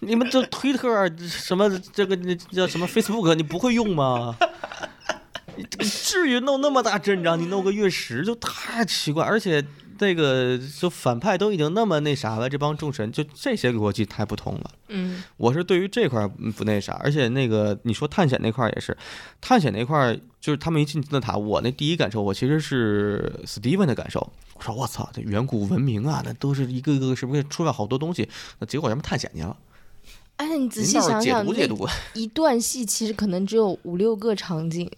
S2: 你们这推特什么这个这叫什么 Facebook，你不会用吗？你你至于弄那么大阵仗，你弄个月食就太奇怪，而且那个就反派都已经那么那啥了，这帮众神就这些逻辑太不通了。
S3: 嗯，
S2: 我是对于这块儿嗯不那啥，而且那个你说探险那块儿也是，探险那块儿就是他们一进金字塔，我那第一感受我其实是 Steven 的感受，我说我操，这远古文明啊，那都是一个个是不是出来好多东西，那结果咱们探险去了。
S3: 哎，你仔
S2: 您
S3: 细
S2: 倒是
S3: 想想，
S2: 解读解读。
S3: 那一段戏其实可能只有五六个场景，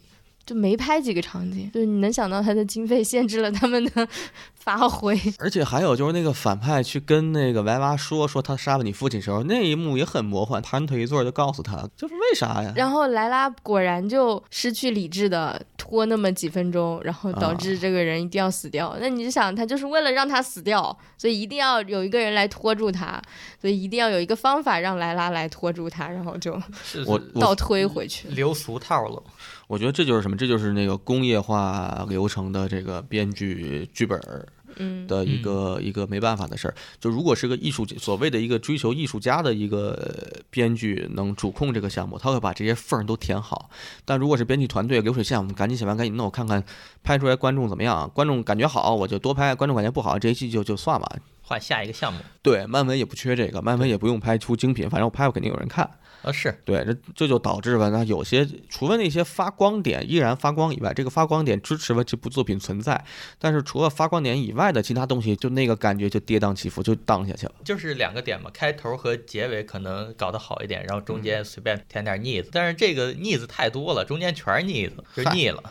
S3: 就没拍几个场景，就是你能想到它的经费限制了他们的 发挥。
S2: 而且还有就是那个反派去跟那个莱拉说说他杀了你父亲的时候，那一幕也很魔幻，盘腿一坐就告诉他，就是为啥呀？
S3: 然后莱拉果然就失去理智的拖那么几分钟，然
S2: 啊
S3: 后导致这个人一定要死掉。那你就想，他就是为了让他死掉，所以一定要有一个人来拖住他，所以一定要有一个方法让莱拉来拖住他，然后就
S1: 对
S2: 我嗯我
S3: 倒推回去。
S1: 留俗套了，
S2: 我觉得这就是什么？这就是那个工业化流程的这个编剧剧本儿
S3: 嗯，
S2: 的一个、一个没办法的事儿。就如果是个艺术家，所谓的一个追求艺术家的一个呃编剧能主控这个项目，他会把这些缝儿都填好。但如果是编剧团队流水线，我们赶紧写完，赶紧弄，看看拍出来观众怎么样啊？观众感觉好我就多拍，观众感觉不好这一季就就算了，
S1: 换下一个项目
S2: 对，漫威也不缺这个，漫威也不用拍出精品，反正我拍我肯定有人看。
S1: 啊，是
S2: 对，这这就导致吧，那有些除了那些发光点依然发光以外，这个发光点支持了这部作品存在，但是除了发光点以外的其他东西，就那个感觉就跌宕起伏，就荡下去了。
S1: 就是两个点嘛，开头和结尾可能搞得好一点，然后中
S3: 嗯
S1: 间随便填点腻子，但是这个腻子太多了，中间全是腻子，就腻了。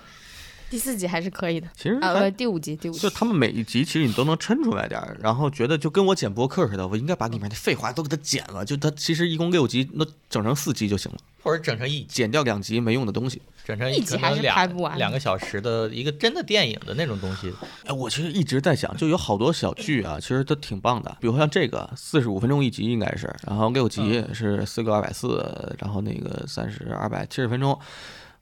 S3: 第四集还是可以的，
S2: 其实嗯
S3: 啊，
S2: 还
S3: 呃，第五集，第五
S2: 就
S3: 集，
S2: 他们每一集，其实你都能抻出来点儿，然后觉得就跟我剪播客似的，我应该把里面的废话都给它剪了。就它其实一共六集，那整成四集就行了，
S1: 或者整成一集，
S2: 剪掉两集没用的东西。
S1: 整成
S3: 一集
S1: 可
S3: 还
S1: 能
S3: 是
S1: 两
S3: 拍不完
S1: 两个小时的一个真的电影的那种东西，
S2: 哎，我其实一直在想，就有好多小剧啊，其实都挺棒的。比如像这个四十五分钟一集应该是，然后六集是四个二百四，然后那个三十二百七十分钟，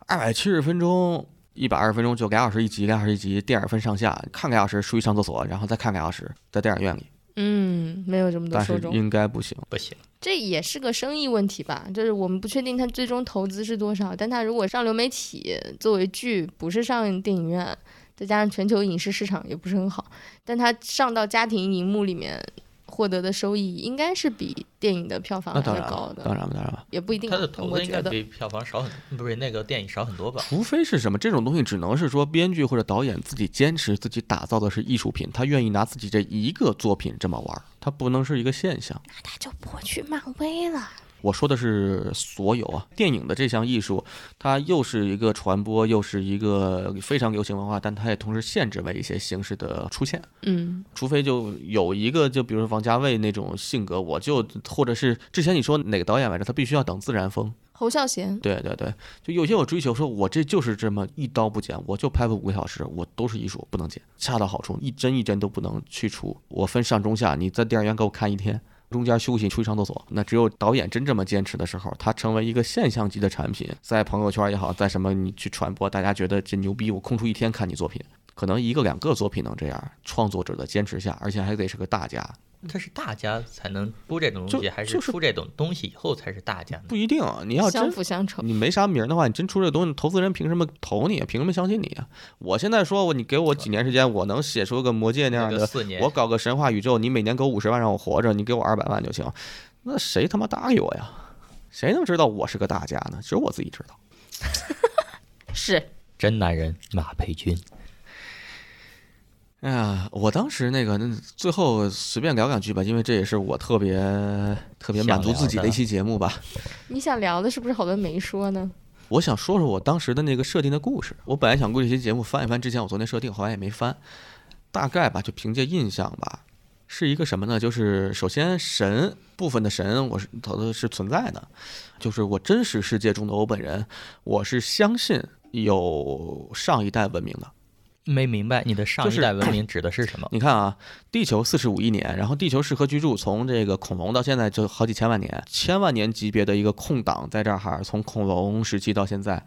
S2: 二百七十分钟。一百二十分钟就俩小时一集，俩小时一集，电影分上下，看俩小时，出去上厕所，然后再看俩小时，在电影院里，
S3: 嗯，没有这么多
S2: 但
S3: 受
S2: 是
S3: 众，
S2: 应该不行。
S1: 不行。
S3: 这也是个生意问题吧？就是我们不确定它最终投资是多少，但它如果上流媒体作为剧，不是上电影院，再加上全球影视市场也不是很好，但它上到家庭荧幕里面获得的收益，应该是比电影的票房
S2: 那
S3: 来
S2: 当
S3: 的
S2: 然
S3: 高
S2: 了，当
S3: 的，
S2: 然了，当然了。
S3: 也不一定
S1: 它
S3: 啊。
S1: 的投
S3: 我
S1: 资应
S3: 觉
S1: 该
S3: 得
S1: 比票房少很，不是那个电影少很多吧？
S2: 除非是什么这种东西，只能是说编剧或者导演自己坚持自己打造的是艺术品，他愿意拿自己这一个作品这么玩儿，它不能是一个现象。
S3: 他就不会去漫威了。
S2: 我说的是所有啊，电影的这项艺术，它又是一个传播，又是一个非常流行文化，但它也同时限制了一些形式的出现。
S3: 嗯，
S2: 除非就有一个，就比如说王家卫那种性格，我就或者是之前你说哪个导演来着，他必须要等自然风。
S3: 侯孝贤，
S2: 对对对，就有些我追求说，我这就是这么一刀不剪，我就拍个五个小时，我都是艺术，不能剪，恰到好处，一帧一帧都不能去除，我分上中下，你在电影院给我看一天。中间休息，出去上厕所。那只有导演真这么坚持的时候，他成为一个现象级的产品，在朋友圈也好，在什么你去传播，大家觉得这牛逼，我空出一天看你作品，可能一个两个作品能这样。创作者的坚持下，而且还得是个大家，
S1: 它是大家才能出这种东西，
S2: 就
S1: 还是
S2: 就是
S1: 出这种东西以后才是大家呢？
S2: 不一定啊。你要真
S3: 相辅相成。
S2: 你没啥名儿的话，你真出这东西，投资人凭什么投你？凭什么相信你啊？我现在说，我你给我几年时间，我能写出个魔戒那样
S1: 那个
S2: 的，
S1: 四年
S2: 我搞个神话宇宙，你每年给我五十万让我活着，你给我二百万就行。那谁他妈答应我呀？谁能知道我是个大家呢？只有我自己知道。
S3: 是
S1: 真男人马培军，
S2: 哎呀，我当时那个，那最后随便聊两句吧，因为这也是我特别特别满足自己的一期节目吧。
S3: 你想聊的是不是好多没说呢？
S2: 我想说说我当时的那个设定的故事。我本来想过这期节目翻一翻之前我昨天设定，后来也没翻。大概吧，就凭借印象吧，是一个什么呢？就是首先神部分的神，我是它的是存在的，就是我真实世界中的我本人，我是相信有上一代文明的。
S1: 没明白你的上
S2: 就
S1: 一
S2: 是
S1: 代文明指的是什么？
S2: 你看啊，地球四十五亿年，然后地球适合居住，从这个恐龙到现在就好几千万年，千万年级别的一个空档在这儿哈，从恐龙时期到现在，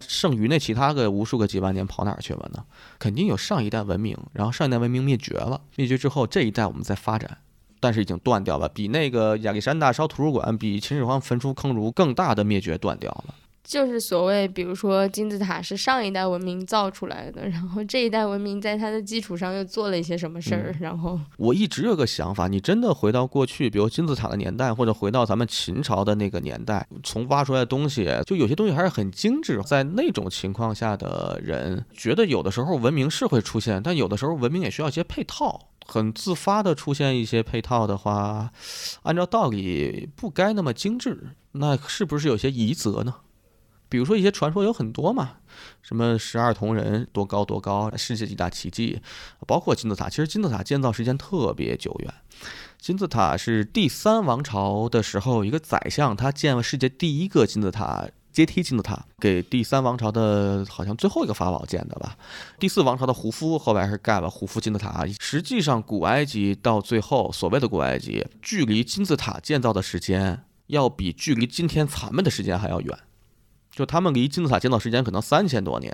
S2: 剩余那其他个无数个几万年跑哪儿去了呢？肯定有上一代文明，然后上一代文明灭绝了，灭绝之后这一代我们在发展。但是已经断掉了，比那个亚历山大烧图书馆，比秦始皇焚书坑儒更大的灭绝断掉了。
S3: 就是所谓，比如说金字塔是上一代文明造出来的，然后这一代文明在它的基础上又做了一些什么事
S2: 嗯
S3: 儿，然后
S2: 我一直有个想法，你真的回到过去，比如金字塔的年代，或者回到咱们秦朝的那个年代，从挖出来的东西，就有些东西还是很精致。在那种情况下的人，觉得有的时候文明是会出现，但有的时候文明也需要一些配套。很自发的出现一些配套的话，按照道理不该那么精致，那是不是有些疑责呢？比如说一些传说有很多嘛，什么十二铜人多高多高，世界几大奇迹，包括金字塔。其实金字塔建造时间特别久远，金字塔是第三王朝的时候，一个宰相他建了世界第一个金字塔。阶梯金字塔给第三王朝的好像最后一个法老建的吧，第四王朝的胡夫后来是盖了胡夫金字塔。实际上，古埃及到最后所谓的古埃及，距离金字塔建造的时间要比距离今天咱们的时间还要远，就他们离金字塔建造时间可能三千多年，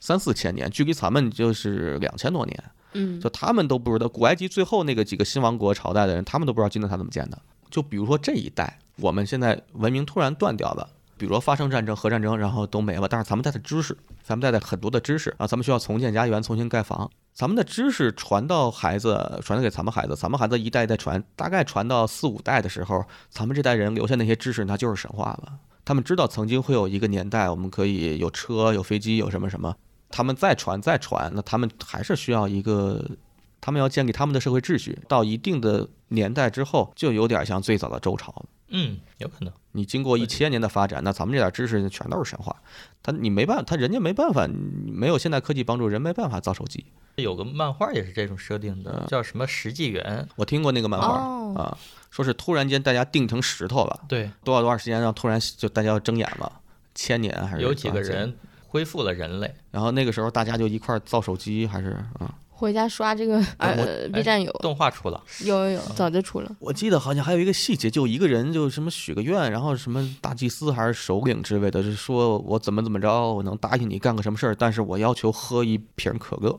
S2: 三四千年，距离咱们就是两千多年。
S3: 嗯，
S2: 就他们都不知道，古埃及最后那个几个新王国朝代的人，他们都不知道金字塔怎么建的。就比如说这一代，我们现在文明突然断掉了，比如说发生战争、核战争，然后都没了，但是咱们带的知识，咱们带的很多的知识啊，咱们需要重建家园、重新盖房，咱们的知识传到孩子，传给咱们孩子，咱们孩子一代一代传，大概传到四五代的时候，咱们这代人留下那些知识，那就是神话了。他们知道曾经会有一个年代，我们可以有车、有飞机、有什么什么，他们再传再传，那他们还是需要一个。他们要建立他们的社会秩序，到一定的年代之后，就有点像最早的周朝了。
S1: 嗯，有可能。
S2: 你经过一千年的发展，那咱们这点知识全都是神话。他你没办法，他人家没办法，没有现代科技帮助，人没办法造手机。
S1: 有个漫画也是这种设定
S2: 嗯
S1: 的，叫什么石纪元？
S2: 我听过那个漫画、
S3: 哦
S2: 啊，说是突然间大家定成石头了，
S1: 对，
S2: 多少多少时间让突然就大家要睁眼了，千年还是
S1: 有几个
S2: 多少年？
S1: 人恢复了人类。
S2: 然后那个时候大家就一块儿造手机，还是啊，
S3: 回家刷这个
S2: 哎
S3: 呃 B 站有
S2: 哦
S1: 动画出了，
S3: 有有有，
S2: 啊
S3: 早就出了。
S2: 我记得好像还有一个细节，就一个人就什么许个愿，然后什么大祭司还是首领之类的，就是说我怎么怎么着，我能答应你干个什么事儿，但是我要求喝一瓶可乐，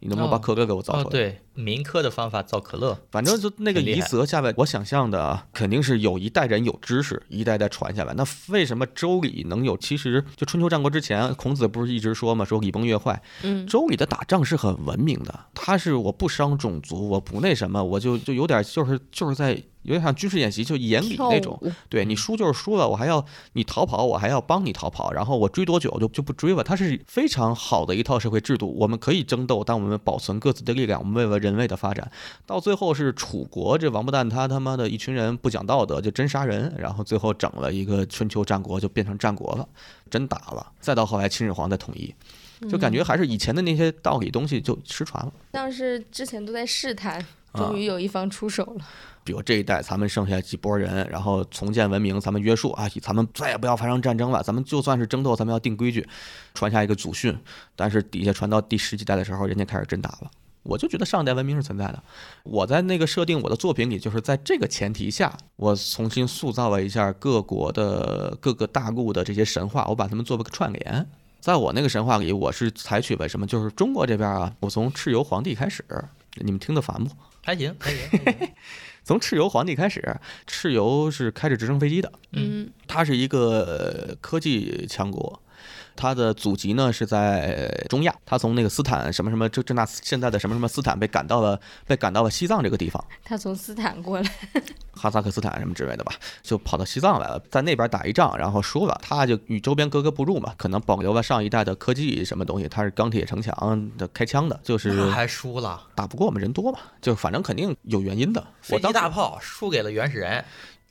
S2: 你能不能把
S1: 哦
S2: 可乐给我造
S1: 哦，
S2: 出来？
S1: 对，民科的方法造可乐，
S2: 反正就那个
S1: 很厉
S2: 夷
S1: 害
S2: 则下来，我想象的啊，肯定是有一代人有知识，一代代传下来。那为什么周礼能有？其实就春秋战国之前，孔子不是一直说嘛，说礼崩乐坏。
S3: 嗯，
S2: 周礼的打仗是很文明的，他是我不伤种族，我不那什么，我就就有点就是就是在有点像军事演习，就演礼
S3: 跳
S2: 那种。
S3: 舞
S2: 对你输就是输了，我还要你逃跑，我还要帮你逃跑，然后我追多久我就就不追了。它是非常好的一套社会制度，我们可以争斗，但我们保存各自的力量，我们为了人类的发展。到最后是楚国这王八蛋他他妈的一群人不讲道德，就真杀人，然后最后整了一个春秋战国就变成战国了，真打了。再到后来秦始皇的统一，就感觉还是以前的那些道理东西就失传了。
S3: 像是之前都在试探，
S2: 啊
S3: 终于有一方出手了。
S2: 比如这一代咱们剩下几波人，然后重建文明，咱们约束啊，咱们再也不要发生战争了，咱们就算是争斗，咱们要定规矩，传下一个祖训。但是底下传到第十几代的时候，人家开始真打了。我就觉得上一代文明是存在的。我在那个设定我的作品里，就是在这个前提下，我重新塑造了一下各国的各个大陆的这些神话，我把它们做了个串联。在我那个神话里，我是采取了什么？就是中国这边啊，我从蚩尤皇帝开始，你们听得烦不？
S1: 还行，还行，还行
S2: 从蚩尤皇帝开始，蚩尤是开着直升飞机的，
S3: 嗯，
S2: 他是一个呃科技强国。他的祖籍呢是在呃中亚，他从那个斯坦什么什么就这那现在的什么什么斯坦被赶到了被赶到了西藏这个地方，
S3: 他从斯坦过来，
S2: 哈萨克斯坦什么之类的吧，就跑到西藏来了，在那边打一仗，然后输了，他就与周边格格不入嘛，可能保留了上一代的科技什么东西，他是钢铁城墙的开枪的， 就是
S1: 那啊还输了，
S2: 打不过我们人多嘛，就反正肯定有原因的。我
S1: 飞
S2: 当
S1: 机
S2: 时
S1: 大炮输给了原始 人，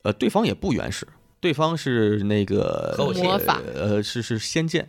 S2: 呃，对方也不原始，对方是那个
S1: 和我
S3: 魔法
S2: 呃，是是仙剑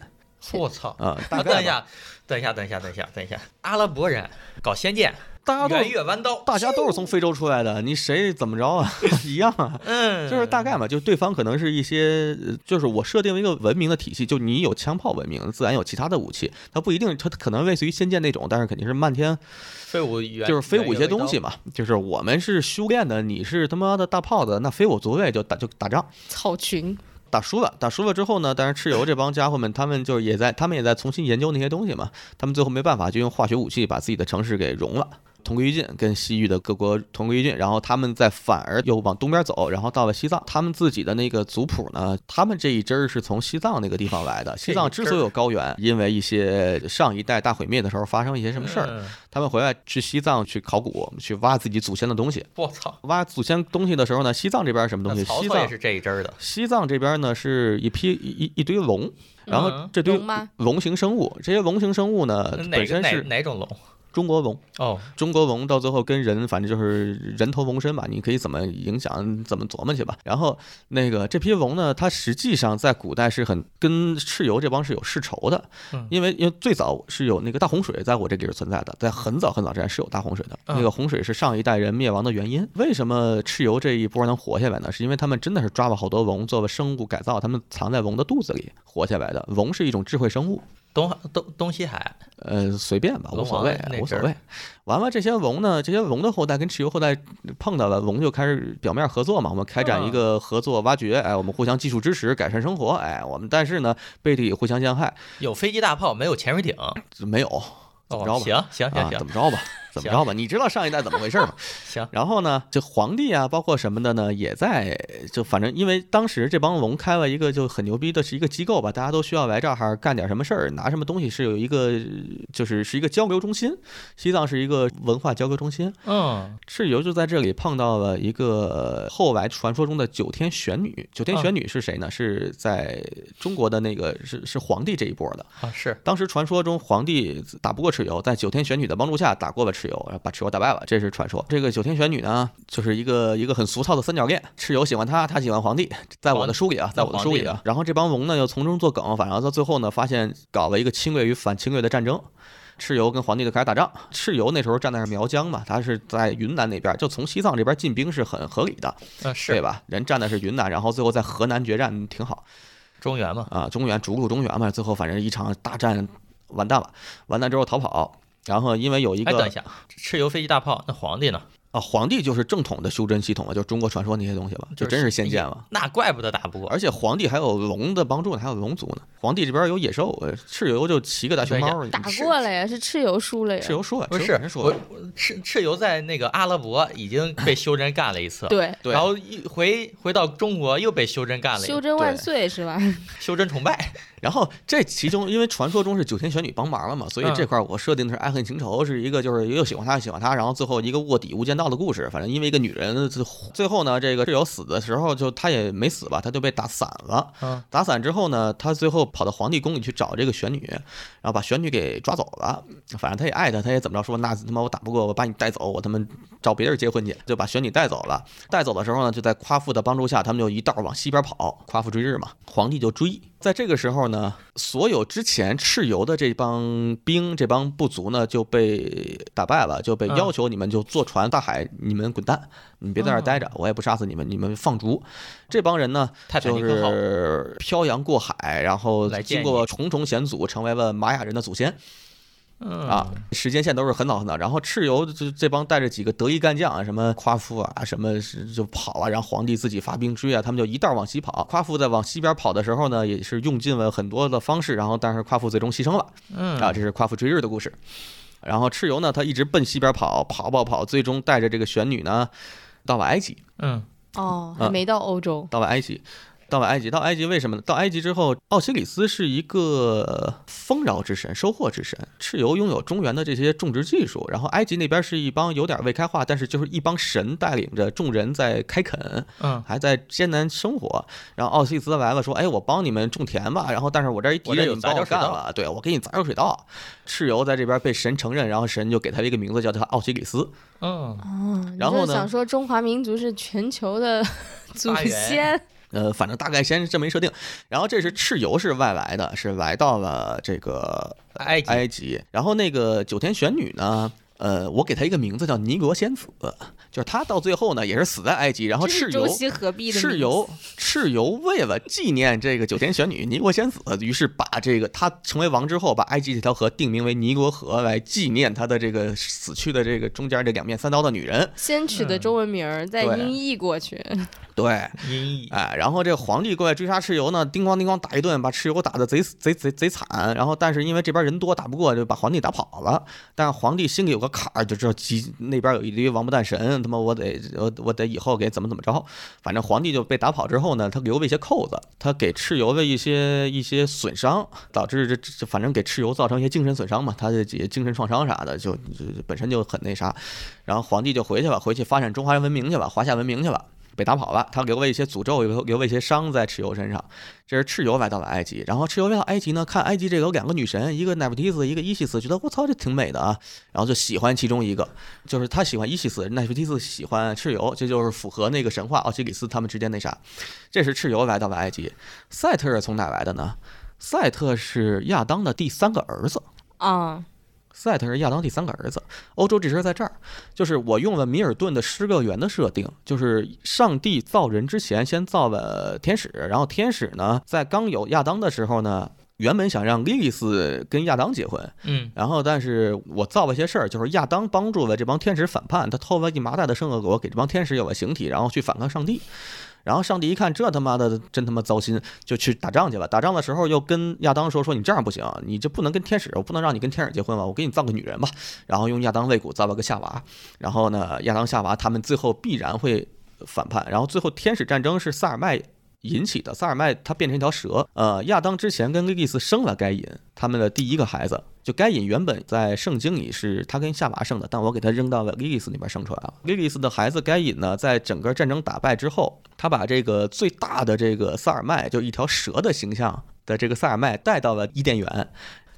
S1: 我操！
S2: 啊、大
S1: 啊，
S2: 概
S1: 等一
S2: 吧
S1: 下，等一下，等一下，等一下，等一下，阿拉伯人搞仙剑，
S2: 大家都
S1: 圆
S2: 是
S1: 月弯刀，
S2: 大家都是从非洲出来的，你谁怎么着啊， 一样啊。
S1: 嗯，
S2: 就是大概嘛，就对方可能是一些，呃就是我设定一个文明的体系，就你有枪炮文明，自然有其他的武器，它不一定，它它可能类似于仙剑那种，但是肯定是漫天
S1: 飞舞圆，
S2: 就是飞舞一些东西
S1: 嘛。
S2: 嘛，就是我们是修炼的，你是他妈的大炮子，那非我族类就打就打仗，
S3: 草裙
S2: 打输了，打输了之后呢，但是蚩尤这帮家伙们，他们就是也在，他们也在重新研究那些东西嘛。他们最后没办法，就用化学武器把自己的城市给融了，同归于尽，跟西域的各国同归于尽。然后他们再反而又往东边走，然后到了西藏。他们自己的那个族谱呢，他们这一支儿是从西藏那个地方来的。西藏之所以有高原，因为一些上一代大毁灭的时候发生一些什么事儿，
S1: 嗯？
S2: 他们回来去西藏去考古，去挖自己祖先的东西。
S1: 我操！
S2: 挖祖先东西的时候呢，西藏这边什么东
S1: 那
S2: 西？
S1: 曹
S2: 西
S1: 操
S2: 藏
S1: 也是这一支儿的，
S2: 西藏这边呢是一批一一一堆龙，然后
S1: 嗯
S2: 这堆
S3: 龙吗
S2: 龙形生物，这些龙形生物呢
S1: 哪
S2: 呃本
S1: 个
S2: 身
S1: 哪
S2: 是
S1: 哪种龙？
S2: 中国龙，
S1: 哦，
S2: 中国龙到最后跟人反正就是人头龙身吧，你可以怎么影响怎么琢磨去吧。然后那个这批龙呢，它实际上在古代是很跟蚩尤这帮是有世仇的
S1: 嗯，
S2: 因为因为最早是有那个大洪水在我这里是存在的，在很早很早之前是有大洪水的，
S1: 嗯
S2: 那个洪水是上一代人灭亡的原因。为什么蚩尤这一波能活下来呢？是因为他们真的是抓了好多龙做了生物改造，他们藏在龙的肚子里活下来的。龙是一种智慧生物，
S1: 东东东西海，
S2: 呃，随便吧，无
S1: 龙
S2: 所
S1: 王
S2: 谓，
S1: 那
S2: 无
S1: 阵
S2: 所
S1: 儿
S2: 谓。完了，这些龙呢，这些龙的后代跟蚩尤后代碰到了，龙就开始表面合作嘛，我们开展一
S1: 啊
S2: 个合作挖掘，哎，我们互相技术支持，改善生活，哎，我们但是呢，背地里互相陷害，
S1: 有飞机大炮，没有潜水艇。
S2: 没有，
S1: 哦
S2: 着吧，
S1: 行行
S2: 啊
S1: 行，行，
S2: 怎么着吧，怎么着吧？你知道上一代怎么回事吗？
S1: 行，
S2: 然后呢，这皇帝啊，包括什么的呢，也在就反正因为当时这帮龙开了一个就很牛逼的是一个机构吧，大家都需要来这儿干点什么事儿，拿什么东西是有一个就是是一个交流中心，西藏是一个文化交流中心。
S1: 嗯，
S2: 蚩尤就在这里碰到了一个后来传说中的九天玄女。九天玄女是谁呢？是在中国的那个是是皇帝这一波的。
S1: 啊是，
S2: 当时传说中皇帝打不过蚩尤，在九天玄女的帮助下打过了蚩尤，然后把蚩尤打败了，这是传说。这个九天玄女呢，就是一个一个很俗套的三角恋，蚩尤喜欢她，她喜欢皇帝，在我的书里啊，在我的书里啊。然后这帮龙呢又从中作梗，反正到最后呢，发现搞了一个侵略与反侵略的战争。蚩尤跟皇帝就开始打仗。蚩尤那时候站在是苗疆嘛，他是在云南那边，就从西藏这边进兵是很合理的，
S1: 嗯
S2: 对
S1: 是
S2: 吧？人站的是云南，然后最后在河南决战，挺好。
S1: 中原嘛，
S2: 啊，中原逐鹿中原嘛，最后反正一场大战完蛋了，完蛋之后逃跑，然后因为有一
S1: 哎，等
S2: 个
S1: 一下，蚩尤飞机大炮，那皇帝呢？
S2: 啊，皇帝就是正统的修真系统了，就是中国传说那些东西了，就真是仙剑了。
S1: 那怪不得打不过。
S2: 而且皇帝还有龙的帮助呢，还有龙族呢。皇帝这边有野兽，呃蚩尤就骑个大熊猫，
S3: 打
S2: 你
S3: 过了呀，是蚩尤输了呀
S2: 蚩。尤说了，
S1: 不
S2: 蚩尤
S1: 是
S2: 本身，说
S1: 我
S2: 了
S1: 我蚩蚩尤在那个阿拉伯已经被修真干了一次，，
S3: 对，
S2: 对
S1: 然后一回回到中国又被修真干了一
S3: 修
S1: 次，
S3: 真万岁是吧？
S1: 修真崇拜，
S2: 然后这其中，因为传说中是九天玄女帮忙了嘛，所以这
S1: 嗯
S2: 块儿我设定的是爱恨情仇，是一个就是又喜欢他又喜欢他，然后最后一个卧底无间道的故事。反正因为一个女人，最最后呢，这个队友死的时候就他也没死吧，他就被打散了。
S1: 嗯，
S2: 打散之后呢，他最后跑到皇帝宫里去找这个玄女，然后把玄女给抓走了。反正他也爱她，他也怎么着说，那他妈我打不过，我把你带走，我他妈找别人结婚去，就把玄女带走了。带走的时候呢，就在夸父的帮助下，他们就一道往西边跑，夸父追日嘛，皇帝就追。在这个时候呢，所有之前蚩尤的这帮兵、这帮部族呢就被打败了，就被
S1: 嗯
S2: 要求你们就坐船大海，你们滚蛋，你别在
S1: 嗯
S2: 这儿待着，我也不杀死你们，你们放逐。这帮人呢，
S1: 泰坦
S2: 就
S1: 尼克号
S2: 是漂洋过海，然后
S1: 来见
S2: 经过重重险阻，成为了玛雅人的祖先。
S1: 嗯
S2: 啊，时间线都是很早很早。然后蚩尤这这帮带着几个得意干将啊，什么夸父啊，什么是就跑啊，然后皇帝自己发兵追啊，他们就一道往西跑。夸父在往西边跑的时候呢，也是用尽了很多的方式，然后但是夸父最终牺牲了。
S1: 嗯
S2: 啊，这是夸父追日的故事。然后蚩尤呢，他一直奔西边跑，跑跑跑，最终带着这个玄女呢，到了埃及。
S1: 嗯
S3: 哦，还没到欧洲。
S2: 到了埃及，到了埃及，到埃及为什么呢？到埃及之后，奥西里斯是一个丰饶之神、收获之神，蚩尤拥有中原的这些种植技术，然后埃及那边是一帮有点未开化，但是就是一帮神带领着众人在开垦，
S1: 嗯，
S2: 还在艰难生活。然后奥西里斯来了，说：“哎，我帮你们种田吧。”然后但是我这一敌
S1: 我这
S2: 人，
S1: 有
S2: 你们帮
S1: 杂
S2: 我
S1: 交水
S2: 干
S1: 稻
S2: 了，对我给你杂交水稻。蚩尤在这边被神承认，然后神就给他一个名字，叫他奥西里斯。
S1: 嗯，
S3: 哦，你
S2: 然后
S3: 就
S2: 呢
S3: 想说中华民族是全球的 祖
S1: 发源
S3: 先，
S2: 呃，反正大概先是这么一设定。然后这是蚩尤是外来的，是来到了这个
S1: 埃及
S2: 埃及。然后那个九天玄女呢，呃，我给她一个名字叫尼罗仙子，就是她到最后呢也是死在埃及。然后
S3: 这是
S2: 蚩
S3: 中
S2: 尤。
S3: 西合璧的名
S2: 蚩
S3: 字
S2: 尤，蚩尤为了纪念这个九天玄女尼罗仙子，于是把这个她成为王之后，把埃及这条河定名为尼罗河，来纪念她的这个死去的这个中间这两面三刀的女人。
S3: 先取的中文名儿，再
S2: 嗯对
S3: 音译过去。
S2: 对，
S1: 音译
S2: 哎，然后这皇帝过来追杀蚩尤呢，叮咣叮咣打一顿，把蚩尤打得贼贼贼贼惨。然后但是因为这边人多打不过，就把皇帝打跑了。但皇帝心里有个坎儿，就知道急那边有一堆王八蛋神，他妈我得我我得以后给怎么怎么着。反正皇帝就被打跑之后呢，他留了一些扣子，他给蚩尤的一些一些损伤，导致这这反正给蚩尤造成一些精神损伤嘛，他的也精神创伤啥的，就就就本身就很那啥。然后皇帝就回去了，回去发展中华文明去了，华夏文明去了。被打跑了，他留了一些诅咒，留留了一些伤在蚩尤身上。这是蚩尤来到了埃及，然后蚩尤来到埃及呢，看埃及这有两个女神，一个奈芙提斯，一个伊西斯，觉得我操这挺美的啊，然后就喜欢其中一个，就是他喜欢伊西斯，奈芙提斯喜欢蚩尤，这就是符合那个神话奥西里斯他们之间那啥。这是蚩尤来到了埃及，赛特是从哪来的呢？赛特是亚当的第三个儿子。
S3: 啊，
S2: 赛特是亚当第三个儿子。欧洲这事儿在这儿，就是我用了米尔顿的诗乐园的设定，就是上帝造人之前先造了天使，然后天使呢，在刚有亚当的时候呢。原本想让莉莉丝跟亚当结婚，
S1: 嗯
S2: 然后但是我造了一些事儿，就是亚当帮助了这帮天使反叛，他偷了一麻袋的圣恶果给这帮天使有了形体，然后去反抗上帝。然后上帝一看，这他妈的真他妈糟心，就去打仗去了。打仗的时候又跟亚当说：“说你这样不行，你就不能跟天使，我不能让你跟天使结婚吧，我给你造个女人吧。”然后用亚当肋骨造了个夏娃。然后呢，亚当夏娃他们最后必然会反叛。然后最后天使战争是萨尔麦引起的，萨尔麦他变成一条蛇。呃，亚当之前跟莉莉丝生了该隐，他们的第一个孩子。就该隐原本在圣经里是他跟夏娃生的，但我给他扔到了莉莉丝那边生出来了。莉莉丝的孩子该隐呢，在整个战争打败之后，他把这个最大的这个萨尔麦，就一条蛇的形象的这个萨尔麦带到了伊甸园。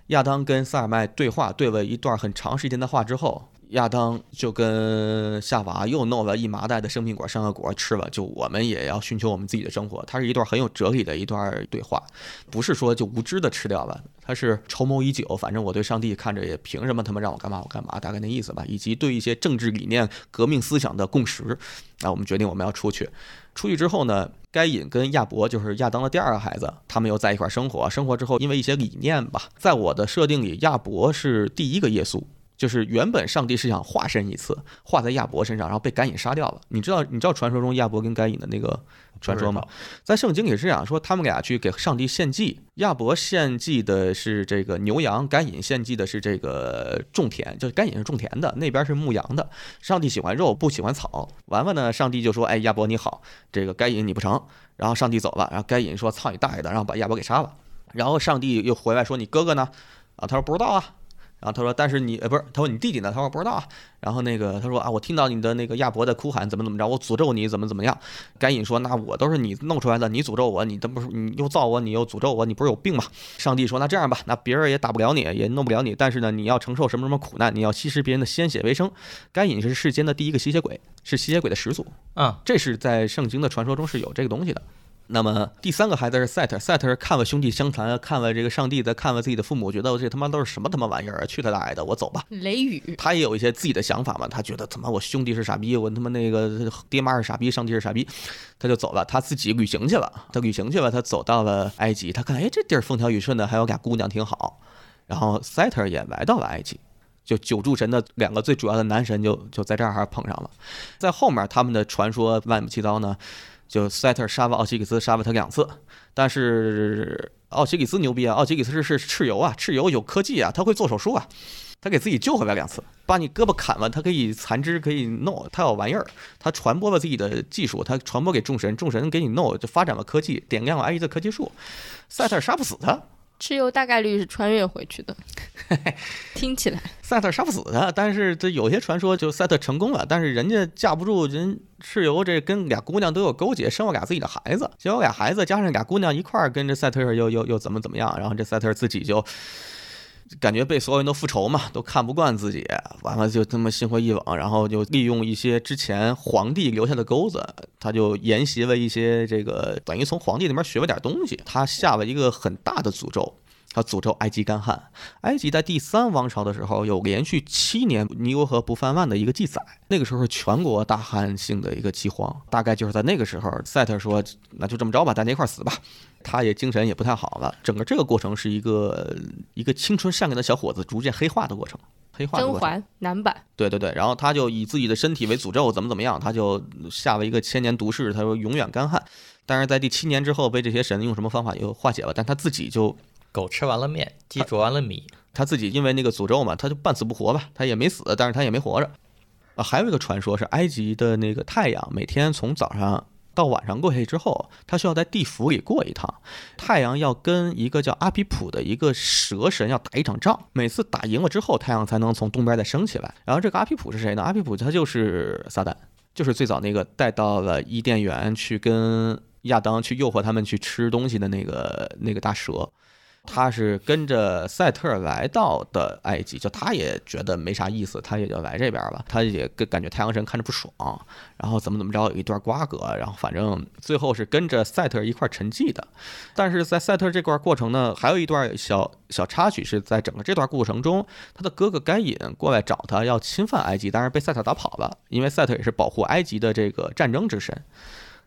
S2: 亚当跟萨尔麦对话，对了一段很长时间的话之后，亚当就跟夏娃又弄了一麻袋的生命果、善恶果吃了，就我们也要寻求我们自己的生活。它是一段很有哲理的一段对话，不是说就无知的吃掉了，它是筹谋已久。反正我对上帝看着也凭什么他们让我干嘛我干嘛，大概那意思吧。以及对一些政治理念、革命思想的共识，啊，我们决定我们要出去。出去之后呢，该隐跟亚伯就是亚当的第二个孩子，他们又在一块儿生活。生活之后，因为一些理念吧，在我的设定里，亚伯是第一个耶稣。就是原本上帝是想化身一次，化在亚伯身上，然后被该隐杀掉了。你知道，你知道传说中亚伯跟该隐的那个传说吗？在圣经里是讲说，他们俩去给上帝献祭，亚伯献祭的是这个牛羊，该隐献祭的是这个种田，就是该隐是种田的，那边是牧羊的。上帝喜欢肉，不喜欢草。完了呢，上帝就说：“哎，亚伯你好，这个该隐你不成。”然后上帝走了，然后该隐说：“操你大爷的！”然后把亚伯给杀了。然后上帝又回来说：“你哥哥呢？”啊，他说：“不知道啊。”然后他说：“但是你呃不是，他说你弟弟呢？”他说：“不知道啊。”然后那个他说：“啊，我听到你的那个亚伯的哭喊，怎么怎么着，我诅咒你怎么怎么样。”该隐说：“那我都是你弄出来的，你诅咒我，你这不是你又造我，你又诅咒我，你不是有病吗？”上帝说：“那这样吧，那别人也打不了你，也弄不了你，但是呢，你要承受什么什么苦难，你要吸食别人的鲜血为生。”该隐是世间的第一个吸血鬼，是吸血鬼的始祖。
S1: 啊，
S2: 这是在圣经的传说中是有这个东西的。那么第三个孩子是 Set，Set 是看了兄弟相残，看了这个上帝的，看了自己的父母，觉得这他妈都是什么他妈玩意儿啊！去他大爷的，我走吧。
S3: 雷雨，
S2: 他也有一些自己的想法嘛，他觉得他妈我兄弟是傻逼，我他妈那个爹妈是傻逼，上帝是傻逼，他就走了，他自己旅行去了，他旅行去了，他走到了埃及，他看哎这地儿风调雨顺的，还有俩姑娘挺好，然后赛特也来到了埃及。就九柱神的两个最主要的男神就就在这儿碰上了，在后面他们的传说乱七八糟呢，就赛特杀了奥西里斯，杀了他两次，但是奥西里斯牛逼啊，奥西里斯是是蚩尤啊，蚩尤有科技啊，他会做手术啊，他给自己救回来两次，把你胳膊砍了，他可以残肢可以弄，他有玩意儿，他传播了自己的技术，他传播给众神，众神给你弄，就发展了科技，点亮了埃及的科技树。赛特尔杀不死他，
S3: 蚩尤大概率是穿越回去的， 听起来
S2: 赛特尔杀不死他，但是这有些传说就赛特成功了，但是人家架不住人蚩尤这跟俩姑娘都有勾结，生了俩自己的孩子，结果俩孩子加上俩姑娘一块儿跟这赛特尔又又又怎么怎么样，然后这赛特尔自己就感觉被所有人都复仇嘛，都看不惯自己，完了就这么心灰意冷，然后就利用一些之前皇帝留下的钩子，他就沿袭了一些这个，等于从皇帝那边学了点东西。他下了一个很大的诅咒，他诅咒埃及干旱。埃及在第三王朝的时候有连续七年尼罗河不泛滥的一个记载，那个时候是全国大旱性的一个饥荒，大概就是在那个时候，赛特说那就这么着吧，大家一块儿死吧。他也精神也不太好了，整个这个过程是一个一个青春善良的小伙子逐渐黑化的过程，黑化的
S3: 甄
S2: 过程。
S3: 嬛 男版
S2: 对对对，然后他就以自己的身体为诅咒，怎么怎么样，他就下了一个千年毒誓，他说永远干旱。但是在第七年之后，被这些神用什么方法又化解了，但他自己就
S1: 狗吃完了面，鸡啄完了米，
S2: 他自己因为那个诅咒嘛，他就半死不活吧，他也没死，但是他也没活着。啊，还有一个传说是埃及的那个太阳每天从早上到晚上过去之后，它需要在地府里过一趟，太阳要跟一个叫阿皮普的一个蛇神要打一场仗，每次打赢了之后，太阳才能从东边再升起来。然后这个阿皮普是谁呢？阿皮普他就是撒旦，就是最早那个带到了伊甸园去跟亚当去诱惑他们去吃东西的那个那个大蛇。他是跟着赛特尔来到的埃及，就他也觉得没啥意思，他也就来这边了。他也跟感觉太阳神看着不爽，然后怎么怎么着有一段瓜葛，然后反正最后是跟着赛特尔一块儿沉寂的。但是在赛特尔这段过程呢，还有一段小小插曲是在整个这段过程中，他的哥哥该隐过来找他要侵犯埃及，但是被赛特打跑了，因为赛特也是保护埃及的这个战争之神。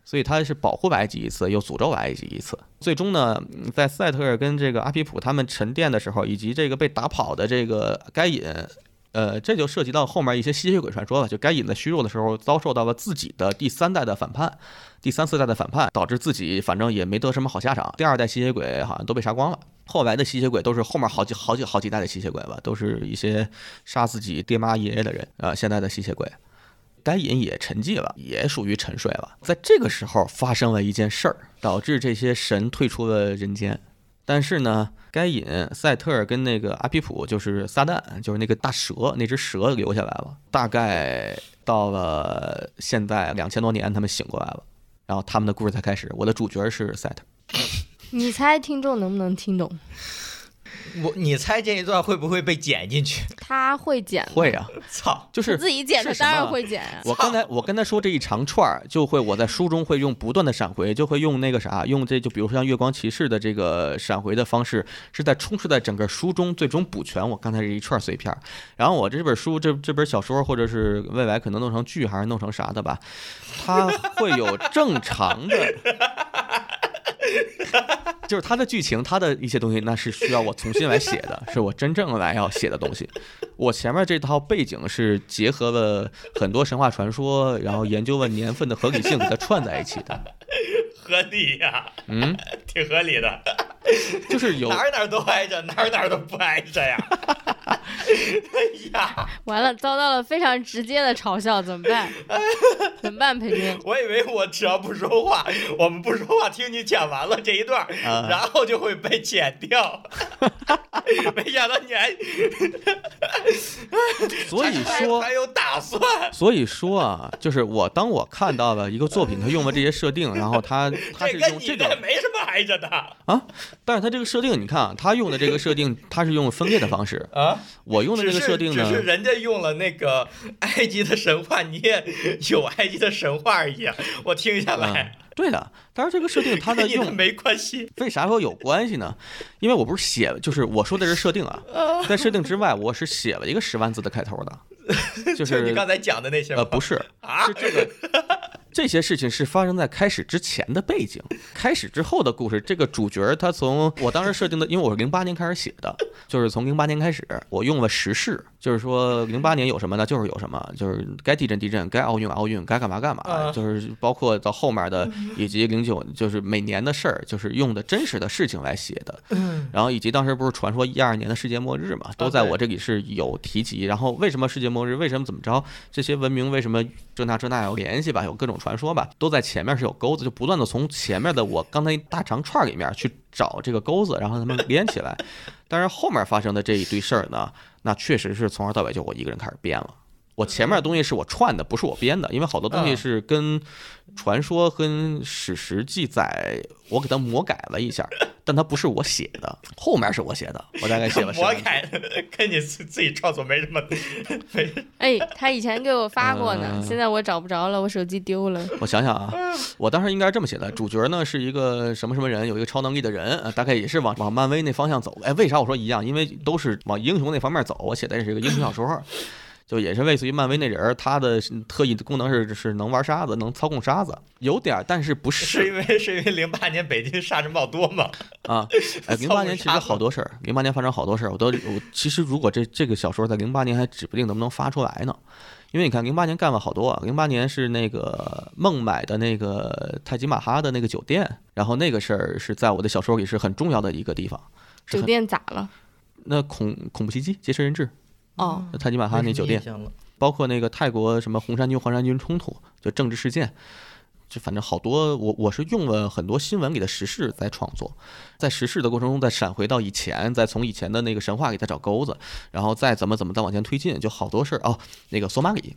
S2: 所以他是保护埃及一次，又诅咒埃及一次。最终呢，嗯在赛特尔跟这个阿皮普他们沉淀的时候，以及这个被打跑的这个该隐，呃，这就涉及到后面一些吸血鬼传说了。就该隐在虚弱的时候，遭受到了自己的第三代的反叛，第三四代的反叛，导致自己反正也没得什么好下场。第二代吸血鬼好像都被杀光了。后来的吸血鬼都是后面好几好几好几代的吸血鬼吧，都是一些杀自己爹妈爷爷的人啊、呃现在的吸血鬼，该隐也沉寂了，也属于沉睡了。在这个时候发生了一件事儿，导致这些神退出了人间。但是呢，该隐、赛特尔跟那个阿皮普，就是撒旦，就是那个大蛇，那只蛇留下来了。大概到了现在两千多年，他们醒过来了，然后他们的故事才开始。我的主角是赛特尔，
S3: 你猜听众能不能听懂？
S1: 我你猜这一段会不会被剪进去？
S3: 他会剪吗，
S2: 会啊，
S1: 操！
S2: 就是
S3: 自己剪
S2: 是
S3: 的，
S2: 什
S3: 当然
S2: 么
S3: 会剪啊。
S2: 我刚才我跟他说这一长串儿，就会我在书中会用不断的闪回，就会用那个啥，用这就比如说像月光骑士的这个闪回的方式，是在充斥在整个书中，最终补全我刚才这一串碎片儿。然后我这本书这这本小说，或者是未来可能弄成剧，还是弄成啥的吧，它会有正常的。就是它的剧情，它的一些东西，那是需要我重新来写的，是我真正来要写的东西。我前面这套背景是结合了很多神话传说，然后研究了年份的合理性，给它串在一起的。
S1: 合理呀、
S2: 嗯，
S1: 挺合理的，
S2: 就是有
S1: 哪儿哪儿都挨着，哪儿哪儿都不挨着呀。哎呀，
S3: 完了，遭到了非常直接的嘲笑，怎么办？怎么办，裴军？
S1: 我以为我只要不说话，我们不说话，听你讲完了这一段儿，
S2: 啊
S1: 然后就会被剪掉。 没想到你还
S2: 所以
S1: 还
S2: 说
S1: 还有打算，
S2: 所以说啊，就是我当我看到了一个作品，它用了这些设定，然后它它是
S1: 跟
S2: 用
S1: 你
S2: 这
S1: 这
S2: 种
S1: 没什么挨着的啊
S2: 啊，但是它这个设定，你看啊，它用的这个设定，它是用分裂的方式，。我用的这
S1: 只
S2: 个
S1: 是
S2: 设定呢，
S1: 只是人家用了那个埃及的神话，你也有埃及的神话而已啊。我听下
S2: 嗯
S1: 来，，
S2: 对的。但是这个设定它
S1: 跟
S2: 的
S1: 你的
S2: 用
S1: 没关系。
S2: 为啥说有关系呢？因为我不是写了，就是我说的是设定啊，
S1: 呃
S2: 在设定之外，我是写了一个十万字的开头的，
S1: 就
S2: 就
S1: 是你
S2: 是
S1: 刚才讲的那些
S2: 呃
S1: 吗？
S2: 不是，
S1: 啊，
S2: 是这个。 这些事情是发生在开始之前的背景，开始之后的故事。这个主角他从我当时设定的，因为我是零八年开始写的， 就是从零八年开始，我用了时事，就是说零八年有什么呢？就是有什么，就是该地震地震，该奥运奥运，该干嘛干嘛，
S1: 啊嗯
S2: 就是包括到后面的以及零九，就是每年的事儿，就是用的真实的事情来写的。然后以及当时不是传说一二年的世界末日嘛，都在我这里是有提及。然后为什么世界末日？为什么怎么着？这些文明为什么这那这那有联系吧？有各种传说吧，都在前面是有钩子，就不断的从前面的我刚才一大长串里面去找这个钩子，然后他们连起来。但是后面发生的这一堆事儿呢，那确实是从头到尾就我一个人开始编了。我前面的东西是我串的，不是我编的，因为好多东西
S1: 嗯
S2: 是跟传说跟史实记载，我给它魔改了一下，但它不是我写的，后面是我写的，我大概写了十
S1: 魔
S2: 万字
S1: 改跟你自自己创作没什么没
S3: 哎，他以前给我发过呢，
S2: 嗯
S3: 现在我找不着了，我手机丢了。
S2: 我想想啊，我当时应该是这么写的：主角呢是一个什么什么人，有一个超能力的人，呃大概也是往往漫威那方向走。哎，为啥我说一样？因为都是往英雄那方面走。我写的也是一个英雄小说，就也是类似于漫威那人儿，他的特异功能是是能玩沙子，能操控沙子，有点儿，但是不
S1: 是
S2: 是
S1: 因为是因为零八年北京沙尘暴多吗？
S2: 啊？哎，零八年其实好多事儿，零八年发生好多事儿，我都我其实如果这这个小说在零八年还指不定能不能发出来呢。因为你看，零八年干了好多啊。零八年是那个孟买的那个泰姬玛哈的那个酒店，然后那个事儿是在我的小说里是很重要的一个地方。是
S3: 酒
S2: 很嗯
S3: 店咋了？
S2: 那恐恐怖袭击、劫持人质，
S3: 哦，
S2: 泰姬玛哈那酒店，包括那个泰国什么红衫军、黄衫军冲突，就政治事件，就反正好多我我是用了很多新闻里的时事在创作，在时事的过程中再闪回到以前，再从以前的那个神话给它找钩子，然后再怎么怎么再往前推进，就好多事儿哦。那个索马里。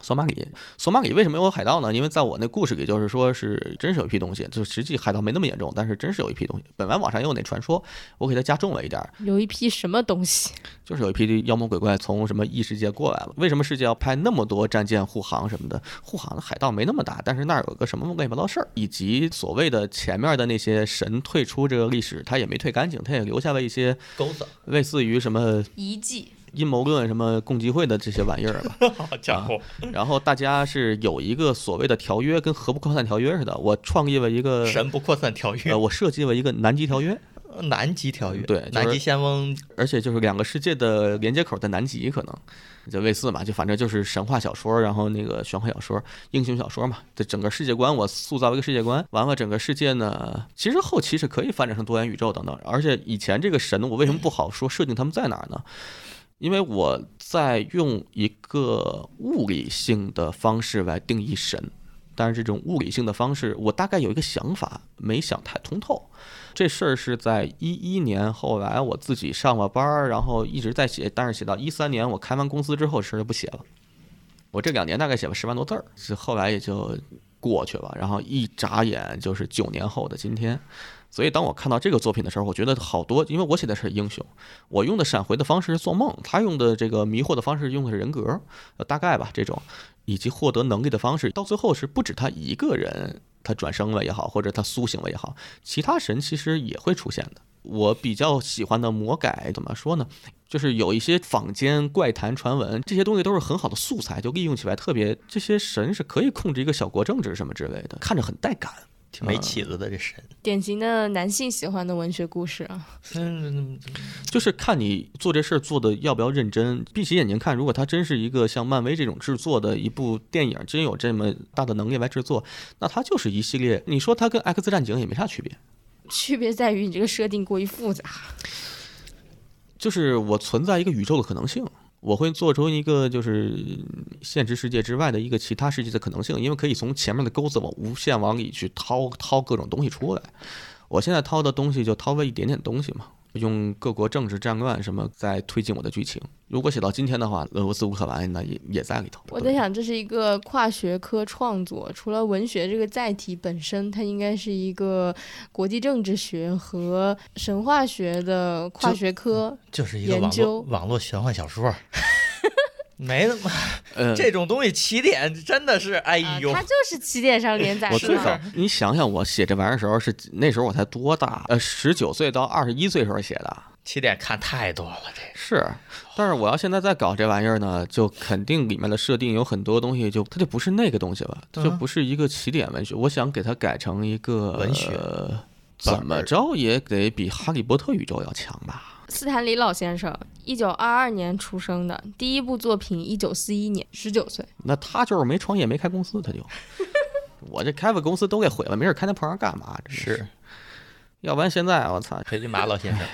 S2: 索马里，索马里为什么有海盗呢？因为在我那故事里，就是说是真是有一批东西，就实际海盗没那么严重，但是真是有一批东西。本来网上也有那传说，我给它加重了一点儿，
S3: 有一批什么东西？
S2: 就是有一批妖魔鬼怪从什么异世界过来了。为什么世界要派那么多战舰护航什么的？护航的海盗没那么大，但是那儿有个什么乱七八糟事儿，以及所谓的前面的那些神退出这个历史，他也没退干净，他也留下了一些
S1: 钩子
S2: 类似于什么
S4: 遗迹，
S2: 阴谋论、什么共济会的这些玩意儿吧。
S1: 好哦家伙，
S2: 然后大家是有一个所谓的条约，跟核不扩散条约似的。我创立了一个，
S1: 神不扩散条约
S2: 呃，、我设计了一个南极条约，
S1: 南极条约，
S2: 呃对就是嗯
S1: 南极仙翁
S2: 而且就是两个世界的连接口在南极，可能就类似嘛，就反正就是神话小说，然后那个玄幻小说、英雄小说嘛，这整个世界观我塑造一个世界观，完了整个世界呢，其实后期是可以发展成多元宇宙等等，而且以前这个神我为什么不好说设定他们在哪儿呢？因为我在用一个物理性的方式来定义神，但是这种物理性的方式，我大概有一个想法，没想太通透。这事儿是在一一年，后来我自己上了班儿，然后一直在写，但是写到一三年我开完公司之后，事儿就不写了。我这两年大概写了十万多字儿，是后来也就过去了。然后一眨眼就是九年后的今天。所以当我看到这个作品的时候，我觉得好多，因为我写的是英雄，我用的闪回的方式是做梦，他用的这个迷惑的方式用的是人格，呃大概吧这种，以及获得能力的方式，到最后是不止他一个人，他转生了也好，或者他苏醒了也好，其他神其实也会出现的。我比较喜欢的魔改怎么说呢？就是有一些坊间怪谈传闻，这些东西都是很好的素材，就利用起来特别。这些神是可以控制一个小国政治什么之类的，看着很带感。
S1: 挺没起子的这神，
S3: 典型的男性喜欢的文学故事啊。
S1: 嗯，
S2: 就是看你做这事儿做的要不要认真，闭起眼睛看。如果它真是一个像漫威这种制作的一部电影，真有这么大的能力来制作，那它就是一系列。你说它跟《X 战警》也没啥区别。
S3: 区别在于你这个设定过于复杂，
S2: 就是我存在一个宇宙的可能性，我会做出一个就是现实世界之外的一个其他世界的可能性，因为可以从前面的钩子往无限往里去掏掏各种东西出来。我现在掏的东西就掏了一点点东西嘛，用各国政治战乱什么在推进我的剧情。如果写到今天的话，俄罗斯乌克兰那也也在里头。
S3: 我在想，这是一个跨学科创作，除了文学这个载体本身，它应该是一个国际政治学和神话学的跨学科。
S1: 就是一个
S3: 研
S1: 网
S3: 究
S1: 络网络玄幻小说， 没那么
S2: 呃，
S1: 这种东西起点真的是，哎
S3: 啊，
S1: 呦
S3: 它，就是起点上连载
S2: 嗯我
S3: 的
S2: 最
S3: 嘛
S2: 早，你想想，我写这玩意儿的时候是那时候我才多大？呃，十九岁到二十一岁时候写的。
S1: 起点看太多了，这
S2: 是，但是我要现在再搞这玩意儿呢，就肯定里面的设定有很多东西就，它就不是那个东西了，
S1: 对
S2: 就
S1: 啊
S2: 不是一个起点文学。我想给它改成一个
S1: 文学
S2: 呃
S1: 本
S2: 怎么
S1: 儿
S2: 着也得比《哈利波特》宇宙要强吧？
S3: 斯坦李老先生，一九二二年出生的，第一部作品一九四一年，十九岁。
S2: 那他就是没创业，没开公司，他就。我这开个公司都给毁了，没事儿开那破玩意儿干嘛？真
S1: 是
S2: 要不然现在我操！
S1: 回去马老先生，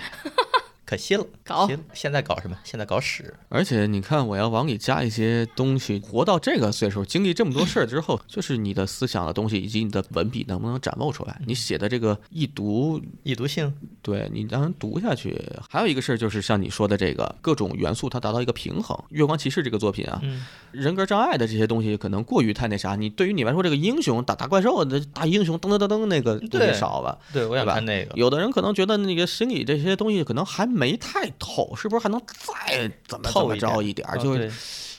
S1: 可惜了，
S3: 搞
S1: 可惜了，现在搞什么？现在搞屎，
S2: 而且你看，我要往里加一些东西，活到这个岁数，经历这么多事儿之后，就是你的思想的东西以及你的文笔能不能展露出来，你写的这个一读
S1: 易读性，
S2: 对你让人读下去。还有一个事儿就是像你说的这个各种元素它达到一个平衡。《月光骑士》这个作品啊，
S1: 嗯
S2: 人格障碍的这些东西可能过于太那啥。你对于你来说，这个英雄打打怪兽的大英雄噔噔噔噔那个东西
S1: 对
S2: 少了。
S1: 对，我想
S2: 对吧
S1: 看那个，
S2: 有的人可能觉得那个心理这些东西可能还没太透，是不是还能再怎么怎
S1: 透
S2: 么
S1: 一
S2: 着
S1: 点
S2: 一点
S1: 啊
S2: 儿？就是
S1: 对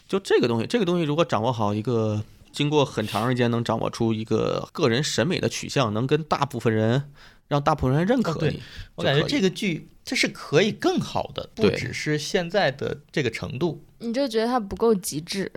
S2: 就这个东西，这个东西如果掌握好一个，经过很长时间能掌握出一个个人审美的取向，能跟大部分人让大部分人认可
S1: 哦对
S2: 你，
S1: 我感
S2: 就
S1: 觉
S2: 可以
S1: 这个剧这是可以更好的，不
S2: 对
S1: 只是现在的这个程度，
S3: 你就觉得它不够极致，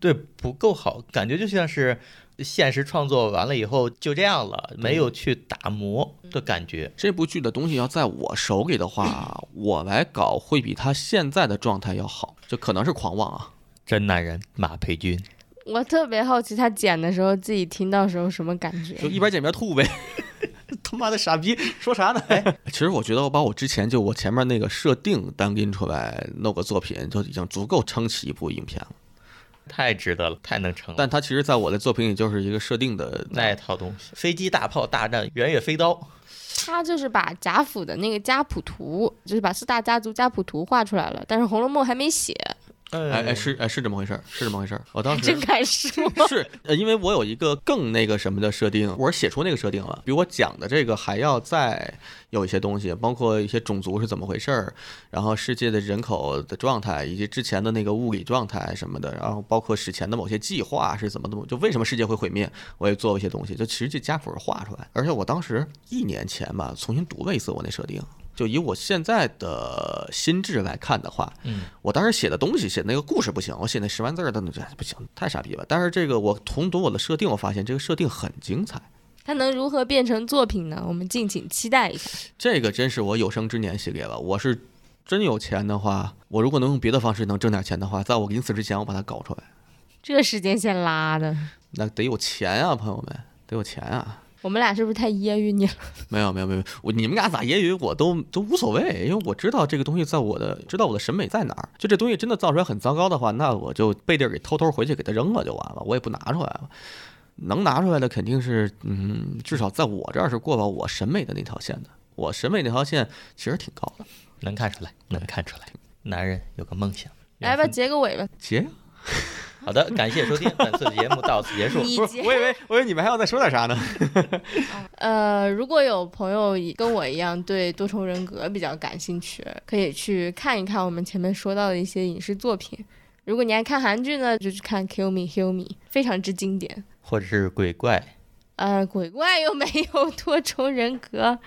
S1: 对，不够好，感觉就像是现实创作完了以后就这样了，没有去打磨的感觉。
S2: 这部剧的东西要在我手里 的话，我来搞会比他现在的状态要好，就可能是狂妄啊。
S1: 真男人马培 军，
S3: 我特别好奇他剪的时候自己听到时候什么感觉。
S2: 就一边捡一边吐呗。 他妈的傻逼，说啥呢？其实我觉得我把我之前就我前面那个设定单拎出来弄个作品，就已经足够撑起一部影片了。
S1: 太值得了，太能成了。
S2: 但它其实，在我的作品里就是一个设定的哎
S1: 那一套东西，飞机、大炮大战、圆月飞刀，
S3: 他就是把贾府的那个家谱图，就是把四大家族家谱图画出来了，但是《红楼梦》还没写，
S2: 哎哎
S1: 哎，
S2: 是哎是这么回事儿，是这么回事儿。我当时
S3: 真敢 说。
S2: 是呃因为我有一个更那个什么的设定，我是写出那个设定了，比我讲的这个还要再有一些东西，包括一些种族是怎么回事儿，然后世界的人口的状态，以及之前的那个物理状态什么的，然后包括史前的某些计划是怎么怎么，就为什么世界会毁灭，我也做过一些东西，就其实这家谱是画出来，而且我当时一年前吧，重新读了一次我那设定。就以我现在的心智来看的话，
S1: 嗯，
S2: 我当时写的东西写的那个故事不行，我写那十万字儿的那种不行，太傻逼了。但是这个我重读我的设定，我发现这个设定很精彩。
S3: 它能如何变成作品呢？我们敬请期待一下。
S2: 这个真是我有生之年系列了。我是真有钱的话，我如果能用别的方式能挣点钱的话，在我临死之前我把它搞出来，
S3: 这时间线拉的，
S2: 那得有钱啊，朋友们，得有钱啊！
S3: 我们俩是不是太揶揄你了？
S2: 没有没有没有，我你们俩咋揶揄我都都无所谓，因为我知道这个东西在我的知道我的审美在哪儿。就这东西真的造出来很糟糕的话，那我就背地儿给偷偷回去给它扔了就完了，我也不拿出来了。能拿出来的肯定是，嗯，至少在我这儿是过到我审美的那条线的。我审美那条线其实挺高的。
S1: 能看出来，能看出来，男人有个梦想。
S3: 来吧，结个尾吧。
S2: 结
S1: 好的，感谢收听本次节目，到此结束。
S3: 你
S2: 不是，
S3: 结
S2: 我以为我以为你们还要再说点啥呢。
S3: 呃，如果有朋友跟我一样对多重人格比较感兴趣，可以去看一看我们前面说到的一些影视作品。如果你爱看韩剧呢，就去看《Kill Me Kill Me》，非常之经典。
S1: 或者是鬼怪，
S3: 呃，鬼怪又没有 多重人格。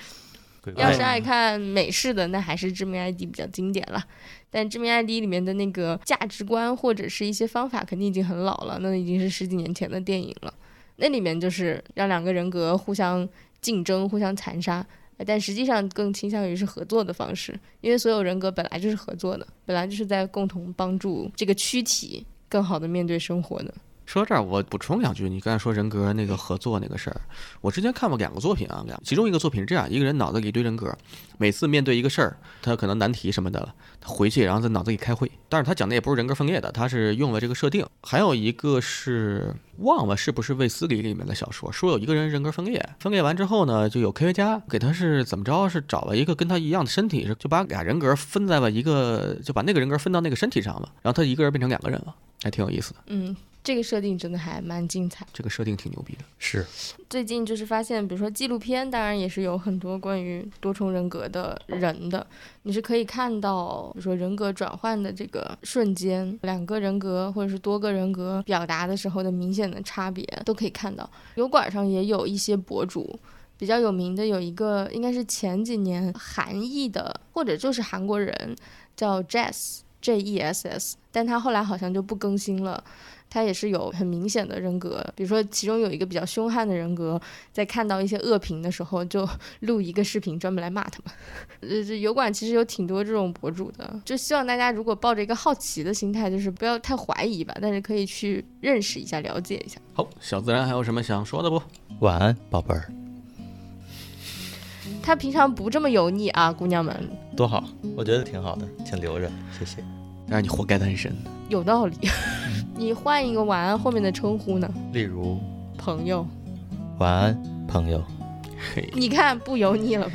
S1: 鬼怪
S3: 要是爱看美式的，那还是《致命 ID》比较经典了。但《致命 ID》里面的那个价值观或者是一些方法，肯定已经很老了，那已经是十几年前的电影了。那里面就是让两个人格互相竞争、互相残杀，呃但实际上更倾向于是合作的方式，因为所有人格本来就是合作的，本来就是在共同帮助这个躯体更好的面对生活的。
S2: 说到这儿，我补充两句。你刚才说人格那个合作那个事儿，我之前看过两个作品啊，两其中一个作品是这样：一个人脑子里一堆人格，每次面对一个事儿，他可能难题什么的了，他回去然后在脑子里开会。但是他讲的也不是人格分裂的，他是用了这个设定。还有一个是忘了是不是卫斯理里面的小说，说有一个人人格分裂，分裂完之后呢，就有科学家给他是怎么着，是找了一个跟他一样的身体，是就把俩人格分在了一个，就把那个人格分到那个身体上了，然后他一个人变成两个人了，还挺有意思的。
S3: 嗯，这个设定真的还蛮精彩的。
S2: 这个设定挺牛逼的。
S1: 是
S3: 最近就是发现，比如说纪录片，当然也是有很多关于多重人格的人的，你是可以看到，比如说人格转换的这个瞬间，两个人格或者是多个人格表达的时候的明显的差别都可以看到。油管上也有一些博主。比较有名的有一个，应该是前几年韩裔的，或者就是韩国人，叫 Jess J E S S，但他后来好像就不更新了。他也是有很明显的人格，比如说其中有一个比较凶悍的人格，在看到一些恶评的时候，就 录一个视频专门来骂他们。 呃，这油管其实有挺多这种博主的，就希望大家如果抱着一个好奇的心态，就是不要太怀疑吧，但是可以去认识一下、了解一下。
S2: 好，小自然还有什么想说的不？
S1: 晚安，宝贝儿，
S3: 他平常不这么油腻啊，姑娘们，
S1: 多好，我觉得挺好的，请留着，谢谢。
S2: 但是你活该单身。
S3: 有道理。 你换一个晚安后面的称呼呢，
S1: 例如，
S3: 朋友，
S1: 晚安，朋友。
S2: 嘿，
S3: 你看不油腻了吧？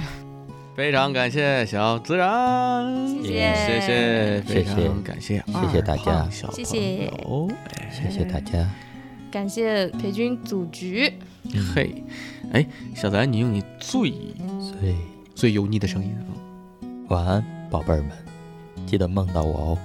S2: 非常感谢小自然，
S3: 谢
S2: 谢谢，
S1: 谢
S2: 非
S1: 谢
S2: 常感谢，
S1: 谢谢大家，
S2: 小
S3: 嗯谢谢
S2: 朋友
S1: 谢谢大家。嗯
S3: 感谢裴军组局。
S2: 嘿，哎，小自然，你用你最
S1: 所以，
S2: 最油腻的声音啊。
S1: 晚安，宝贝儿们，记得梦到我哦。